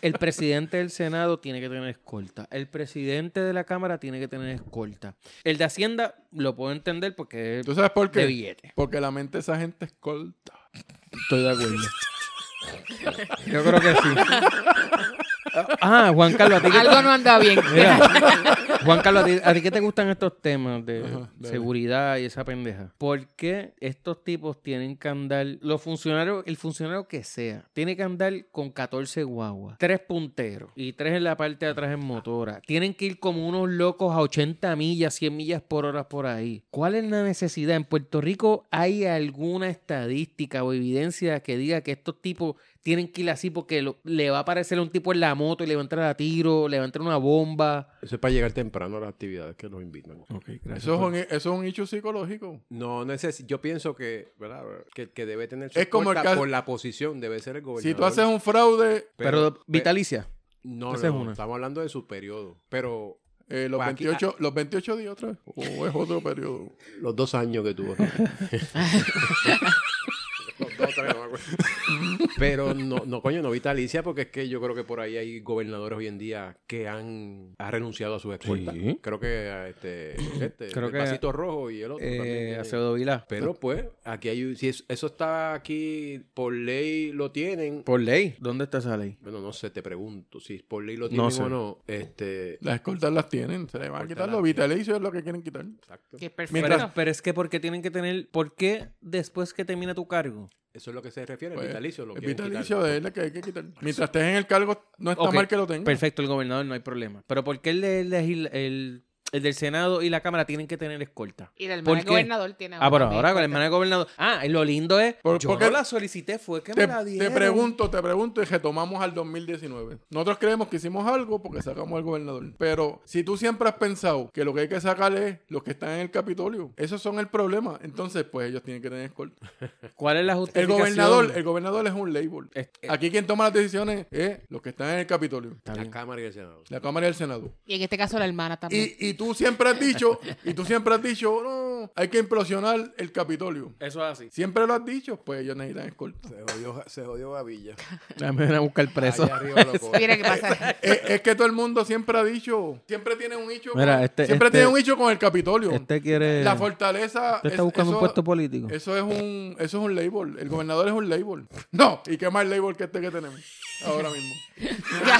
el presidente del Senado tiene que tener escolta? El presidente de la Cámara tiene que tener escolta. El de Hacienda lo puedo entender porque es ¿Tú sabes por de qué? billete. Porque la mente de esa gente es corta. Estoy de acuerdo. Yo creo que sí. Ah, Juan Carlos, a ti que, Algo no anda bien. Mira, Juan Carlos, ¿a ti, a ti qué te gustan estos temas de Ajá, dale. seguridad y esa pendeja? ¿Por qué estos tipos tienen que andar, los funcionarios, el funcionario que sea, tiene que andar con 14 guaguas, tres punteros y tres en la parte de atrás en motora? Tienen que ir como unos locos a 80 millas, 100 millas por hora por ahí. ¿Cuál es la necesidad? ¿En Puerto Rico hay alguna estadística o evidencia que diga que estos tipos tienen que ir así porque lo- le va a aparecer un tipo en la moto y le va a entrar a tiro, le va a entrar una bomba? Eso es para llegar temprano a las actividades que nos invitan. Eso es, un, eso es un hecho psicológico. No, no es Yo pienso que, ¿verdad? Que el que debe tener su Es como el escolta caso- por la posición debe ser el gobernador. Si tú haces un fraude, Pero, pe- vitalicia. No, esa es no, una. estamos hablando de su periodo. Pero eh, los, Pues aquí- 28, los 28 días otra vez. O es otro periodo. los dos años que tuvo. Los dos, tres, no me acuerdo. Pero no, no, coño, no vitalicia, porque es que yo creo que por ahí hay gobernadores hoy en día que han, han renunciado a sus escoltas. Sí. Creo que a este, este Creo el que- pasito rojo y el otro también Eh, tiene- Acevedo Vilá. Pero pues, aquí hay, si es- eso está aquí por ley lo tienen. Por ley. ¿Dónde está esa ley? Bueno, no sé, te pregunto, si por ley lo tienen sé. o no. Este, Las escoltas las tienen. Se le van a Escoltas quitar las los vitalicios, es lo que quieren quitar. exacto. Qué perfecto. Pero, pero es que porque tienen que tener... ¿Por qué después que termina tu cargo? Eso es lo que se refiere, el Pues, vitalicio lo El quieren quitar. vitalicio de él es que hay que quitar. Mientras estés en el cargo, no está Ok, mal que lo tengas. Perfecto, el gobernador no hay problema. Pero ¿por qué el, de- el legis- el- el del Senado y la Cámara tienen que tener escolta? Y el hermano ¿Por del qué? gobernador tiene Ah, pero ahora con una el escolta. hermano del gobernador. Ah, y lo lindo es... Por- yo porque- no la solicité, fue que Te, me la te dieron. pregunto, te pregunto y retomamos al 2019. Nosotros creemos que hicimos algo porque sacamos al gobernador. Pero si tú siempre has pensado que lo que hay que sacar es los que están en el Capitolio, esos son el problema. Entonces, pues ellos tienen que tener escolta. ¿Cuál es la El justificación? gobernador, el gobernador es un label. Es- eh, es- Aquí quien toma las decisiones es los que están en el Capitolio, La Cámara y el Senado. la Cámara y el Senado. Y en este caso la hermana también. Y, y tú siempre has dicho, y tú siempre has dicho, no, hay que implosionar el Capitolio. Eso es así. Siempre lo has dicho, pues ellos necesitan escolta. Se jodió, se jodió a Villa. Me van a buscar preso. Allá arriba lo cogen. Mira qué pasa. es, es que todo el mundo siempre ha dicho, siempre tiene un hicho. Mira, con- este- siempre este- tiene un hicho con el Capitolio. Este quiere... la fortaleza. Usted es- está buscando eso- un puesto político. Eso es un, eso es un label. El gobernador es un label. No, y qué más label que este que tenemos ahora mismo. Ya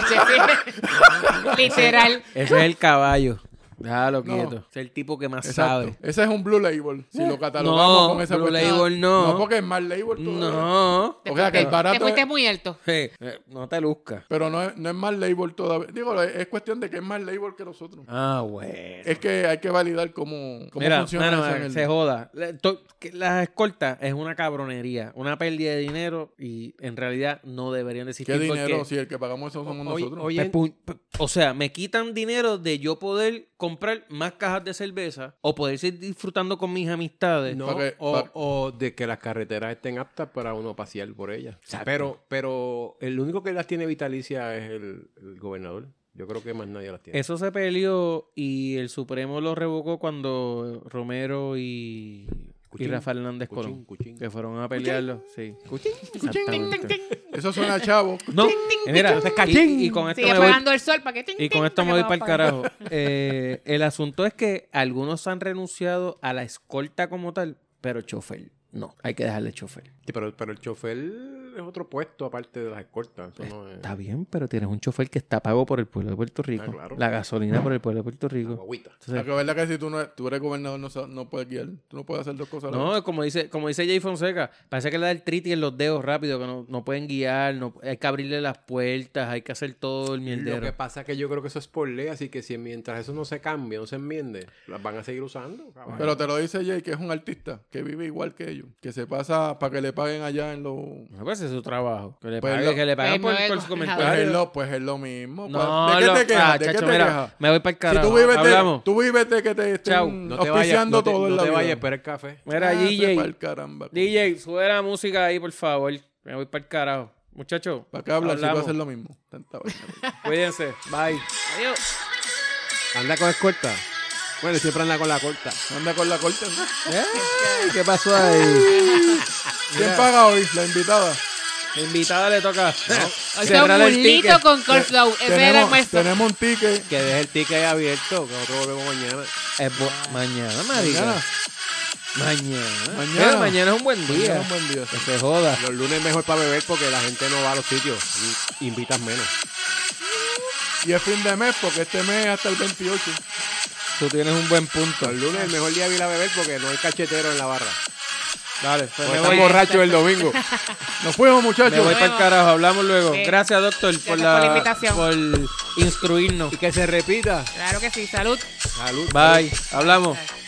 sé. Literal. Ese es el caballo. Déjalo No. quieto. Es el tipo que más Exacto. sabe. Eh, Ese es un blue label. Si lo catalogamos No, con esa blue cuestión. label no. No, porque es más label. todavía. No. Te O sea, que el fuiste- barato te fuiste es- muy alto. Eh, eh, no te luzcas. Pero no es, no es más label todavía. Digo, es, es cuestión de que es más label que nosotros. Ah, bueno. Es que hay que validar cómo, cómo Mira, funciona mano, eso en el- se joda. La- to- que Las escoltas es una cabronería, una pérdida de dinero y en realidad no deberían de existir. ¿Qué dinero? porque- Si el que pagamos eso somos Hoy- nosotros. hoy Pe- en- pu- pe- O sea, me quitan dinero de yo poder comprar más cajas de cerveza o poder seguir disfrutando con mis amistades. No, Pa' que- o, pa- o de que las carreteras estén aptas para uno pasear por ellas. Pero, pero el único que las tiene vitalicia es el, el gobernador. Yo creo que más nadie las tiene. Eso se peleó y el Supremo lo revocó cuando Romero y, y Cuchín, Rafael Hernández Cuchín, Colón cuchín. que fueron a pelearlo. Sí. Cuchín, exactamente. Eso suena chavo. No, eh, mira, y, y con esto Sigue me voy, pegando el sol para que ting, y ting, con esto me que voy no para el apague. carajo. Eh, el asunto es que algunos han renunciado a la escolta como tal, pero chofer. No, hay que dejarle chofer. Sí, pero, pero el chofer es otro puesto aparte de las escoltas. Eso no es- Está bien, pero tienes un chofer que está pago por el pueblo de Puerto Rico. Ah, claro. Ah, La gasolina por el pueblo de Puerto la Rico. guagüita. La Entonces, que verdad que si tú no, e, tú eres gobernador no, sa- no puedes guiar. Tú no puedes hacer dos cosas. a la vez. No, como dice, como dice Jay Fonseca, parece que le da el triti en los dedos rápido, que no, no pueden guiar, no, hay que abrirle las puertas, hay que hacer todo el Lo que mierdero. pasa es que yo creo que eso es por ley, así que si mientras eso no se cambie, no se enmiende, las van a seguir usando. cabrón. Pero te lo dice Jay, que es un artista que vive igual que ellos. Que se pasa para que le paguen allá en los. No, pues hace su trabajo. Que le Pues pague, lo- que le paguen Pues por, me por voy su con- Pues comentario. Ahora- es lo, pues es lo mismo. No, pues, ¿De lo- qué te quejas? ah, ¿De qué chacho, te mira, quejas? me voy para el Si carajo. tú vives, de, Hablamos. tú vives de que te estén Chao. No te vayas, auspiciando no te, todo en no la te vida. vayas, espera el café. Mira, Ah, DJ. sepa el caramba. DJ, sube la música ahí, por favor. Me voy para el carajo. Muchachos, ¿Para qué hablar si va a hablamos. hacer lo mismo? Tanta vaina. cuídense. Bye. Adiós. Anda con escolta. Bueno, siempre anda con la corta. Anda con la corte. ¿no? Ay, ¿Qué pasó ahí? ¿Quién paga hoy? La invitada. La invitada le toca. Hoy Cerrar son el ticket. mulito con cold flow. Ese era el Tenemos, nuestro. tenemos un ticket. Que deje el ticket ahí abierto, que nosotros volvemos mañana. Es bu- mañana, marica. Mañana. Mañana. Mañana. Mañana. Pero mañana es un buen Mañana día. es un buen día. Que se joda. Los lunes mejor para beber porque la gente no va a los sitios. y Invitas menos. Y es fin de mes porque este mes es hasta el 28. Tú tienes un buen punto. Los lunes es el mejor día de ir a beber porque no hay cachetero en la barra. Dale, pues Porque me están voy. borrachos el domingo. Nos fuimos, Me muchachos. voy para el carajo, hablamos luego. Sí. Gracias, doctor, por por la, la invitación. por instruirnos. Y que se repita. Claro que sí. Salud. Salud. Bye, hablamos. Bye.